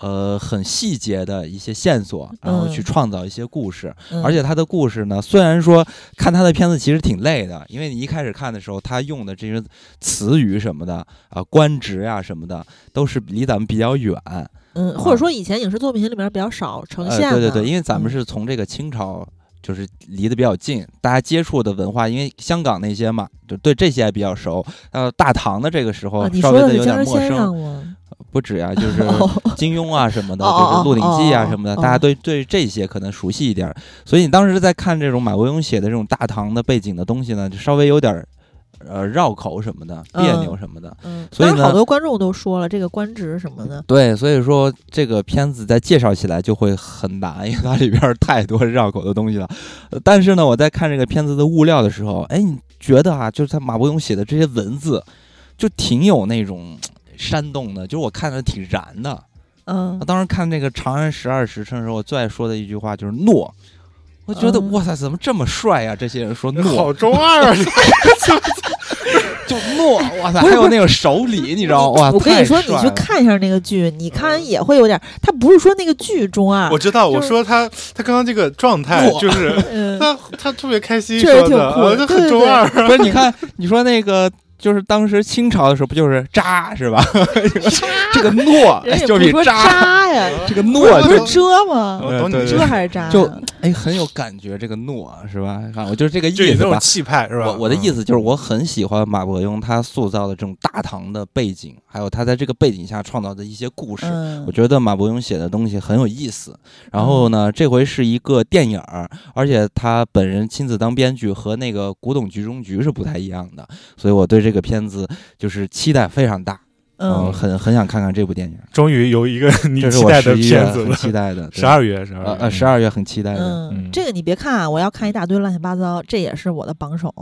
呃，很细节的一些线索，然后去
嗯
创造一些故事。
嗯
而且他的故事呢，虽然说看他的片子其实挺累的，因为你一开始看的时候，他用的这些词语什么的啊，官职啊什么的，都是离咱们比较远。
嗯，或者说以前影视作品里面比较少呈
呃。
现的，
啊对对对，因为咱们
嗯
是从这个清朝。就是离得比较近，大家接触的文化，因为香港那些嘛，就对这些还比较熟。呃，大唐的这个时候
啊，你
稍
说
微
的
的
是
有
僵
点
尸
陌
先
生，
生吗？
不止啊，就是
[laughs] 哦
金庸啊什么的，
哦
就是
哦
《鹿鼎记》
哦
啊
哦
什么的，
哦
大家对对这些可能熟悉一点儿。所以你当时在看这种马伯庸写的这种大唐的背景的东西呢，就稍微有点儿呃绕口什么的，别
嗯
扭什么的。
嗯，
所以
当然好
呢
多观众都说了这个官职什么的，
对，所以说这个片子在介绍起来就会很难，因为它里边儿太多绕口的东西了。呃但是呢，我在看这个片子的物料的时候，哎，你觉得啊，就是他马伯庸写的这些文字，就挺有那种嘖煽动的，就是我看着挺燃的。
嗯
我，当时看那个《长安十二时辰》的时候，我最爱说的一句话就是“诺”，我觉得、
嗯
哇塞，怎么这么帅啊呀、这些人说“诺
好中二啊！”，
就“诺”，哇塞，
不
还
是
有那种手礼，你知道吗？哇，
我跟你
太
说，你
帅
去
了嗯
看一下那个剧，你看完也会有点儿，他不是说那个剧中啊二
[laughs] 我，知道，
就
我
是
说他他刚刚这个状态
我
就是
[laughs]
嗯，
他他特别开心
确实
说
挺
的，
酷
啊，就
对对
很中二。 [laughs]
不是，你看，你说那个就是当时清朝的时候，不就是渣是吧？ [laughs] 这个诺
人也
哎就
不
比
说
渣，
渣呀，
这个
不
诺
是
就
不
是嗯
遮吗？
啊我懂你
对对
遮
对
还是渣呀？
就哎很有感觉，这个诺啊是吧？看我就是这个
就有
意
那
思
种
吧。
气派是吧？
我我的
嗯
意思就是，我很喜欢马伯庸他塑造的这种大唐的背景，还有他在这个背景下创造的一些故事。
嗯
我觉得马伯庸写的东西很有意思。然后呢，这回是一个电影儿，而且他本人亲自当编剧，和那个《古董局中局》是不太一样的，所以我对这个片子就是期待非常大，
嗯
呃，很很想看看这部电影。
终于有一个你
这是
期
我
待的
十一月
片子
很
了，
期待的，对
[laughs] 十二月十
呃
二
呃十二月很期待的。
嗯，
嗯
这个你别看啊，我要看一大堆乱七八糟，这也是我的榜首。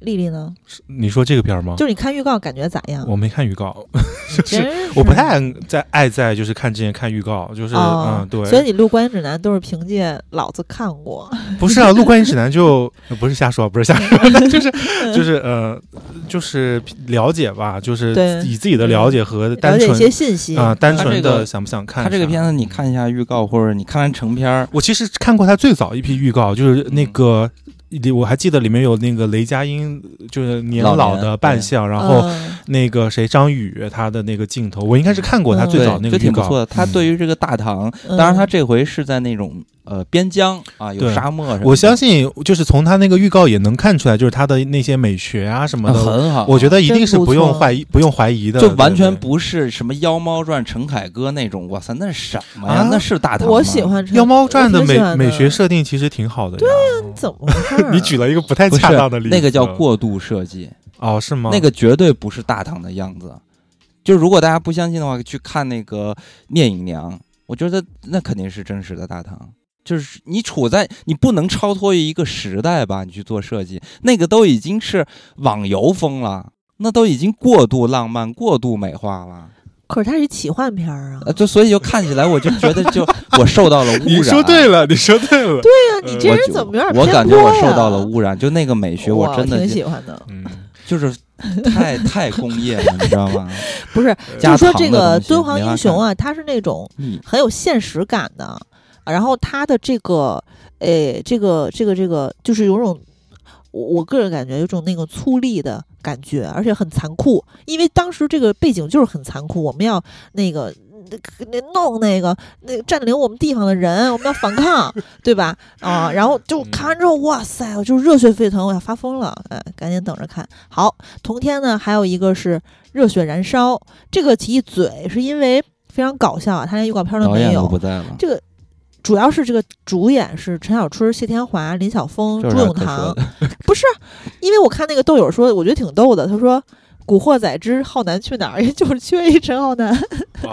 丽丽呢？
你说这个片儿吗？
哦
就是你看预告感觉咋样？
我没看预告，啊
真是
我不太在爱在就是看之前看预告，就是、
哦
嗯对，
所以你录《观影指南》都是凭借老子看过，
不
[laughs]
是啊，录《观影指南就》呃不是瞎说，不是瞎说， [laughs] 就是
嗯
就是呃，就是了解吧，就是
对
以自己的了解和
了
单
解一
纯
些信息。
啊、单纯
他这
的
个
想不想看
他这个
啥嗯
片子，你。看一下预告，或者你看完成片儿，
我其实看过他最早一批预告，就是那个，里我还记得里面有那个雷佳音，就是年
老
老
年
的
对
扮相，然后
嗯
那个谁张宇他的那个镜头，我应该是看过他
嗯
最
对
早那
就
个预
挺不
告
错。的。他
嗯
对于这个大唐，
嗯
当然他这回是在那种呃边疆啊，有
对
沙漠什么的，
我相信，就是从他那个预告也能看出来，就是他的那些美学啊什么
啊
的，
很好。
我觉得一定是
真不
不用
错
怀疑、不用怀疑的，
就完全
对。对
不是什么《妖猫传》陈凯歌那种，哇塞，那是什么呀？
啊
那是大唐吗。
嗯我喜欢
《妖猫传》
的
的美美学设定其实挺好的呀，对
[laughs] 怎么回
[laughs]
事儿啊？
[laughs] 你举了一个不太
不是
恰当的例子，
那个叫过度设计，
哦，是吗？
那个绝对不是大唐的样子。就是如果大家不相信的话，去看那个《聂隐娘》，我觉得那肯定是真实的大唐。就是你处在你不能超脱于一个时代吧，你去做设计，那个都已经是网游风了，那都已经过度浪漫、过度美化了。
可是它是奇幻片儿啊！
呃，就所以就看起来我就觉得就我受到了污染。
你说对了，你说对了，
啊
对，
对呀，啊你这
呃我
人
就
怎么有点
我
偏
感觉我
颇
受
呀
到了污染，就那个美学，我
哇
真的
挺
就
喜欢的。
嗯，
就是太太工业了，你知道
[laughs]
吗？
不是，
加
就说
糖
这
的
个
东西
敦煌
没法
英雄啊，它是那种
嗯
很有现实感的，啊然后它的这个，诶，这个这个这个，就是有种。我我个人感觉有种那个粗粝的感觉，而且很残酷，因为当时这个背景就是很残酷，我们要那个那那弄那个那个占领我们地方的人，我们要反抗，对吧？啊，然后就看完之后，哇塞，我就热血沸腾，我要发疯了，哎，赶紧等着看。好，同天呢，还有一个是《热血燃烧》，这个提一嘴是因为非常搞笑啊，他连预告片都
导
没
演都
有
不，在了，
这个主要是这个主演是陈小春、谢天华、林晓峰、
这有
朱
啥
永
可说
棠
的。
不是，因为我看那个豆友说，我觉得挺逗的。他说《古惑仔之浩南去哪儿》，也就是缺一陈浩南。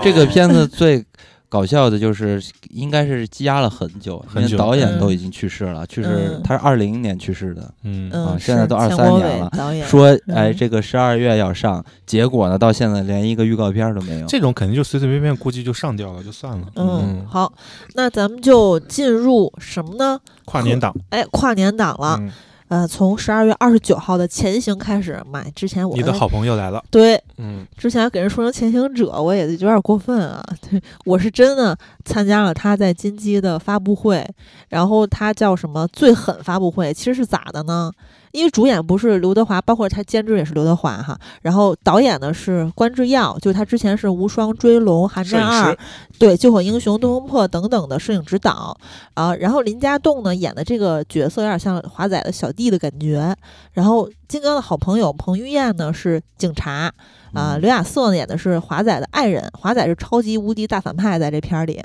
这个片
哦
子最搞笑的就是，应该是积压了很久，因
很
为
久
导演都
嗯
已经去世了，去世
嗯
他是二零年去世的。
嗯，
嗯，
啊现在
是
都23
钱国
年
伟
了
导演
说，
嗯
哎，这个十二月要上，结果呢，到现在连一个预告片都没有。
这种肯定就随随便便估计就上掉了，就算了。
嗯，，好，那咱们就进入什么呢？
跨年档
哎，跨年档
啊
了，
嗯
呃，从十二月二十九号的前行开始，买之前我
你的好朋友来了，
对
嗯，
之前给人说成前行者，我也有点过分啊！ [laughs] 对，我是真的参加了他在金鸡的发布会，然后他叫什么最狠发布会，其实是咋的呢？因为主演不是刘德华，包括他监制也是刘德华哈，然后导演呢是关之耀，就他之前是《无双》《追龙》《寒
摄
战
影
二
师》
对《救火英雄》《东风破》等等的摄影指导啊，然后林家栋呢演的这个角色有点像华仔的小弟的感觉，然后金刚的好朋友彭于晏呢是警察，啊，刘亚瑟呢演的是华仔的爱人，华仔是超级无敌大反派在这片儿里，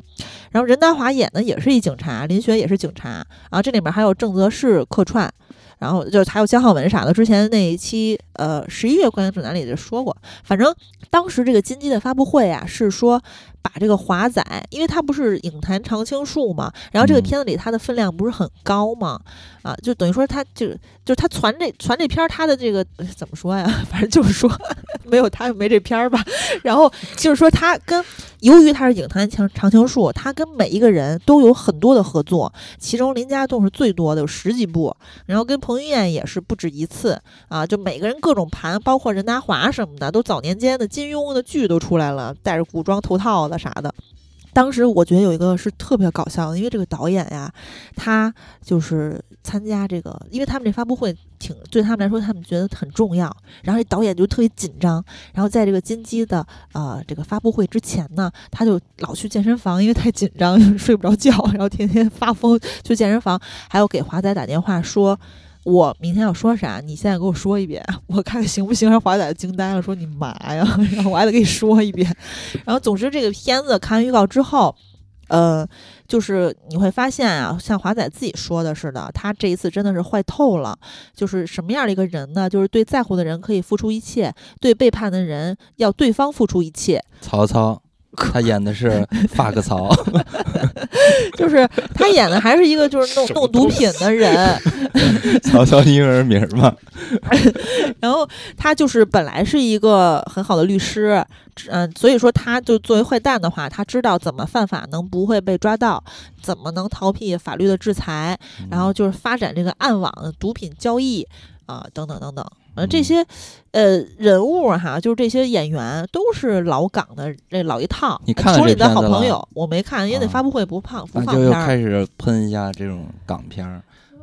然后任达华演的也是一警察，林雪也是警察，然后这里面还有郑则仕客串，然后就是还有姜浩文啥的，之前那一期呃十一月《观影指南》里就说过，反正当时这个金鸡的发布会啊是说。把这个华仔，因为他不是影坛常青树嘛，然后这个
嗯
片子里他的分量不是很高嘛，啊，就等于说他这个就是他传这传这片儿，他的这个呃怎么说呀？ [laughs] 反正就是说没有他就没这片儿吧。然后就是说他跟由于他是影坛长常青树，他跟每一个人都有很多的合作，其中林家栋是最多的，有十几部，然后跟彭于晏也是不止一次啊，就每个人各种盘，包括任达华什么的，都早年间的金庸的剧都出来了，戴着古装头套的啥的。当时我觉得有一个是特别搞笑的，因为这个导演呀，他就是参加这个，因为他们这发布会挺对他们来说，他们觉得很重要。然后这导演就特别紧张，然后在这个金鸡的呃这个发布会之前呢，他就老去健身房，因为太紧张睡不着觉，然后天天发疯去健身房，还有给华仔打电话说。我明天要说啥？你现在给我说一遍， [laughs] 我看看行不行。让华仔惊呆了，说你嘛呀？然后我还得给你说一遍。然后，总之这个片子看完预告之后，呃，就是你会发现啊，像华仔自己说的似的，他这一次真的是坏透了。就是什么样的一个人呢？就是对在乎的人可以付出一切，对背叛的人要对方付出一切。 [laughs]
曹操，他演的是 fuck 曹，
就是他演的还是一个就是弄
什么
弄毒品的人，
曹操英文名嘛，
然后他就是本来是一个很好的律师，嗯，所以说他就作为坏蛋的话，他知道怎么犯法能不会被抓到，怎么能逃避法律的制裁，
嗯
然后就是发展这个暗网、毒品交易啊、等等等等。呃，这
嗯
些，呃，人物哈，就是这些演员都是老港的这老一套。
你看了
村
这
里的
片
好
子
朋
了
友，我没看，因为那
啊
发布会不放不
那
放
就又
片儿
开。始喷一下这种港片儿，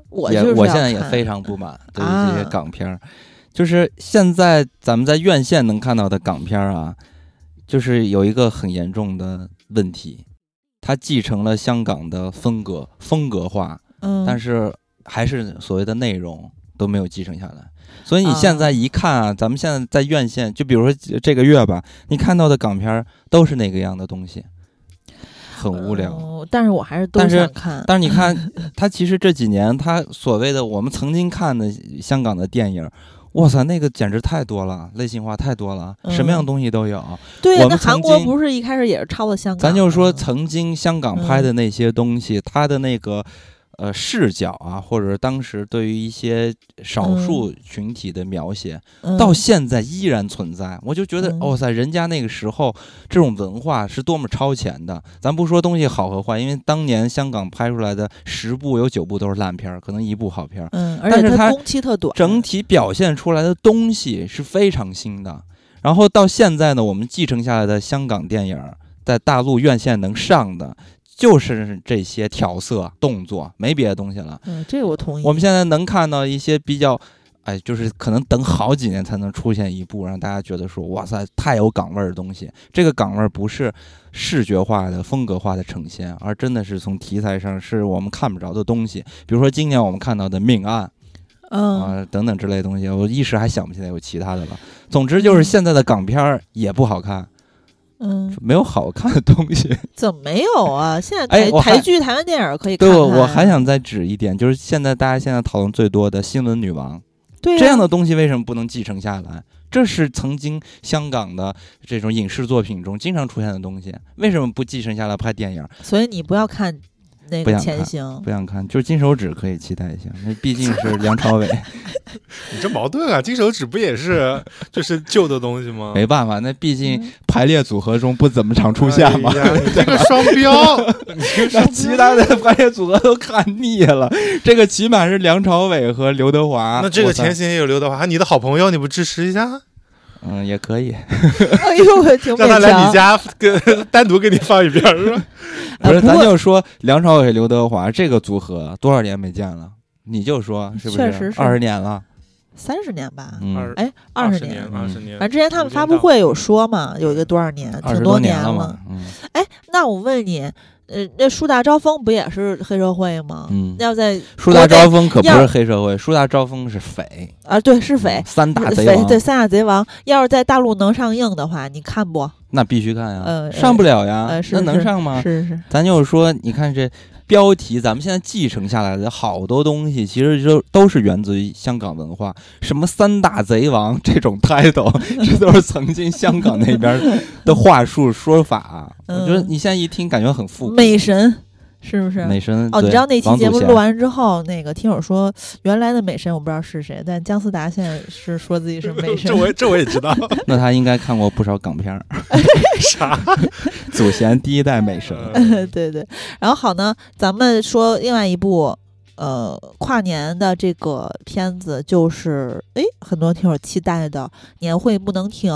我
也
就是
我
要
现在也
看
非常不满对于
啊
这些港片儿，就是现在咱们在院线能看到的港片儿啊，就是有一个很严重的问题，它继承了香港的风格风格化，
嗯，
但是还是所谓的内容都没有继承下来。所以你现在一看啊，咱们现在在院线，就比如说这个月吧，你看到的港片儿都是那个样的东西，很无聊。
嗯但是我还是都
但是
想看。
但是你看， [laughs] 他其实这几年他所谓的我们曾经看的香港的电影，哇塞，那个简直太多了，类型化太多了，什么样
嗯
东西都有。
对
我，
呀那
们
韩
曾
国
经
不是一开始也是抄的香港的吗？
咱就说曾经香港拍的那些东西，他的那个呃视角啊，或者是当时对于一些少数群体的描写，
嗯
到现在依然存在。我就觉得，
嗯
哇、塞，人家那个时候这种文化是多么超前的。咱不说东西好和坏，因为当年香港拍出来的十部有九部都是烂片儿，可能一部好片儿。
嗯，而
但
且
是
它
它
工期特短，
整体表现出来的东西是非常新的。然后到现在呢，我们继承下来的香港电影在大陆院线能上的，就是这些调色动作，没别的东西了。
嗯，这个我同意。
我们现在能看到一些比较，哎，就是可能等好几年才能出现一部让大家觉得说，哇塞，太有港味儿的东西。这个港味儿不是视觉化的、风格化的呈现，而真的是从题材上是我们看不着的东西。比如说今年我们看到的《命案》。
嗯，
啊等等之类的东西，我一时还想不起来有其他的了。总之就是现在的港片儿也不好看，
嗯，
没有好看的东
[laughs]
西。
怎么没有啊？现在
哎
台
我还
台剧、台湾电影可以看
对
看。
我我还想再指一点，就是现在大家现在讨论最多的新闻女王
对啊
这样的东西，为什么不能继承下来？这是曾经香港的这种影视作品中经常出现的东西，为什么不继承下来拍电影？
所以你不要看那
不想
个前
看 [laughs]
行。
不想看，就是金手指可以期待一下，那毕竟是梁朝
[laughs]
伟，
你这矛盾啊！金手指不也是 [laughs] 就是旧的东西吗？
没办法，那毕竟
嗯
排列组合中不怎么常出现嘛。
哎呀你这个双标，你这个
[laughs] 那
双
其他的排列组合都看腻了，这个起码是梁朝伟和刘德华。
那这个
我操
前行也有刘德华，你的好朋友，你不支持
[laughs]
一下，
嗯也可以，
哎呦，我挺
[laughs] 让他
勉
来
强。
你家 [laughs] 跟单独给你放一遍是吧？
不
呃
是
不
咱
过
就说梁朝伟、刘德华这个组合多少年没见了，你就说是不
确实是
二十年了，
三十年吧，
嗯
二，
哎，
[laughs] 二
十
十年，
嗯
二十年
反正。之前他们
无间
发布
道
会有说嘛，有一个多少年，
二
呃挺
十
年
年嘛，嗯
哎，那我问你，呃，那树大招风不也是黑社会吗？
嗯。
要在
树
国
大
内
招风可不
要
是黑社会，树大招风是匪，嗯
啊，对，是匪，
三大贼
匪
王，
呃对三大贼王，要是在大陆能上映的话，你看不？
那必须看呀，
呃
上不了呀
呃，是
啊那能
是
上吗？
是是，
咱就是说，你看这标题，咱们现在继承下来的好多东西，其实就都是源自于香港文化，什么三大贼王这种
[laughs]
title，这都是曾经香港那边的话术说法。啊
嗯
我觉得你现在一听，感觉很复古。
美神是不是？
美声
哦，你
对
知道那期
王祖
节目
贤
录完之后，那个听友说，原来的美神我不知道是谁，但姜思达现在是说自己是美神
[laughs] 这。我也这我也知道，
那他应该看过不少港片儿，
啥？
[laughs] 祖贤第一代美声。
嗯
[laughs] 对对，然后好呢，咱们说另外一部呃跨年的这个片子，就是诶，很多听友期待的《年会不能停》，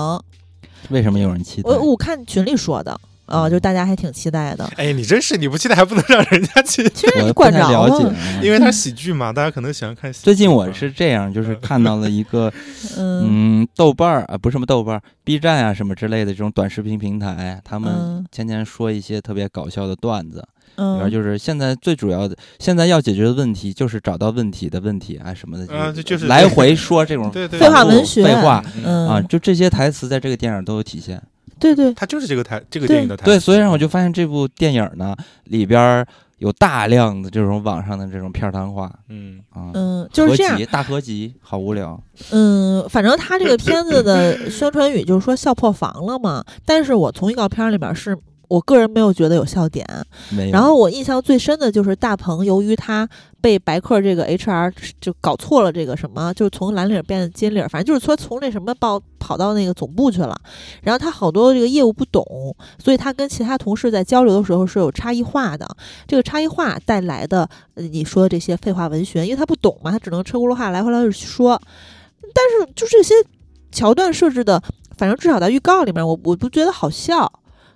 为什么有人期待
我？我看群里说的啊、就
嗯
大家还挺期待的。
哎，你真是你不期待还不能让人家去，
其实你
我不
管
太
着
了解
了，
啊。
因为它是喜剧嘛，大家可能喜欢看喜剧。
最近我是这样，就是看到了一个
嗯
嗯，豆瓣儿啊，不是什么豆瓣儿，B 站啊什么之类的这种短视频平台，他们
嗯
天天说一些特别搞笑的段子，然后
嗯，
就是现在最主要的，现在要解决的问题就是找到问题的问题啊什么的，
啊这就是
来回说这种
对对
废话
反复
文学
废话。
嗯，
嗯
啊，就这些台词在这个电影都有体现。
对对，
它就是这个台这个电影的台词。
对，所以让我就发现这部电影呢，里边儿有大量的这种网上的这种片儿汤话
嗯，
啊，
嗯，就是这样
合。集大合集，好无聊。
嗯，反正他这个片子的宣传语就是说笑破防了嘛，但是我从预告片里面是。我个人没有觉得有笑点。
没有
然后我印象最深的就是大鹏，由于他被白客这个 HR 就搞错了这个什么，就是从蓝领变金领，反正就是说从那什么报跑到那个总部去了。然后他好多这个业务不懂，所以他跟其他同事在交流的时候是有差异化的。这个差异化带来的呃你说的这些废话文学，因为他不懂嘛，他只能车轱辘话来回来去说。但是就这些桥段设置的，反正至少在预告里面，我我不觉得好笑。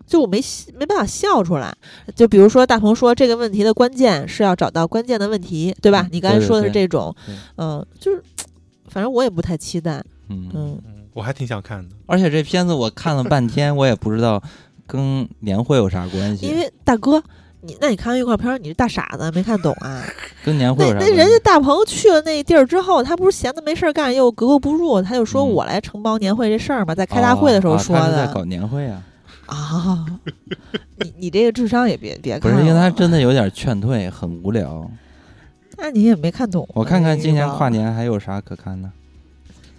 就我没没办法笑出来，就比如说大鹏说这个问题的关键是要找到关键的问题，对吧
嗯？
你刚才
对对
说的是
对
这种
对，
嗯、就是反正我也不太期待，
嗯，
嗯，
嗯我还挺想看的。
而且这片子我看了半天，我也不知道跟年会有啥关
因
系，
为大哥，你那你看完预告片儿，你是大傻子，没看懂啊？
跟年会
那
有啥
那
关
人
系
家？大鹏去了那地儿之后，他不是闲的没事儿干，又格格不入，他就说
嗯
我来承包年会这事儿嘛，在开大会的时
哦
候
啊
说
他是在
的
搞年会啊，
啊。你你这个智商也别别
不
看
是
了，
因为他真的有点劝退，很无聊。
那你也没看懂啊。
我看看今年
这个
跨年还有啥可看的。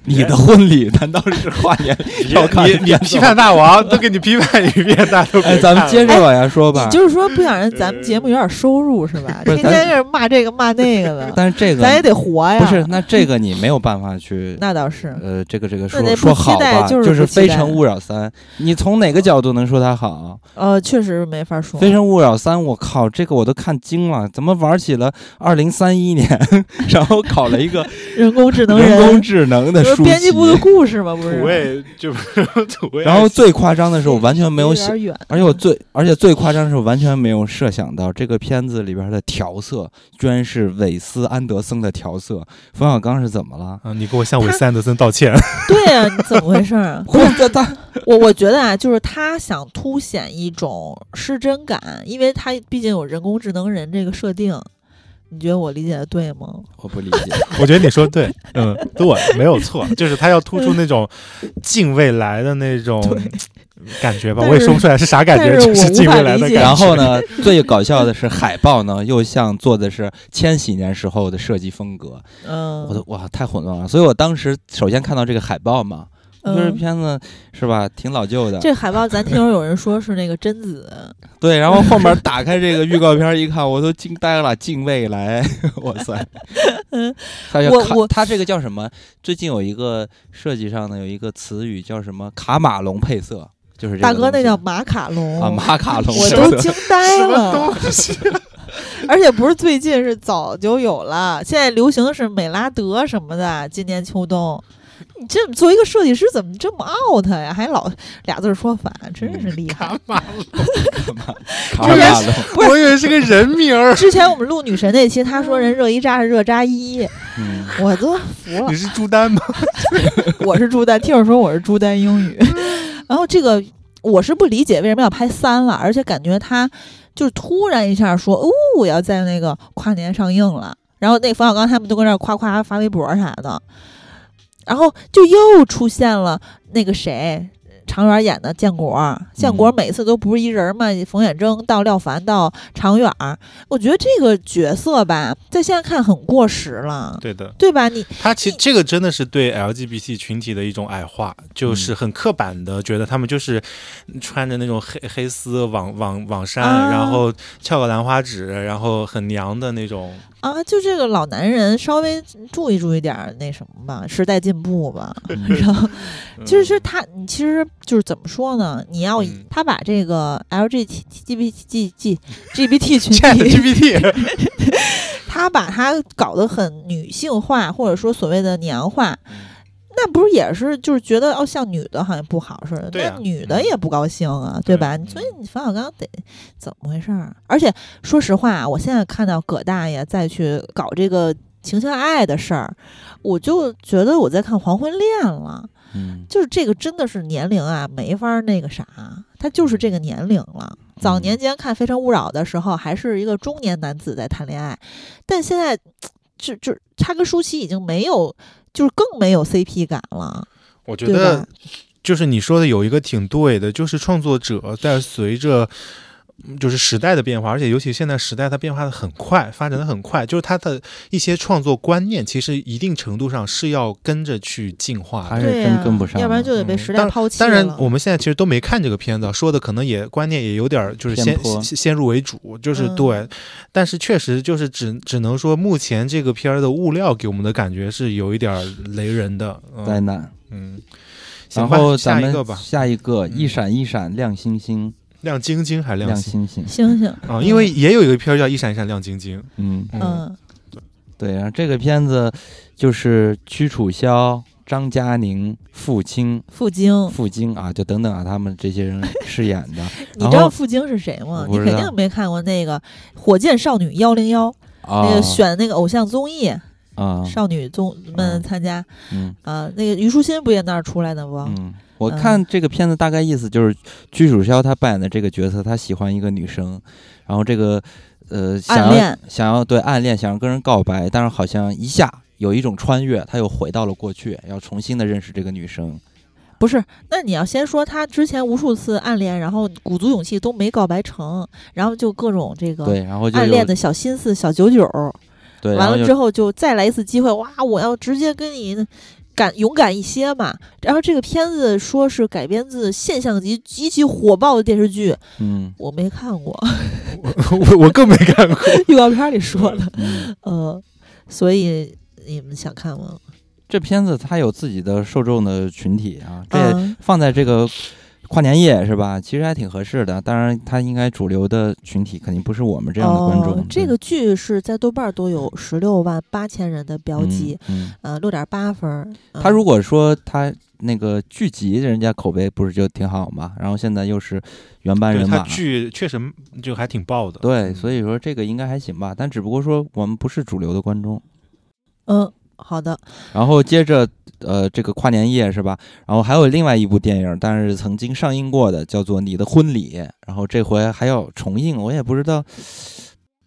你的婚礼难道是跨年 [laughs] 要看的片子吗？
你你批判大王都给你批判一遍，大家都
[laughs] 哎，咱们接着往下说吧
你。就是说不想让咱们节目有点收入是吧？
不是
天天这骂这个骂那个的，
但是这个
咱也得活哎呀。
不是，，那这个你没有办法去
[laughs] 那倒是。
呃，这个这个
那得
说
不
说
期
好
待
吧，
就
就是是
不
《
期
非
待
诚勿扰三》，你从哪个角度能说它好？
呃，确实没法说
《非。诚勿扰三》，我靠，这个我都看惊了，怎么玩起了二零三一年， [laughs] 然后搞了一个
人工智能
人工
人，
智能的
不是
书
编辑
籍？
部的故事吗？不
土
是，
味就 [laughs] 土味。
然后最夸张的是，我完全没有想，
点远。
而且我最而且最夸张的是，我完全没有设想到这个片子里边的调色居然是韦斯安德森的调色。冯小刚是怎么
[laughs]
了？
啊，你给我向韦斯安德森道歉。 [laughs]
对呀、你怎么回事儿啊？
我这他 [laughs]
我我觉得啊，就是他想凸显一种失真感，因为他毕竟有人工智能人这个设定。你觉得我理解的对吗？
我不理解，
我觉得你说对，嗯，对，没有错，就是他要突出那种近未来的那种感觉吧，
但
我也
是
说不出来是啥感觉，
但是
就
我
是
无
近
法
未来
理
的
解
感觉。
然后呢， [laughs] 最搞笑的是海报呢，又像做的是千禧年时候的设计风格，
嗯，
我都哇太混乱了。所以我当时首先看到这个海报嘛，我觉得这
嗯，
片子是吧，挺老旧的。
这海报咱听说有人说是那个
[laughs]
贞子，
对，然后后面打开这个预告片一看，我都惊呆了，哎近未 [laughs] 来，哇塞！
[laughs] 嗯
他叫
我
卡
我
他这个叫什么？最近有一个设计上呢，有一个词语叫什么？卡马龙配色，就是这个
大哥那
东西
叫马卡龙
啊马卡龙
我
是
都
吧
惊
[laughs]
呆了，
啊
[laughs] 而且不是最近，是早就有了。现在流行是美拉德什么的，今年秋冬。你这作为一个设计师，怎么这么 out 呀？还老俩字儿说反，真是厉害。
马，
卡马龙。
[laughs] 我以为是个人名儿，
之前我们录女神那期，他说人热依扎是热扎伊，
嗯，
我都服了
你。是朱丹吗？
我是朱丹，听着说我是朱丹英语。 [laughs] 然后这个我是不理解为什么要拍三了，而且感觉他就是突然一下说，哦，我要在那个跨年上映了。然后那冯小刚他们都跟那儿夸夸发微博啥的，然后就又出现了那个谁。常远演的建国，建国每次都不是一人嘛，冯远征到廖凡到常远，我觉得这个角色吧，在现在看很过时了，
对的，
对吧？你
他其实这个真的是对 LGBT 群体的一种矮化，就是很刻板的，觉得他们就是穿着那种黑黑丝网网网衫，
啊
然后翘个兰花指，然后很娘的那种。
啊，就这个老男人稍微注意注意点儿那什么吧，时代进步吧。然后
嗯
其实他，你其实就是怎么说呢？你要以
嗯
他把这个 LGBT LGBT
[laughs]
G GPT 群
Chat
体，
GPT，
[laughs]
[laughs]
他把它搞得很女性化，或者说所谓的娘化。
嗯
那不是也是就是觉得哦，像女的好像不好似的，
对啊
那女的也不高兴啊，对吧？
对
所以你冯小刚得怎么回事儿？啊而且说实话啊，我现在看到葛大爷再去搞这个情情爱爱的事儿，我就觉得我在看黄昏恋了。
嗯，
就是这个真的是年龄啊，没法儿那个啥，他就是这个年龄了。早年间看《非诚勿扰》的时候，还是一个中年男子在谈恋爱，但现在就就他跟舒淇已经没有，就是更没有 CP 感了，
我觉
对
得
吧？
就是你说的有一个挺对的，就是创作者在随着嗯就是时代的变化，而且尤其现在时代它变化的很快，发展的很快，就是它的一些创作观念，其实一定程度上是要跟着去进化的
还。是
对呀
真跟不上了，
要不然就得被
嗯
时
当
代抛弃
当然，
了
我们现在其实都没看这个片子，说的可能也观念也有点儿就是
偏
先
颇
先先入为主，就是
嗯
对，但是确实就是只只能说目前这个片儿的物料给我们的感觉是有一点儿雷人的，
灾
嗯
难。
嗯。
然
行吧
后
下
咱
一
们
个吧，
下一个
嗯
一闪一闪亮星星，
亮晶晶还
亮
亮星
星星，
星星
[laughs] 啊，因为也有一个片儿叫《一闪一闪亮晶晶》，
嗯，
嗯，
嗯
对。然后这个片子就是屈楚萧、张嘉宁、傅菁、
傅菁，
傅菁啊，就等等啊，他们这些
[laughs]
人饰演的
你
然
知道
后
傅菁是谁吗
我？
你
不知
肯
道
定没看过那个《火箭少女幺零幺》那
啊
个选那个偶像综艺，
啊，
少女综们
嗯
参加
嗯
啊，那个虞书欣不也那儿出来的不？
嗯。我看这个片子大概意思就是，屈楚萧他扮演的这个角色，他喜欢一个女生，然后这个呃想
暗
要
恋，
想要对暗恋，想要跟人告白，但是好像一下有一种穿越，他又回到了过去，要重新的认识这个女生。
不是，那你要先说他之前无数次暗恋，然后鼓足勇气都没告白成，然后就各种这个
对，然后就
暗
有
恋的小心思、小九九，
对，然
完
后
了
就
之后就再来一次机会，哇，我要直接跟你敢勇敢一些嘛。然后这个片子说是改编自现象级极其火爆的电视剧，
嗯
我没看
[laughs]
过，
我我更没看过。
预告片里说 [laughs] 的，
嗯，
呃，所以你们想看吗？
这片子它有自己的受众的群体啊，这也
嗯，
放在这个跨年夜是吧？其实还挺合适的。当然，它应该主流的群体肯定不是我们这样的观众。嗯对
哦这个剧是在豆瓣儿都有十六万八千人的标记。
嗯，嗯
呃，六点八分儿。嗯
他如果说他那个剧集，人家口碑不是就挺好嘛？然后现在又是原班
对
人
它
马，
剧确实就还挺爆的，嗯
对，所
以
以说这个应该还行吧，但只不过说我们不是主流的观众。
嗯，好的，
然后接着，呃，这个跨年夜是吧？然后还有另外一部电影，但是曾经上映过的，叫做《你的婚礼》，然后这回还要重映，我也不知道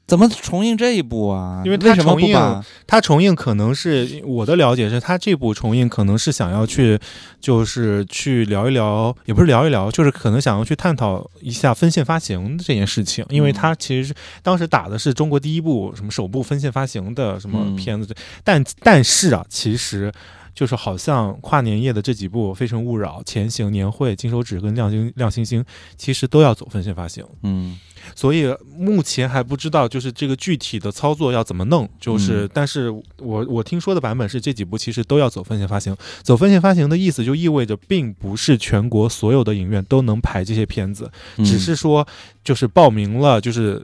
怎么重映这一部啊？
因为它
为什么
重
不
映
把
它重映可能是我的了解是，它这部重映可能是想要去，就是去聊一聊，也不是聊一聊，就是可能想要去探讨一下分线发行这件事情，因为它其实是当时打的是中国第一部什么首部分线发行的什么
嗯
片子，但但是啊，其实。就是好像跨年夜的这几部《非诚勿扰》《前行》《年会》《金手指》跟《亮星亮星星》，其实都要走分线发行。
嗯
所以目前还不知道，就是这个具体的操作要怎么弄。就是，
嗯
但是我我听说的版本是这几部其实都要走分线发行。走分线发行的意思就意味着，并不是全国所有的影院都能排这些片子，
嗯
只是说就是报名了，就是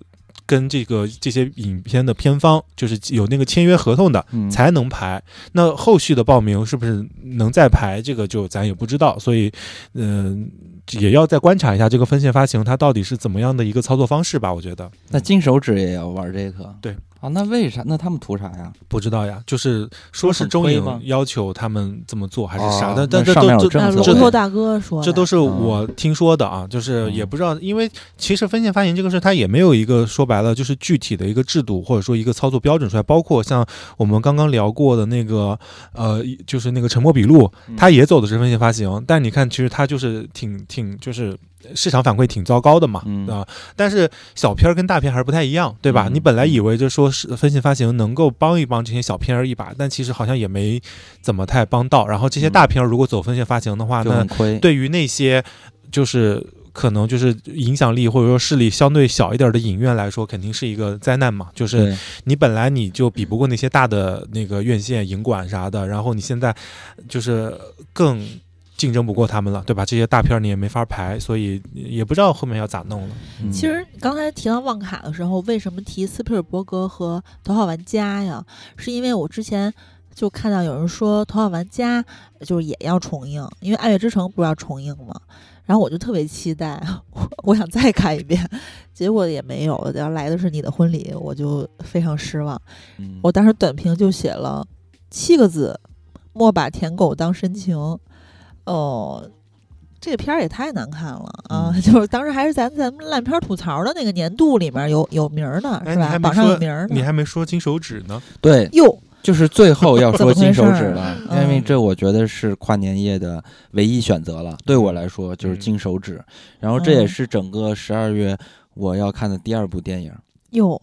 跟这个这些影片的片方就是有那个签约合同的，
嗯
才能排。那后续的报名是不是能再排，这个就咱也不知道，所以，嗯、也要再观察一下这个分线发行它到底是怎么样的一个操作方式吧。我觉得
那金手指也要玩这个，
对
啊？那为啥？那他们图啥呀？
不知道呀，就是说是中
很推吗
影要求他们这么做还是啥
哦
的，
那
但但这
上面有
都
政
那
策
龙
这
呗
都
头大哥说的，
这都是我听说的啊，就是也不知道，因为其实分线发行这个事，它也没有一个说白了就是具体的一个制度或者说一个操作标准出来。包括像我们刚刚聊过的那个，呃，就是那个《沉默笔录》，它也走的是分线发行，但你看，其实它就是挺挺就是。市场反馈挺糟糕的嘛，啊、
嗯
但是小片儿跟大片还是不太一样，对吧？
嗯
你本来以为就说是分线发行能够帮一帮这些小片儿一把，但其实好像也没怎么太帮到。然后这些大片儿如果走分线发行的话，
就
啊那
很亏。
对于那些就是可能就是影响力或者说势力相对小一点的影院来说，肯定是一个灾难嘛。就是
对，
你本来你就比不过那些大的那个院线、影馆啥的，然后你现在就是更。竞争不过他们了，对吧？这些大片儿你也没法排，所以也不知道后面要咋弄了。
嗯
其实刚才提到旺卡的时候，为什么提斯皮尔伯格和《头号玩家》呀？是因为我之前就看到有人说《头号玩家》就是也要重映，因为《爱乐之城》不是要重映吗？ [laughs] 然后我就特别期待，我我想再看一遍，结果也没有。然后来的是你的婚礼，我就非常失望。
嗯
我当时短评就写了七个字：“莫把舔狗当深情。”哦，这片儿也太难看了啊！
嗯
[laughs] 就是当时还是咱咱们烂片儿吐槽的那个年度里面有有名儿的，
哎
是
你
吧？
还没
榜上
说
有名儿
你
的。
还没说金手指呢，
对，
哟，
就是最后要说金手指
怎么回事
了
儿，
因为
嗯
这我觉得是跨年夜的
嗯
嗯
唯一选择了。对我来说就是金手指，然后这也是整个十二月我要看的第二部电影。
哟，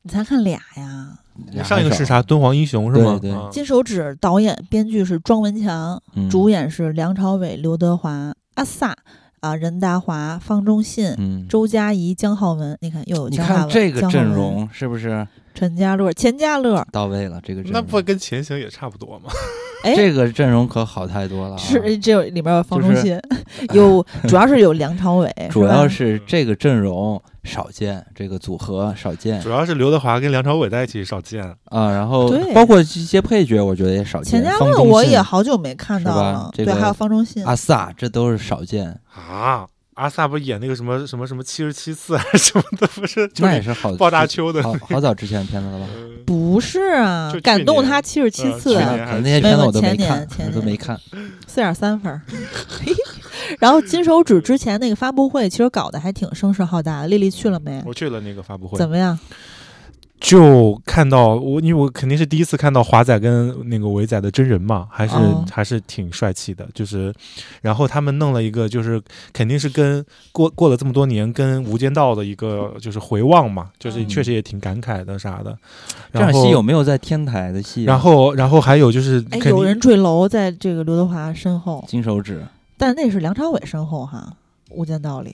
你才看俩呀？
俩
上一个
还少
是啥？？敦煌英雄是吗？
对对
啊
金手指导演、编剧是庄文强，
嗯
主演是梁朝伟、刘德华、阿萨啊、任达华、方中信、
嗯，
周佳怡、姜浩文。你看，又有
你
姜浩
看
文、
这个
姜浩
阵
文、
容是不是
陈家乐、钱家乐，
到位了？这个阵
那
容
不跟前行也差不多吗？
哎
这个阵容可好太多了、啊。
是哎这有里面有方
就
中
是 [laughs]
信，有主要是有梁朝伟，
主要
吧
嗯
是这个阵容少见，这个组合少见
主要是刘德华跟梁朝伟在一起少见，
啊。然后
对
包括一些配角，我觉得也少见。
钱家
方
乐
中
我
信
也好久没看
是
到
吧
了，
这个
对，
啊
还有方中信，
阿萨，这都是少见，
啊，阿萨不是演那个什么什么什么七十七次还是 [laughs] 什么的，不是就
那也
是
是哦好
爆炸秋的
好好早之前的片子了吧？
嗯
不是啊
就去，
感动
年
他七十七
呃
去
次
去
啊，
年
年
可能那些
没
还是
片子
有
我都
前
没
年
看，
前
我都
年
没看。
四点三分儿。 [laughs] 然后金手指之前那个发布会其实搞得还挺声势浩大的，丽丽去了没？
我去了那个发布会，
怎么样？
就看到我，因为我肯定是第一次看到华仔跟那个伟仔的真人嘛，还是、
哦
还是挺帅气的。就是，然后他们弄了一个，就是肯定是跟过过了这么多年跟《无间道》的一个就是回望嘛，就是
嗯
确实也挺感慨的啥的。
这场
然后
戏有没有在天台的戏啊？
然后然后还有就是
哎
肯，定，
有人坠楼在这个刘德华身后，
金手指，
但那是梁朝伟身后哈，《无间道》里。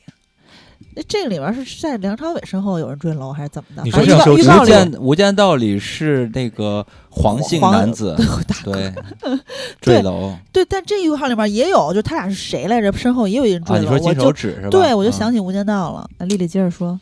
那这个里面是在梁朝伟身后有人坠楼还是怎么的？
你
反
说
正
这
预
无
是
告预
有
告
间
里，
无间道里是那个黄姓
黄
男
[laughs]
子对 [laughs] 坠楼
对，但这个预告里面也有，就他俩是谁来着？身后也有一人
啊，
坠
你
楼，
说
我
金手
就
指是吧？
对我就
啊
想起《无间道》了。那丽丽接着说，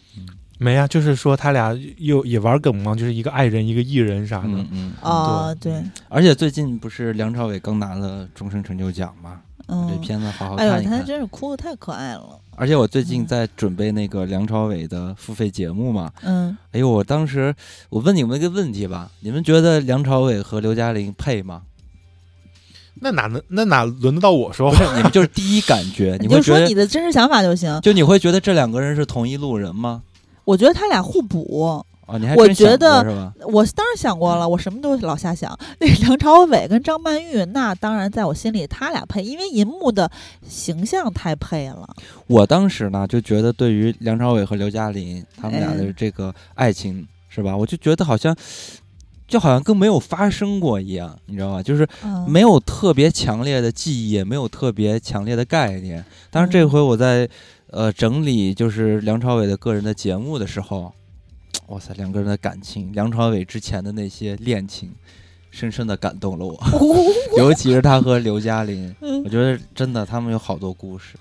没啊，就是说他俩又也玩梗嘛，就是一个爱人一个艺人啥的。
嗯嗯，
啊，
对
对，
而且最近不是梁朝伟刚拿了终身成就奖吗？
嗯，
这片子好好
哎呦
看，一
他
看。
真是哭的太可爱了，
而且我最近
嗯
在准备那个梁朝伟的付费节目嘛，
嗯，
哎呦，我当时我问你们一个问题吧，你们觉得梁朝伟和刘嘉玲配吗？
那哪能那哪轮得到我说
不
话？
是，你们就是第一感
[laughs]
觉，
你
会
就
觉
说
得
你的真实想法就行。
就你会觉得这两个人是同一路人吗？
我觉得他俩互补，
啊，你还
我
真想
觉得
过是吧？
我当然想过了，我什么都老瞎想。 [laughs] 那梁朝伟跟张曼玉，那当然在我心里他俩配，因为银幕的形象太配了。
我当时呢就觉得，对于梁朝伟和刘嘉玲他们俩的
嗯
这个爱情、是吧？我就觉得好像就好像跟没有发生过一样，你知道吗？就是
嗯， [laughs]
没有特别强烈的记忆，也没有特别强烈的概念。当然，这
嗯
回我在呃整理就是梁朝伟的个人的节目的时候，哇塞，两个人的感情，梁朝伟之前的那些恋情，深深的感动了
[laughs]
我，尤其是他和刘嘉玲，
嗯
我觉得真的他们有好多故事，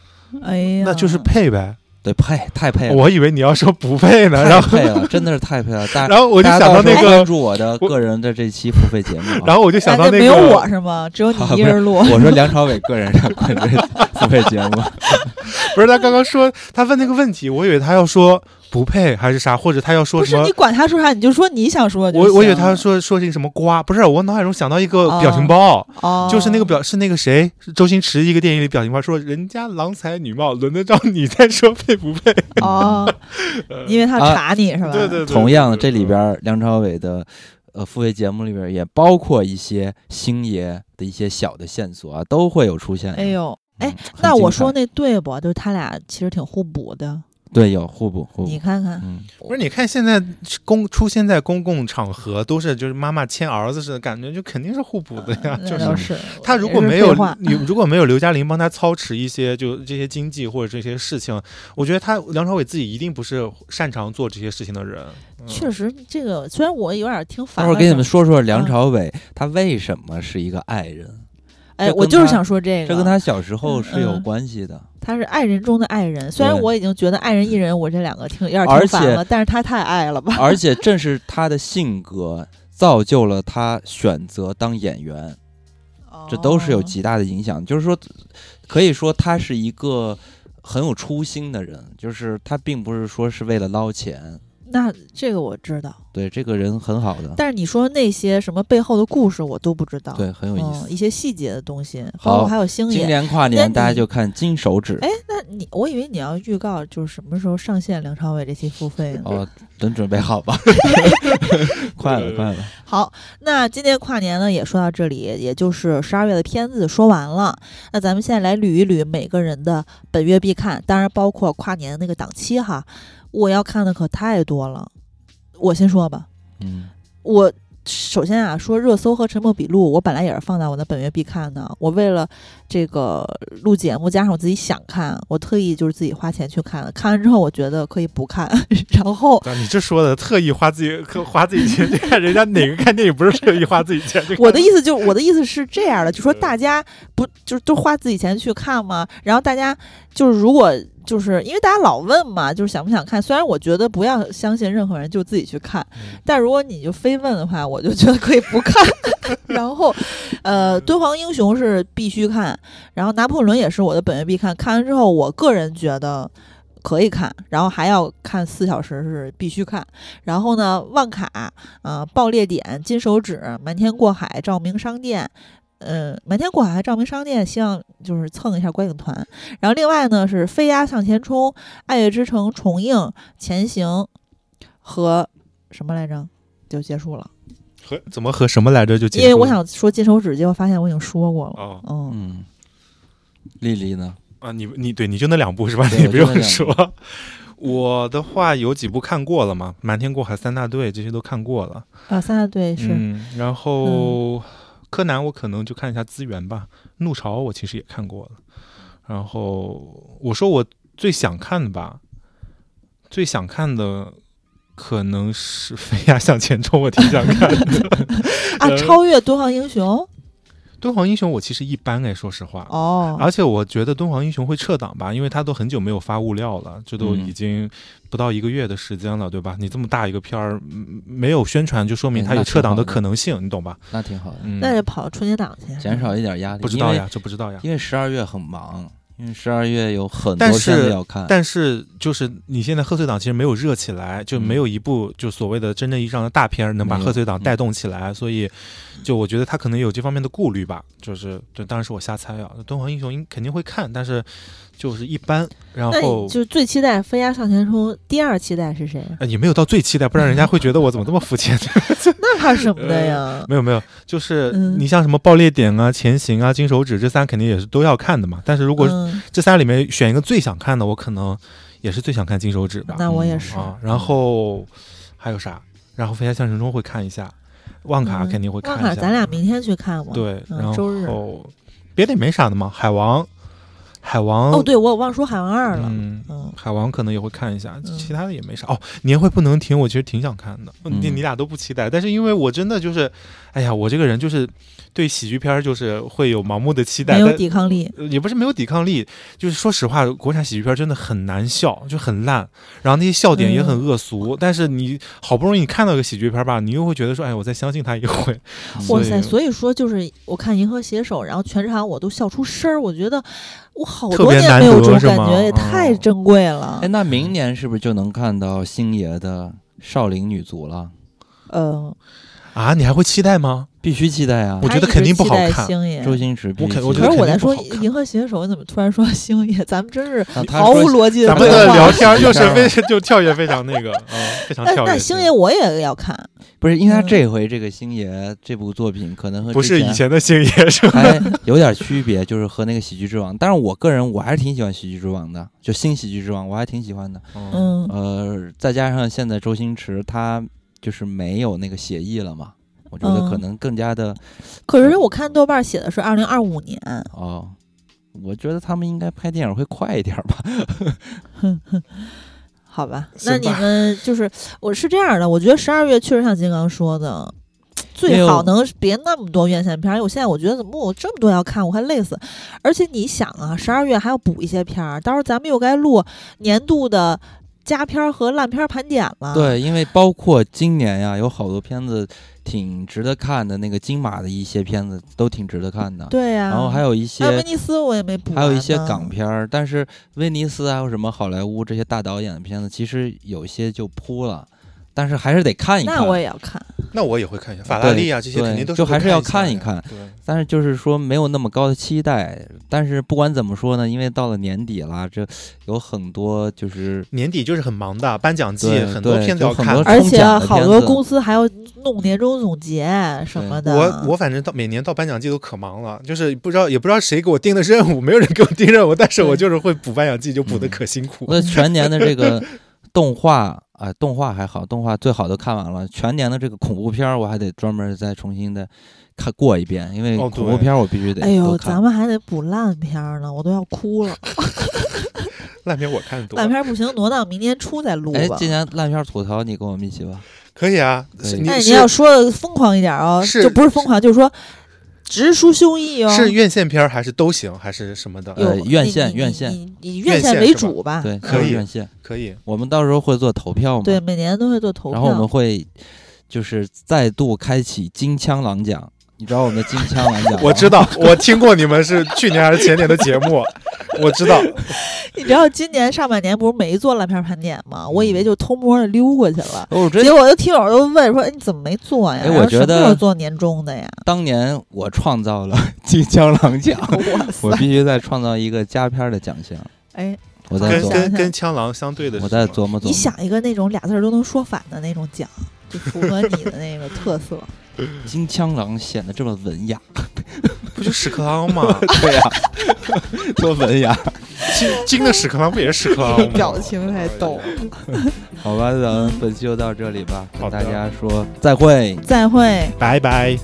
哎呀，
那就是配呗。
对，配太配了，
我以为你要说不配呢，然
太
后
配了，真的是太
[laughs]
配了。 [laughs] 大
然后我就
大
想
家到
到
时候
那
关
个，
注我的
我
个人的这期付费节目、啊，
然后我就想
哎
到
那
那个啊
没有我是吗？只有你一人 [laughs] 录。
我说梁朝伟个人上关注付费节目。
不是他刚刚说他问那个问题，我以为他要说不配还是啥，或者他要说
不
什
是
么
你。管他说啥，你就说你想说就行。
我我以为他说说是一个什么瓜，不是我脑海中想到一个表情包，
哦，
就是那个表是那个谁，是周星驰一个电影里表情包说人家郎才女貌，轮得着你再说配不配？
哦， [laughs] 因为他
啊
查你是吧？
对对对，
同样的，这里边
嗯
儿梁朝伟的呃付费节目里边儿也包括一些星爷的一些小的线索啊，都会有出现的。
哎呦，
嗯，
哎
很
那
精
我
彩
说那对不？就是他俩其实挺互补的，
对有互补互
你
补，
看看，
嗯，
不是你看现在公出现在公共场合都是就是妈妈牵儿子似的，感觉就肯定是互补的呀，
嗯那
[laughs] 就是
倒是
他如
也
果
是
没
废
有
话
你，如果没有刘嘉玲帮他操持一些就这些经济或者这些事情，我觉得他梁朝伟自己一定不是擅长做这些事情的人。嗯
确实这个虽然我有点听
待
烦
会
了，
儿给你们
是吧，
说说梁
嗯
朝伟他为什么是一个爱人，
哎，
这
我
跟
就是
他
想说这个，
这跟他小时候
嗯
是有
嗯
关系的。
他是爱人中的爱人，虽然
对
我已经觉得爱人艺人我这两个听有点
而
听烦
且
了，但是他太爱了吧？
而且正是他的性格造就了他选择当演员，这都是有
哦
极大的影响。就是说，可以说他是一个很有初心的人，就是他并不是说是为了捞钱，
那这个我知道，
对，这个人很好的，
但是你说那些什么背后的故事，我都不知道。
对，很有意思
嗯，。一些细节的东西，
好
包括还有星
今
爷。
年跨
那
年
你
大家就看金手指
哎，那你我以为你要预告就是什么时候上线梁朝伟这期付费
[laughs]
呢。
哦，等准备好
[laughs]
吧，快了快了，
好，那今天跨年呢也说到这里，也就是十二月的片子说完了。那咱们现在来捋一捋每个人的本月必看，当然包括跨年那个档期哈。我要看的可太多了，我先说吧。
嗯，
我首先啊，说热搜和沉默笔录，我本来也是放在我的本月必看的。我为了这个录节目，加上我自己想看，我特意就是自己花钱去看了。看完之后，我觉得可以不看， [laughs] 然后。
啊你这说的特意花自己 [laughs] 可花自己钱去看，人家哪个看电影不是特意花自己钱去看？
我的意思就我的意思是这样的，就说大家不就是都花自己钱去看吗？然后大家就是如果就是因为大家老问嘛，就是想不想看？虽然我觉得不要相信任何人，就自己去看。
嗯
但如果你就非问的话，我就觉得可以不看。然后，呃，敦煌英雄是必须看，然后拿破仑也是我的本月必看。看完之后，我个人觉得。可以看，然后还要看四小时是必须看。然后呢，《万卡》啊、爆裂点》、《金手指》、《瞒天过海》、《照明商店》，呃，《瞒天过海》、《照明商店》，希望就是蹭一下观影团。然后另外呢是《飞鸭向前冲》、《爱乐之城》、重映、《前行》和什么来着？就结束了，
和怎么和什么来着就结束
因
了？
为我想说金手指，结果发现我已经说过了。
哦
嗯，
嗯，丽丽呢？
啊，你你对你就那两部是吧？
对
[laughs] 你
我
不
就那
用
两
说。我的话有几部看过了嘛，《瞒天过海》《三大队》这些都看过了。
啊，三大队是、
嗯，然后、柯南我可能就看一下资源吧，《怒潮》我其实也看过了。然后我说我最想看的吧，最想看的可能是《飞 [laughs] 鸭向前冲》，我挺想看的。
啊，
呃
超越敦煌英雄
[laughs] 敦煌英雄我其实一般哎，说实话。
哦，
而且我觉得敦煌英雄会撤档吧，因为他都很久没有发物料了，这都
嗯
已经不到一个月的时间了，对吧？你这么大一个片儿嗯没有宣传，就说明
嗯
它
那
有撤
挺
档
好
的
的
可能性，你懂吧？
那挺好的，
嗯，
那就跑春节档去，
减少一点压力。
不知道呀，这不知道呀。
因为，因为十二月很忙，因为十二月有很多
但是
片子要看。
但是就是你现在贺岁档其实没有热起来，就
嗯
没有一部就所谓的真正意义上的大片儿能把
没有嗯
贺岁档带动起来，所以就我觉得他可能有这方面的顾虑吧。就是对，当然是我瞎猜啊。敦煌英雄应肯定会看，但是就是一般。然
那
后
你就最期待《飞鸭向前冲》，第二期待是
[laughs]
谁？
呃，也没有到最期待，不然人家会觉得我怎么这么肤浅。 [laughs]
那怕什么的呀？
没有没有，就是
嗯
你像什么爆裂点啊、前行啊、金手指这三肯定也是都要看的嘛。但是如果
嗯，
这三里面选一个最想看的，我可能也是最想看金手指吧。
那我也是。
啊，然后还有啥？然后飞侠向神中会看一下，旺卡
嗯
肯定会看
旺
一下。
卡，咱俩明天去看吧。
对，
嗯
然后
周日
别的也没啥的嘛。海王，海王
哦，对，我忘说《海王二》了。
嗯，
嗯，
海王可能也会看一下，其他的也没啥。哦，年会不能停，我其实挺想看的。
嗯
你你俩都不期待，但是因为我真的就是，哎呀，我这个人就是对喜剧片儿就是会有盲目的期待，
没有
但
抵抗力。
呃也不是没有抵抗力，就是说实话，国产喜剧片真的很难笑，就很烂，然后那些笑点也很
嗯
恶俗。但是你好不容易你看到一个喜剧片吧，你又会觉得说，哎，我再相信他一回。
嗯
所
哇
以
塞！所以说，就是我看《银河携手》，然后全场我都笑出声儿，我觉得我好
特
多
别
年
难
没有
得
这种
是
感
吗
觉，也
哦
太珍贵了。
哎，那明年是不是就能看到星爷的《少林女足》了？
呃，
啊，你还会期待吗？
必须期待啊！
我觉得
他一
肯
直
定不
期
好
待
看
星爷
周星驰必须期待，
我觉
可
得
是我
肯定
在
不
说
好
《
看
银河携手》，你怎么突然说星爷？咱们真是
啊他
毫无
说
逻辑的
咱们
对
的
话。
聊天儿啊就是非就跳跃非常那个，啊，非常
那
跳跃。
那星爷我也要看，
不是，因为他
嗯
这回这个星爷这部作品可能和
不
之
是以前的星爷
[laughs]
是吧？
还哎有点区别，就是和那个《喜剧之王》。但是我个人我还是挺喜欢《喜剧之王》的，就新《喜剧之王》，我还挺喜欢的。
嗯，
嗯，
呃，再加上现在周星驰他就是没有那个协议了嘛，我觉得
嗯
可能更加的、
可
嗯
是我看豆瓣写的是二零二五年，
哦。我觉得他们应该拍电影会快一点吧。
[laughs] 好吧？那
行
你
吧
们就是我是这样的，我觉得十二月确实像金刚说
[laughs]
的，最好能别那么多院线片儿。因为我现在我觉得怎么我这么多要看，我快累死。而且你想啊，十二月还要补一些片儿，到时候咱们又该录年度的佳片儿和烂片儿盘点了。，
对，因为包括今年呀，有好多片子挺值得看的，那个金马的一些片子都挺值得看的。
对呀、
然后还有一些
还有威尼斯我也没补，
还有一些港。片儿，但啊是威尼斯还有什么好莱坞这些大导演的片子，其实有些就扑了。但是还是得看一看。
那我也要
[laughs]
看。
那我也会看一下法拉利啊，这些
对
肯定都
就还
是
是
会
要
看
看一
一下的
看。但是就是说没有那么高的期待，但是不管怎么说呢，因为到了年底了，这有很多
[laughs]
就是
年底就是很忙的，颁奖季
对
很多
对
片子
就
要
很
看
多。
而且
奖的
好
片
多
子
公司还要弄年终总结什么的。
我我反正到每年到颁奖季都可忙了，就是不知道也不知道谁给我定的任务，没有人给我定任务，但是我就是会补颁奖季，就补的可辛苦。
我全年的这个动画啊、动画还好，动画最好都看完了。全年的这个恐怖片，儿，我还得专门再重新的看过一遍，因为
哦
恐怖
对
片儿我必须得
哎
都
呦，
看。
咱们还得补烂片儿呢，我都要
[laughs]
哭了。
烂片我看的多
烂，片儿不行，挪到明年初再录
哎，
吧
今。年烂片儿吐槽你跟我们一起吧。
可以啊。
可以
是
但是
你是
哎你要说的疯狂一点儿哦，
是
就不是疯狂，就是说直抒胸臆哦。
是院线片儿还是都行还是什么的？哎
有
呃院
你
线
你
院
你
线
你以
院
院线
线
为
是吧
主吧。
对，
可
就是
以
院线，
可以。
我们到时候会做投票嘛？
对，每年都会做投票。
然后我们会就是再度开启金枪狼奖，你知道我们的金枪狼奖吗？
[laughs] 我知
[laughs]
道，我听过你们是去年还是前年的节目，我知道。
你知道今年上半年不是没做烂片盘点吗？我
嗯
以为就偷摸的溜过去了，
哦，我觉
结
得
果我的听友都问说：“哎，你怎么没做呀？
哎
然
我
后
觉
什么时候
得
做年终的呀，？”
当年我创造了金枪狼奖
哇
我
塞！
必须再创造一个加片儿的奖项，
哎，
我再
跟
做
想
跟
想
跟枪狼相对的是
我
什么，
再 [laughs] 琢磨琢
你
磨。
想一个那种俩字儿都能说反的那种奖，就符合你的那个特色。
金枪狼显得这么文雅，
不就屎壳郎吗？ [laughs]
对呀、多文雅，
金金的屎壳郎不也是屎壳郎吗？
[laughs] 表情太逗了。
好吧，咱们本期就到这里吧，
好
跟
的
大家说再会。
[laughs] 再会。
拜拜。